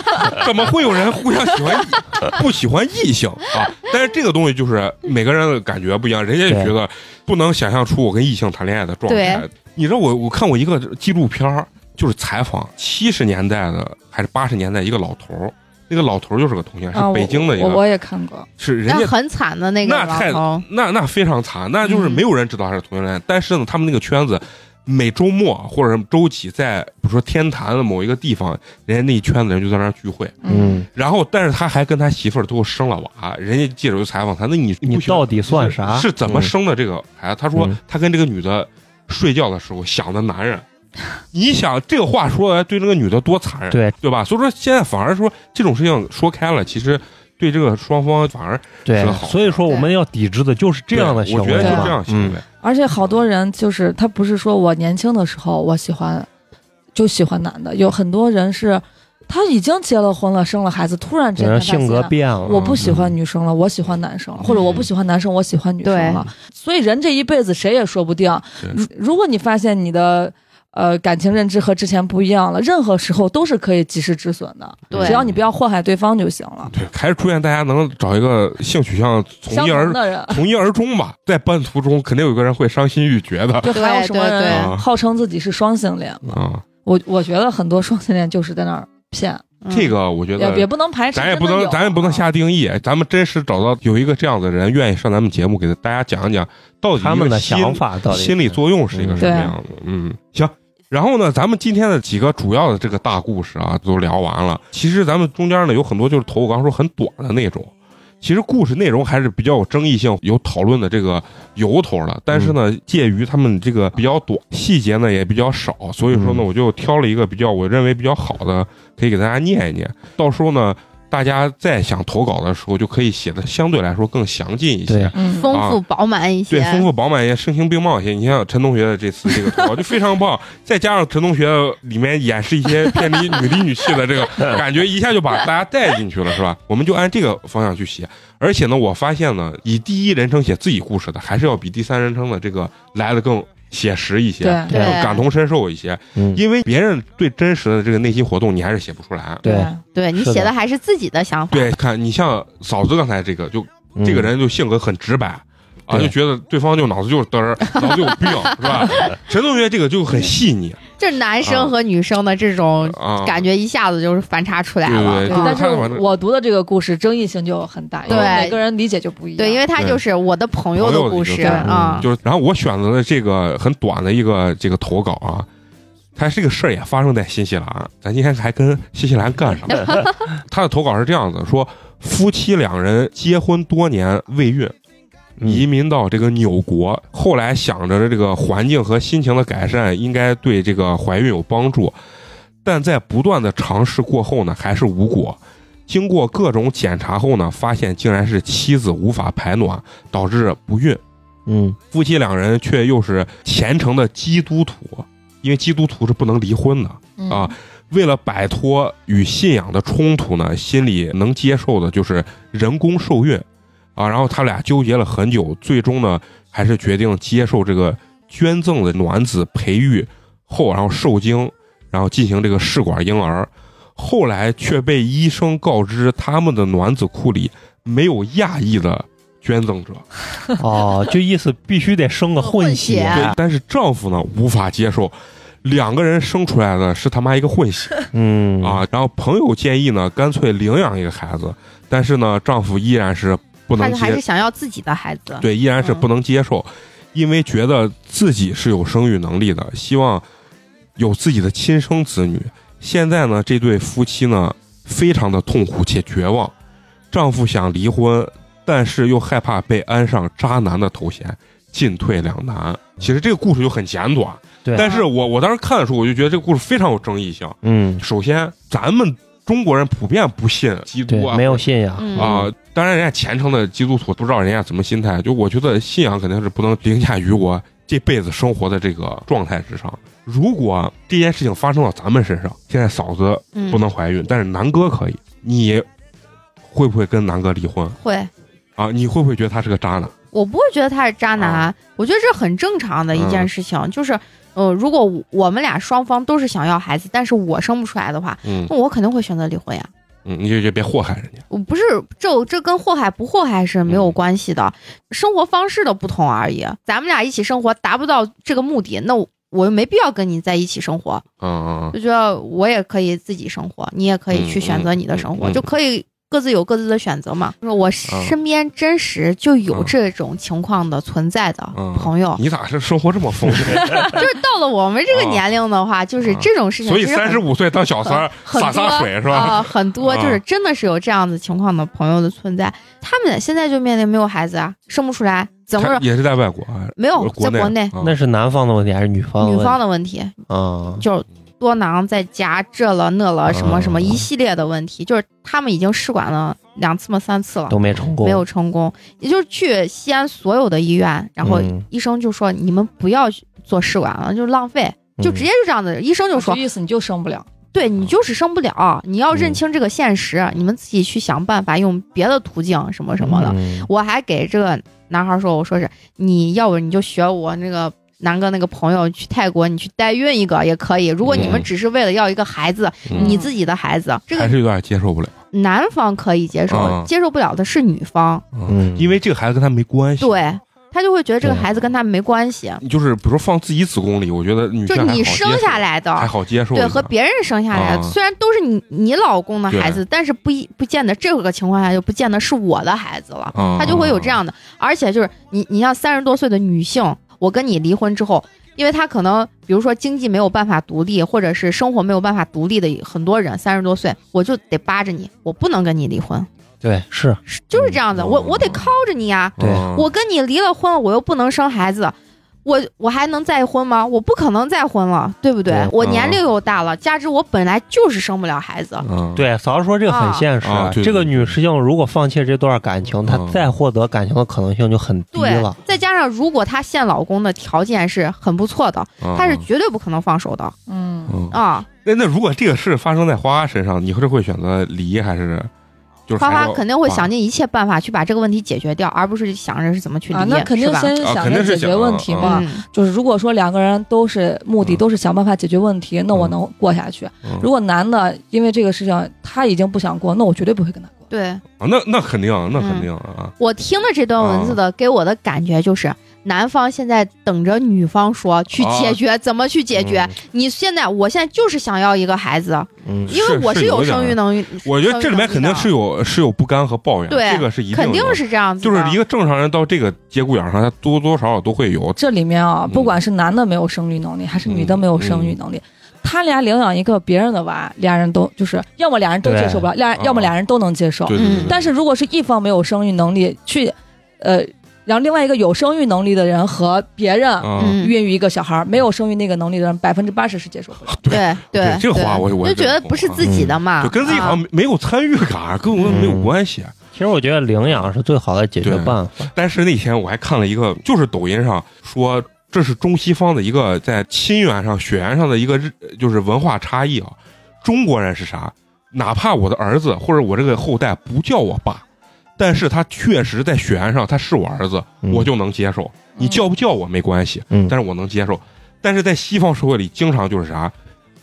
怎么会有人互相喜欢异不喜欢异性啊？但是这个东西就是每个人的感觉不一样，人家就觉得不能想象出我跟异性谈恋爱的状态。你知道我我看过一个纪录片儿，就是采访七十年代的还是八十年代一个老头儿，那个老头儿就是个同性恋，
啊，
是北京的一
我
个，
我我也看过，
是人
那
家
很惨的那个
那
老
太
头，
那那非常惨，那就是
嗯
没有人知道他是同性恋。但是呢，他们那个圈子，每周末或者周几在，比如说天坛的某一个地方，人家那一圈子人就在那儿聚会。
嗯，
然后，但是他还跟他媳妇儿最后生了娃，人家记者就采访他，那你
你到底算啥？
是怎么生的这个孩子？他说
嗯
他跟这个女的睡觉的时候想的男人。你想这个话说来对这个女的多残忍，
对
对吧？所以说现在反而说这种事情说开了，其实对这个双方反而
对
是好，的
所以说我们要抵制的就是这样的
对
行
我觉得
为嗯
就是
嘛
这样行为。
而且好多人就是他不是说我年轻的时候我喜欢就喜欢男的，有很多人是他已经结了婚了，生了孩子，突然
嗯，
之间
人
他
家
发现
性格变
嗯
了。
我不喜欢女生了，我喜欢男生了，或者我不喜欢男生，我喜欢女生了。所以人这一辈子谁也说不定。如如果你发现你的呃感情认知和之前不一样了，任何时候都是可以及时止损的，
对
只要你不要祸害对方就行了。
对，还是祝愿大家能找一个性取向从
相
一而
同的人
从一而终吧。 在半途中，肯定有个人会伤心欲绝的
就还有什么
对对
人
对
号称自己是双性恋嘛？
啊。
我我觉得很多双性恋就是在那儿骗，
嗯
这个我觉
也也
得，
不能排斥，
咱也不
真的
能
有啊
咱也不能下定义，咱们真实找到有一个这样的人愿意上咱们节目，给大家讲一讲到底
他们的
一个心
想法到底
心理作用是一个什么样子。嗯，行。然后呢，咱们今天的几个主要的这个大故事啊，都聊完了。其实咱们中间呢有很多就是头我刚说很短的那种，其实故事内容还是比较有争议性、有讨论的这个由头的。但是呢，
嗯
介于他们这个比较短，细节呢也比较少，所以说呢，
嗯
我就挑了一个比较我认为比较好的，可以给大家念一念。到时候呢，大家再想投稿的时候，就可以写的相对来说更详尽一些。
对
嗯，
丰富饱满一些
对，，丰富饱满一些，声情并茂一些。你像陈同学的这次这个投稿就非常棒，再加上陈同学里面演示一些偏离女里女气的这个感觉，一下就把大家带进去了，是吧？我们就按这个方向去写。而且呢，我发现呢，以第一人称写自己故事的，还是要比第三人称的这个来的更写实一些，
对
更
对
感同身受一些。
嗯，
因为别人对真实的这个内心活动，你还是写不出来。
对
对你
是的
写的还是自己的想法，
对，看你像嫂子刚才这个，就
嗯
这个人就性格很直白。啊，就
对
觉得对方就脑子就是嘚 儿，脑子有病，是吧？陈同学这个就很细腻
这男
啊
生和女生的这种
啊，
感觉一下子就是反差出来了
对，
对
就是
嗯
但是
他反正
我读的这个故事争议性就很大，因为
对
每个人理解就不一样。
对，因为他
对
就是我的朋友
朋友
的故
的一
事
个嗯
啊，
就是，然后我选择了这个很短的一个这个投稿啊，他这个事儿也发生在新西兰，咱今天还跟新西兰干 上了。他的投稿是这样子说：夫妻两人结婚多年未孕，
嗯
移民到这个纽国，后来想着这个环境和心情的改善应该对这个怀孕有帮助，但在不断的尝试过后呢，还是无果。经过各种检查后呢，发现竟然是妻子无法排卵，导致不孕。
嗯
夫妻两人却又是虔诚的基督徒，因为基督徒是不能离婚的。
嗯
啊为了摆脱与信仰的冲突呢，心里能接受的就是人工受孕啊。然后他俩纠结了很久，最终呢还是决定接受这个捐赠的卵子培育后，然后受精，然后进行这个试管婴儿。后来却被医生告知他们的卵子库里没有亚裔的捐赠者，
哦，就意思必须得生个混血，
混
对，但是丈夫呢无法接受，两个人生出来的是他妈一个混血。
嗯，
啊，然后朋友建议呢，干脆领养一个孩子，但是呢，丈夫依然是不
他
能
还是嗯
接，
想要自己的孩子。
对，依然是不能接受，因为觉得自己是有生育能力的，希望有自己的亲生子女。现在呢，这对夫妻呢，非常的痛苦且绝望，丈夫想离婚，但是又害怕被安上渣男的头衔，进退两难。其实这个故事就很简短，
对
但是我我当时看的时候，我就觉得这个故事非常有争议性。
嗯，
首先，咱们中国人普遍不信基
对
督啊，，
没有信仰，
嗯
啊、当然，人家虔诚的基督徒不知道人家什么心态。就我觉得信仰肯定是不能凌驾于我 这辈子生活的这个状态之上。如果这件事情发生到咱们身上，现在嫂子
嗯
不能怀孕，但是南哥可以，你会不会跟南哥离婚
会，
啊？你会不会觉得他是个渣男？
我不会觉得他是渣男，
啊
我觉得这很正常的一
嗯
件事情。就是，呃，如果我们俩双方都是想要孩子，但是我生不出来的话，
嗯
那我肯定会选择离婚呀。
嗯，你就就别祸害人家。
我不是这这跟祸害不祸害是没有
嗯
关系的，生活方式的不同而已。咱们俩一起生活达不到这个目的，那我我又没必要跟你在一起生活，
嗯嗯嗯
就觉得我也可以自己生活，你也可以去选择你的生
嗯
活，
嗯啊嗯
就可以各自有各自的选择嘛。就是我身边真实就
啊
有这种情况的存在的
嗯，
朋友，
你咋是生活这么丰富？
就是到了我们这个年龄的话，就是 这种事情
啊所以
其实很，
三十五岁当小三儿，
很
洒洒
多
水是吧？
啊、很多
啊
就是真的是有这样子情况的朋友的存在，他们现在就面临没有孩子啊，生不出来，怎么
他
着
也是在外国啊？
没有
国
哦在国内
啊
那是男方的问题还是女方的
女
问
方
题？
的问题
啊，
就是多囊再加这了那了什么什么
啊
一系列的问题，就是他们已经试管了两次嘛三次了。
都没成功，
没有成功，也就是去西安所有的医院，然后
嗯
医生就说、你们不要做试管了，就是浪费，
嗯
就直接就这样子。医生就
就
说
说，意嗯思你就生不了，
对你就是生不了，你要认
嗯
清这个现实，你们自己去想办法，用别的途径什么什么的。
嗯
我还给这个男孩说，我说是你要不你就学我那个南哥那个朋友去泰国，你去代孕一个也可以。如果你们
嗯
只是为了要一个孩子，
嗯
你自己的孩子，这
还
个
是有点接受不了，
男方可以接受，
啊
接受不了的是女方，
嗯
因为这个孩子跟他没关系。，
对他就会觉得这个
对
孩子跟他没关系，
就是比如说放自己子宫里，我觉得女
就
性还好
你
接
生
受
下来的，
还好接受一
对，
点，
和别人生下来的，
啊
虽然都是你你老公的孩子，但是不一不见得这个情况下就不见得是我的孩子了，
啊
他就会有这样的。而且就是你，你像三十多岁的女性，我跟你离婚之后，因为她可能比如说经济没有办法独立，或者是生活没有办法独立的很多人，三十多岁我就得扒着你，我不能跟你离婚，
对是，
是就是这样子，
嗯
我我得靠着你呀、
对
嗯
我跟你离了婚，我又不能生孩子，我我还能再婚吗？我不可能再婚了，对不对？
对
我
嗯
年龄又大了，加之我本来就是生不了孩子，
嗯
对嫂子说这个很
啊
现实
啊，对
这个
对
女性如果放弃这段感情，她
嗯
再获得感情的可能性就很低
对
了，，
再加上如果她现老公的条件是很不错的，
嗯
她是绝对不可能放手的
嗯，
嗯
啊！
那那如果这个事发生在花花身上，你是会选择离还是就是
花
还是
花
要啊
肯定会想尽一切办法去把这个问题解决掉，而不是想着是怎么去离，
啊，那肯定
是吧
先
啊
想
肯定
着
是
解决
想
问
啊
题嘛。
嗯，
就是如果说两个人都是目的
嗯
都是想办法解决问题，那我能过下去。
嗯
如果男的因为这个事情他已经不想过，那我绝对不会跟他过。
对
啊那那肯定那
嗯
肯定啊，
我听了这段文字的，
嗯
给我的感觉就是。男方现在等着女方说去解
啊
决，怎么去解
嗯
决？你现在，我现在就是想要一个孩子，
嗯
因为
是
我
是有
有
一点
生育
儿
能力，
我觉得这里面
生育
肯
能
定
力的
是有是有不甘和抱怨，
对
这个是一定
肯定
有
是这样子
就
的，
是一个正常人到这个节骨眼上，他多多少少都会
哦
有
这里面啊
嗯，
不管是男的没有生育能力，还是女的没有生育能力，他俩领养一个别人的娃，俩人都就是要么俩人都接受不了，俩
啊
要么俩人都能接受。
对对对
嗯
对，
但是如果是一方没有生育能力，去呃让另外一个有生育能力的人和别人
嗯
嗯，
孕育一个小孩儿，没有生育那个能力的人，百分之八十是接受不了。
对对，
这个话
对
我我
就觉得不是自己的
嗯
嘛，
就跟自己好像
啊嗯
没没有参与感，跟我们没有关系。
其实我觉得领养是最好的解决
对
办法，
但是那天我还看了一个，就是抖音上说这是中西方的一个在亲缘上、血缘上的一个日就是文化差异啊。中国人是啥？哪怕我的儿子或者我这个后代不叫我爸，但是他确实在血缘上他是我儿子，
嗯
我就能接受。
嗯
你叫不叫我没关系，
嗯
但是我能接受。但是在西方社会里，经常就是啥，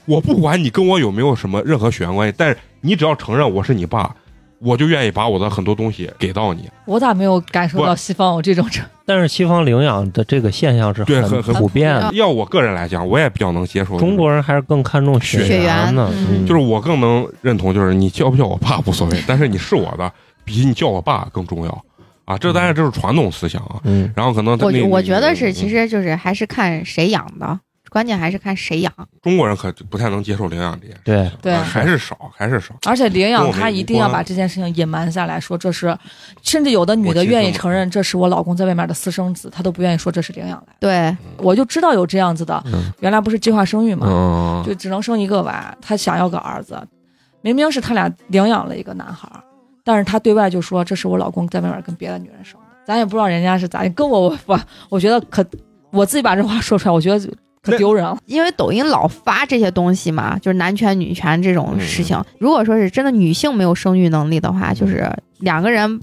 我不管你跟我有没有什么任何血缘关系，但是你只要承认我是你爸，我就愿意把我的很多东西给到你。
我咋没有感受到西方有这种这
但是西方领养的这个现象是
对很很
普遍
嗯
的，
要我个人来讲，我也比较能接受。
中国人还是更看重
血
缘呢，
缘嗯
就是我更能认同，就是你叫不叫我爸无所谓，但 是你是我的，比你叫我爸更重要啊！这当然这是传统思想啊。
嗯，
然后可能他
嗯我
那
我觉得是，其
嗯
实就是还是看谁养的，关键还是看谁养。
中国人可不太能接受领养这件事，
对，
对
啊，还是少，还是少。
而且领
跟
养
我们
他
无
一定要
关
把这件事情隐瞒下来，说这是，甚至有的女
我
的
其实
愿意
我
承认这是我老公在外面的私生子，她都不愿意说这是领养来的。
对，
我就知道有这样子的，
嗯
原来不是计划生育嘛，
嗯，
就只能生一个娃，她想要个儿子，明明是他俩领养了一个男孩儿，但是她对外就说这是我老公在外面跟别的女人生的，咱也不知道人家是咋，跟我我我我觉得可我自己把这话说出来，我觉得可
那
丢人了。
因为抖音老发这些东西嘛，就是男权女权这种事情。如果说是真的女性没有生育能力的话，就是两个人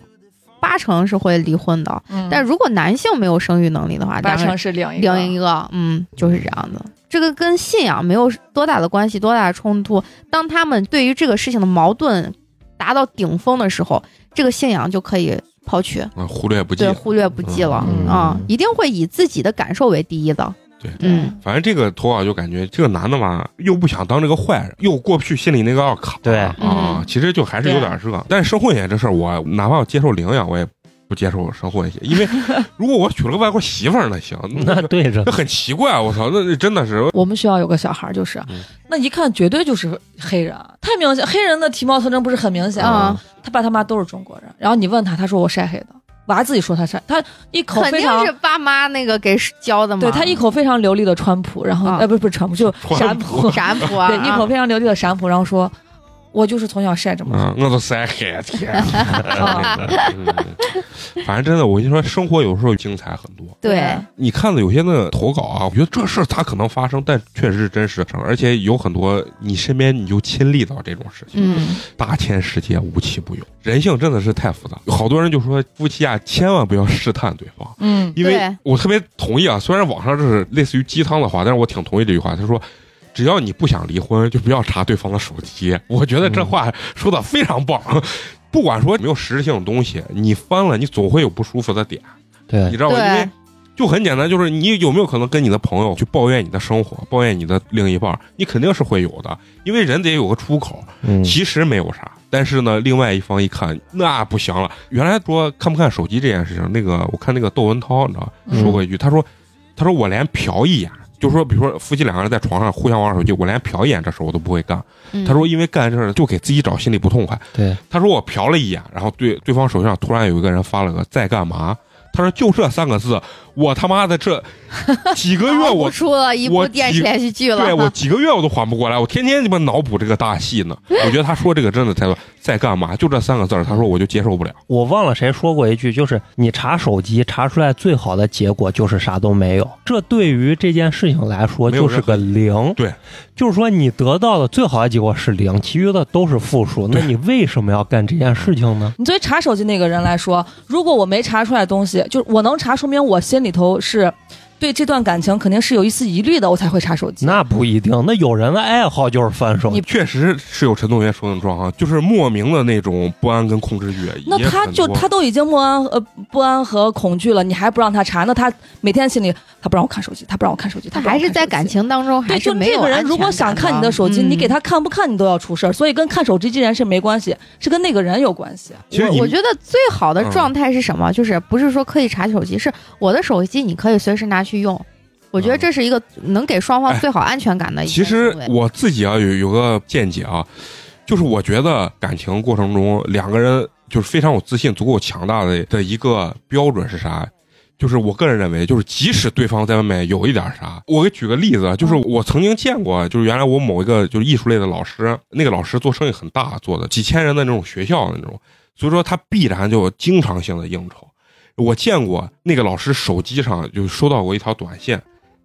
八成是会离婚的。
嗯
但如果男性没有生育能力的话，
八
两个人
成是领一个
另一个，嗯，就是这样的。这个跟信仰没有多大的关系，多大的冲突。当他们对于这个事情的矛盾达到顶峰的时候，这个信仰就可以抛去，
啊忽略不计
对，。忽略不计了
嗯
啊
嗯，
一定会以自己的感受为第一的。
对
嗯，
反正这个头啊，就感觉这个男的吧，又不想当这个坏人，又过不去心里那个二坎儿。
对
啊
嗯，
其实就还是有点这个。但是生混血这事儿，我哪怕我接受领养，我也不接受生混血， 因为如果我娶了个外国媳妇儿，那行，
那对着
那很奇怪。啊我操，那那真的是
我们学校有个小孩，儿，就是、
嗯
那一看绝对就是黑人，啊太明显，黑人的体貌特征不是很明显吗？
嗯
啊，
他爸他妈都是中国人，然后你问他，他说我晒黑的，娃自己说他晒，他一口
肯
非
定
常
是。爸妈那个给教的嘛。
对他一口非常流利的川普，然后
啊
呃不是不是川普就
川
陕
普
普，
闪谱啊，
对一口非常流利的陕普，然后说，我就是从小晒着嘛，
啊，我都晒黑了，天啊！ 嗯反正真的，我跟你说，生活有时候精彩很多。
对，
你看的有些那个投稿啊，我觉得这事儿它可能发生，但确实是真实，而且有很多你身边你就亲历到这种事情。
嗯，
大千世界无奇不有，人性真的是太复杂。好多人就说夫妻啊，千万不要试探对方，
嗯，
因为
对
我特别同意啊。虽然网上这是类似于鸡汤的话，但是我挺同意这句话。他说。只要你不想离婚，就不要查对方的手机。我觉得这话说的非常棒。不管说有没有实质性的东西，你翻了，你总会有不舒服的点，你
对
知道吧？因为
对
就很简单，就是你有没有可能跟你的朋友去抱怨你的生活，抱怨你的另一半儿？你肯定是会有的，因为人得有个出口。
嗯
其实没有啥，但是呢，另外一方一看，那不行了。原来说看不看手机这件事情，那个我看那个窦文涛，你知道
嗯
说过一句，他说，他说我连瞟一眼，就说比如说夫妻两个人在床上互相玩手机，我连瞟一眼这事儿我都不会干。
嗯
他说因为干这事儿就给自己找心里不痛快。
对，
他说我瞟了一眼，然后对对方手机上突然有一个人发了个在干嘛。他说：“就这三个字，我他妈的这几个月
熬不
我
出了一部
我
电视
几
连续剧了，
对我几个月我都缓不过来，我天天他妈脑补这个大戏呢。我觉得他说这个真的在在干嘛？就这三个字儿，他说我就接受不了。
我忘了谁说过一句，就是你查手机查出来最好的结果就是啥都没有，这对于这件事情来说
没有
就是
任何
个零。
对，
就是说你得到的最好的结果是零，其余的都是负数。那
对
你为什么要干这件事情呢？
你作为查手机那个人来说，如果我没查出来东西，就是我能查，说明我心里头是对这段感情肯定是有一丝疑虑的，我才会查手机。
那不一定，那有人的爱好就是翻手
你
机。
确实是有陈同学说的状况，就是莫名的那种不安跟控制欲。
那
也
他
很
就
多
他都已经不安呃不安和恐惧了，你还不让他查？那他每天心里他不让我看手机，他不让我看手机，
他
不让
还
我
是
看
在
手机
感。情当中还
对，
是
就
没
这
有
个
安全感的。啊嗯
人，如果想看你的手机，你给他看不看，你都要出事儿。所以跟看手机这件事没关系，是跟那个人有关系。
其实
我
你嗯
我觉得最好的状态是什么？就是不是说刻意查手机，是我的手机你可以随时拿去用。我觉得
嗯哎
这是一个能给双方最好安全感的一
其
个行为。
实我自己啊有有个见解啊，就是我觉得感情过程中两个人就是非常有自信、足够强大的的一个标准是啥？就是我个人认为，就是即使对方在外面有一点啥，我给举个例子啊，
嗯
就是我曾经见过，啊就是原来我某一个就是艺术类的老师，那个老师做生意很大，做的几千人的那种学校那种，所以说他必然就有经常性的应酬。我见过那个老师手机上就收到过一条短信，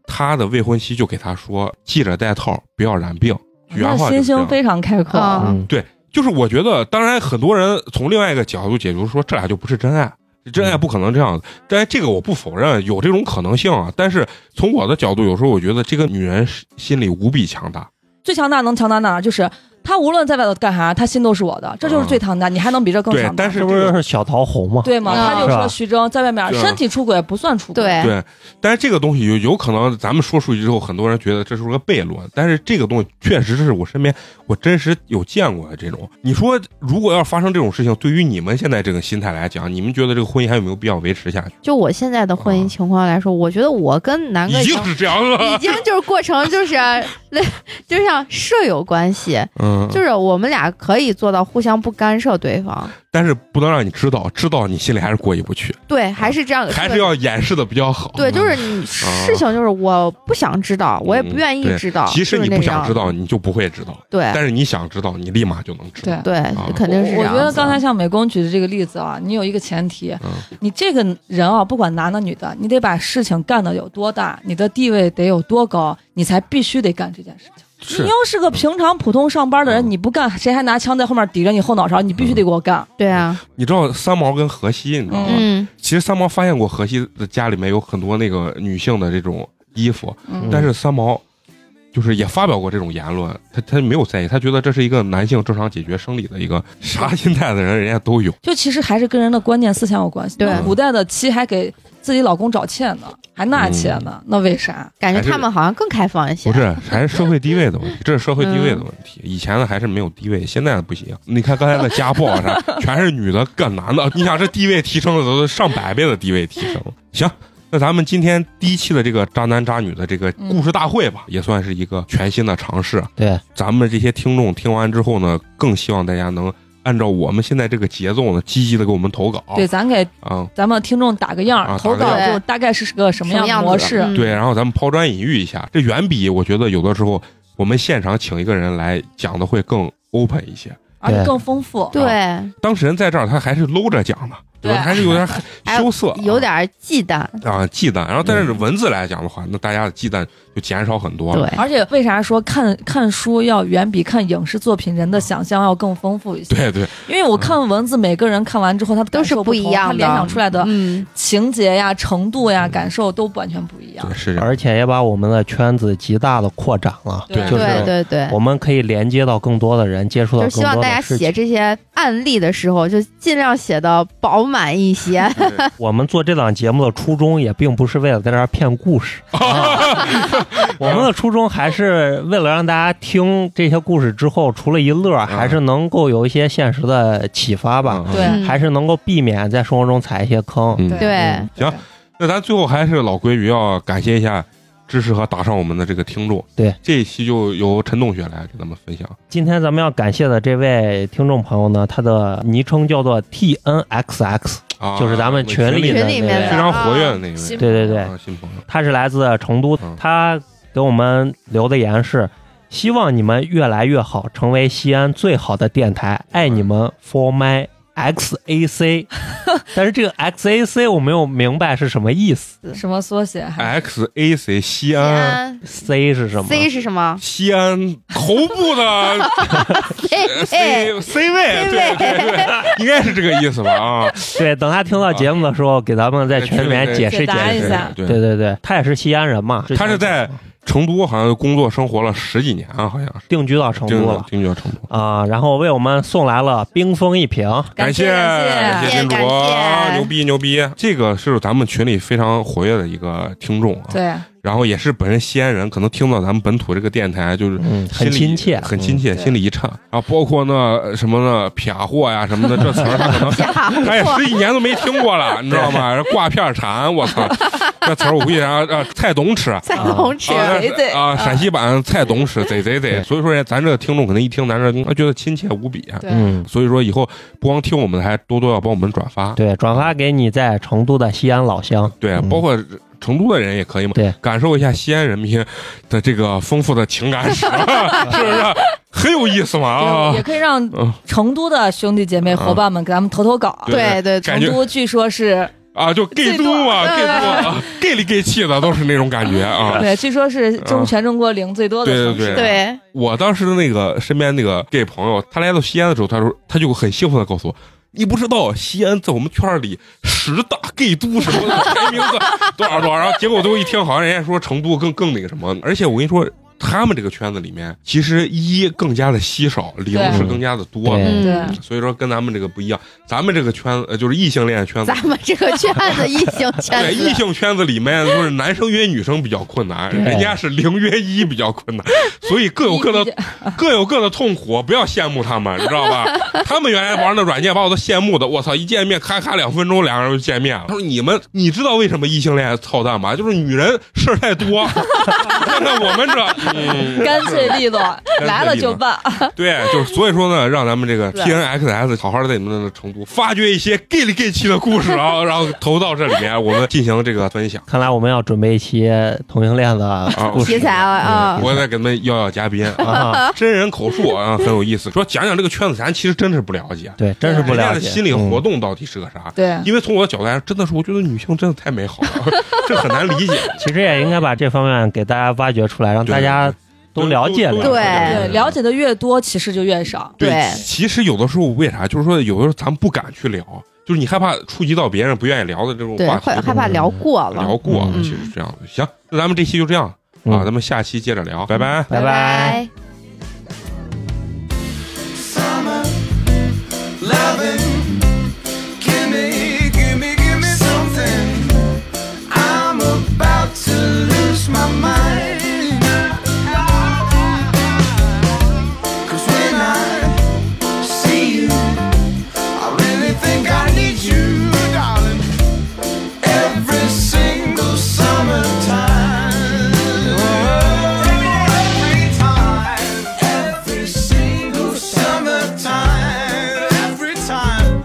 他的未婚妻就给他说：“记着戴套，不要染病。”原
那
话就
心
是这
胸
样。
非常开阔，
啊
嗯，
就是我觉得，当然很多人从另外一个角度解读说，这俩就不是真爱，真爱不可能这样子。但是这个我不否认有这种可能性啊。但是从我的角度，有时候我觉得这个女人是心里无比强大，
最强大能强大哪儿？就是他无论在外头干啥，他心都是我的，这就是最强大。你还能比这更强
啊对
大，吗？
但是
这不
这个
是小桃红吗？
对吗？
嗯
他就是
吧
说徐峥在外面
对啊
身体出轨不算出轨，
对
对，但是这个东西有有可能咱们说出去之后，很多人觉得这是个悖论，但是这个东西确实是我身边我真实有见过的这种。你说如果要发生这种事情，对于你们现在这个心态来讲，你们觉得这个婚姻还有没有必要维持下去？
就我现在的婚姻情况来说，我觉得我跟南哥
啊已
已经
经是啊这样
已
了，
经就是过程就是 类，就像舍友关系，
嗯，
就是我们俩可以做到互相不干涉对方。
但是不能让你知道，知道你心里还是过意不去，
呃对，还是这样的，
还是要掩饰的比较好。嗯
对，就是你事情就是我不想知道，我也不愿意
对
知道。
其实
就
你
是那
不想
样
知道，，你就不会知道；
对
但是啊你想知道，你立马就能知道。
对
对，肯定是啊
我
这样
我
子。
觉得刚才像美工举的这个例子啊，你有一个前提，
嗯
你这个人啊，不管男的女的，你得把事情干的有多大，你的地位得有多高，你才必须得干这件事情。
是
你要是个平常普通上班的人，
嗯
你不干，谁还拿枪在后面抵着你后脑勺？你必须得给我干。
对啊，
你知道三毛跟荷西，你知道吗？
嗯，
其实三毛发现过荷西的家里面有很多那个女性的这种衣服，
嗯
但是三毛就是也发表过这种言论，他他没有在意，他觉得这是一个男性正常解决生理的一个啥心态的人，人家都有。
就其实还是跟人的观念思想有关系。
对
那古代的妻还给自己老公找妾呢，还纳妾呢，那为啥？
感觉
还是
他们好像更开放一 些。
不是，嗯还是社会地位的问题，这是社会地位的问题。以前的还是没有地位，现在的不行。你看刚才的家暴啊啥， 全是女的干男的，你想这地位提升了都是上百倍的地位提升了。行。那咱们今天第一期的这个渣男渣女的这个故事大会吧，也算是一个全新的尝试。
对，
咱们这些听众听完之后呢，更希望大家能按照我们现在这个节奏呢，积极的给我们投稿。
对，嗯咱给
啊、
咱们听众打个样儿，
啊
投
打
稿
个
样儿
就大概是个什么
什么
样
样
的
子
模式？
嗯
对，然后咱们抛砖引玉一下，这远比我觉得有的时候我们现场请一个人来讲的会更 open 一些。
而且
对
更丰富。
对，
当事人在这儿，他还是搂着讲的，对吧？
对
还是有点
哎
羞涩，
有点忌惮。
啊忌惮。然后，但是文字来讲的话，那大家的忌惮就减少很多了。
对，
而且为啥说看看书要远比看影视作品人的想象要更丰富一些？
对对，
因为我看文字，每个人看完之后他的感受
都是
不
不一样的
同他联想出来的
嗯，
情节呀、程度呀、感受都完全不一样
对。是这样。
而且也把我们的圈子极大的扩展了，
对
就
对
是
对对。
我们可以连接到更多的人，接触到
就
更
希望
多
大家
的事
写
情。
这些案例的时候，就尽量写的饱满一些。
我们做这档节目的初衷也并不是为了在这儿骗故事，我们的初衷还是为了让大家听这些故事之后，除了一乐，还是能够有一些现实的启发吧，
嗯
对
嗯
还是能够避免在生活中踩一些坑。
嗯，
对
嗯，
行那咱最后还是老规矩，要感谢一下支持和打赏我们的这个听众。
对，
这一期就由陈同学来给咱们分享。
今天咱们要感谢的这位听众朋友呢，他的昵称叫做 T N X X，
啊，
就是咱们群里
里
的
群里面的
那
非
位，
常活跃的那一
啊
位，
新
对对对，
啊，新朋友，
他是来自成都
嗯，
他给我们留的言是：希望你们越来越好，成为西安最好的电台，爱你们，For my XAC。但是这个 XAC 我没有明白是什么意思
什么缩写？还
X A C 西
西
安
安
，C 是嗯什么
C 是什么？
西安头部 的
哎
C C 位，对对对，应该是这个意思吧？啊，
对，等他听到节目的时候，给咱们在
在
群里
群里
面
面
解释
解答
解
一
释。
下
对
对对对，他也是西安人嘛，
他是在成都好像工作生活了十几年啊，好像是
定居到成
定
都
了
了
定居到成都。
啊、然后为我们送来了冰封一瓶。
感
谢
谢
感
感
谢
谢
金主
感谢
啊，牛逼牛逼！这个是咱们群里非常活跃的一个听众啊，
对，
然后也是本身西安人，可能听到咱们本土这个电台就是
嗯，很
心里
亲切，
很亲切，
对
心里一颤。然后包括那呃什么呢，撇货呀什么的，这词儿他可能
假
哎呀
货
十几年都没听过了，你知道吗？这挂片蝉，我操， 这词儿我估计啥啊蔡董吃。
彩虹吃，
啊
贼贼
啊！陕西版蔡董吃贼贼贼，
对
所以说人咱这个听众可能一听咱这，他觉得亲切无比啊。
对
嗯。嗯，
所以说以后不光听我们的，还多多要帮我们转发。
对，转发给你在成都的西安老乡。
对，啊
嗯
包括成都的人也可以嘛，
对
感受一下西安人民的这个丰富的情感 史，是不是很有意思嘛？啊
也，可以让
嗯
成都的兄弟姐妹伙伴们给咱们投投稿。
对对对
感
成
觉
都据说是
啊，就 gay
最
都
多
嘛
对
，gay 都 啊，gay 里 gay 气的都是那种感觉啊。
对，据说是中全中国零最多的
对
城
对
市。
对，
我当时的那个身边那个 gay 朋友，他来到西安的时候，他说他就很兴奋的告诉我。你不知道西安在我们圈里十大 gay 都什么的排名的多少多少，然后结果最后一听，好像人家说成都更更那个什么，而且我跟你说，他们这个圈子里面，其实一更加的稀少，零
对
是更加的多的。
对
嗯
对
所以说跟咱们这个不一样，咱们这个圈子呃就是异性恋 圈子，
咱们这个圈子，异性
对
圈
异
子，
性圈子里面就是男生约女生比较困难，
对
人家是零约一比较困难，所以各有各的各有各的痛苦，不要羡慕他们，你知道吧？他们原来玩那软件把我都羡慕的，我操！一见面咔咔两分钟，两个人就见面了。他说你们，你知道为什么异性恋操蛋吗？就是女人事儿太多， 看看我们这，嗯，
干脆利落，来了就办。
对，就是所以说呢，让咱们这个
对
TNXS 好好在你们的成都发掘一些 gay 里 gay 气的故事啊，然后投到这里面，我们进行这个分享。
看来我们要准备一期同性恋的
哦
故事
题材啊啊
我再给他们要要嘉宾，
啊，
真人口述啊，很有意思。说讲讲这个圈子，咱其实真是不了解，
对，真是不
人家
了
的
解
心理活动到底是个啥。
对，
因为从我的角度来说，真的是我觉得女性真的太美好了， 这很难理解。
嗯其实也应该把这方面给大家挖掘出来，让
对
大家都了解了
都
解。
都
对
对，了解的越多，歧视就越少。
对
对
其实有的时候为啥，就是说有的时候咱们不敢去聊，就是你害怕触及到别人不愿意聊的这种
对，
话
害
题，
害怕聊过
聊
了，
过，啊
嗯
其实这样的。行，那咱们这期就这样
嗯
啊，咱们下期接着聊，拜拜。
拜拜。
拜。
Summer loving. Give me, give me, give me something. I'm about to lose my mind. 'Cause when I see you, I really think I need you, darling. Every single summertime. Every time. Every single summertime. Every time.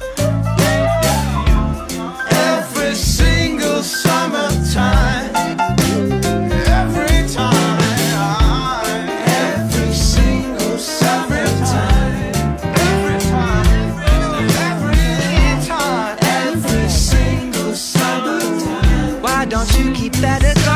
Every single summertime. Every time. Every single summertime. Every time. Every time. Every single summertime. Why don't you keep that?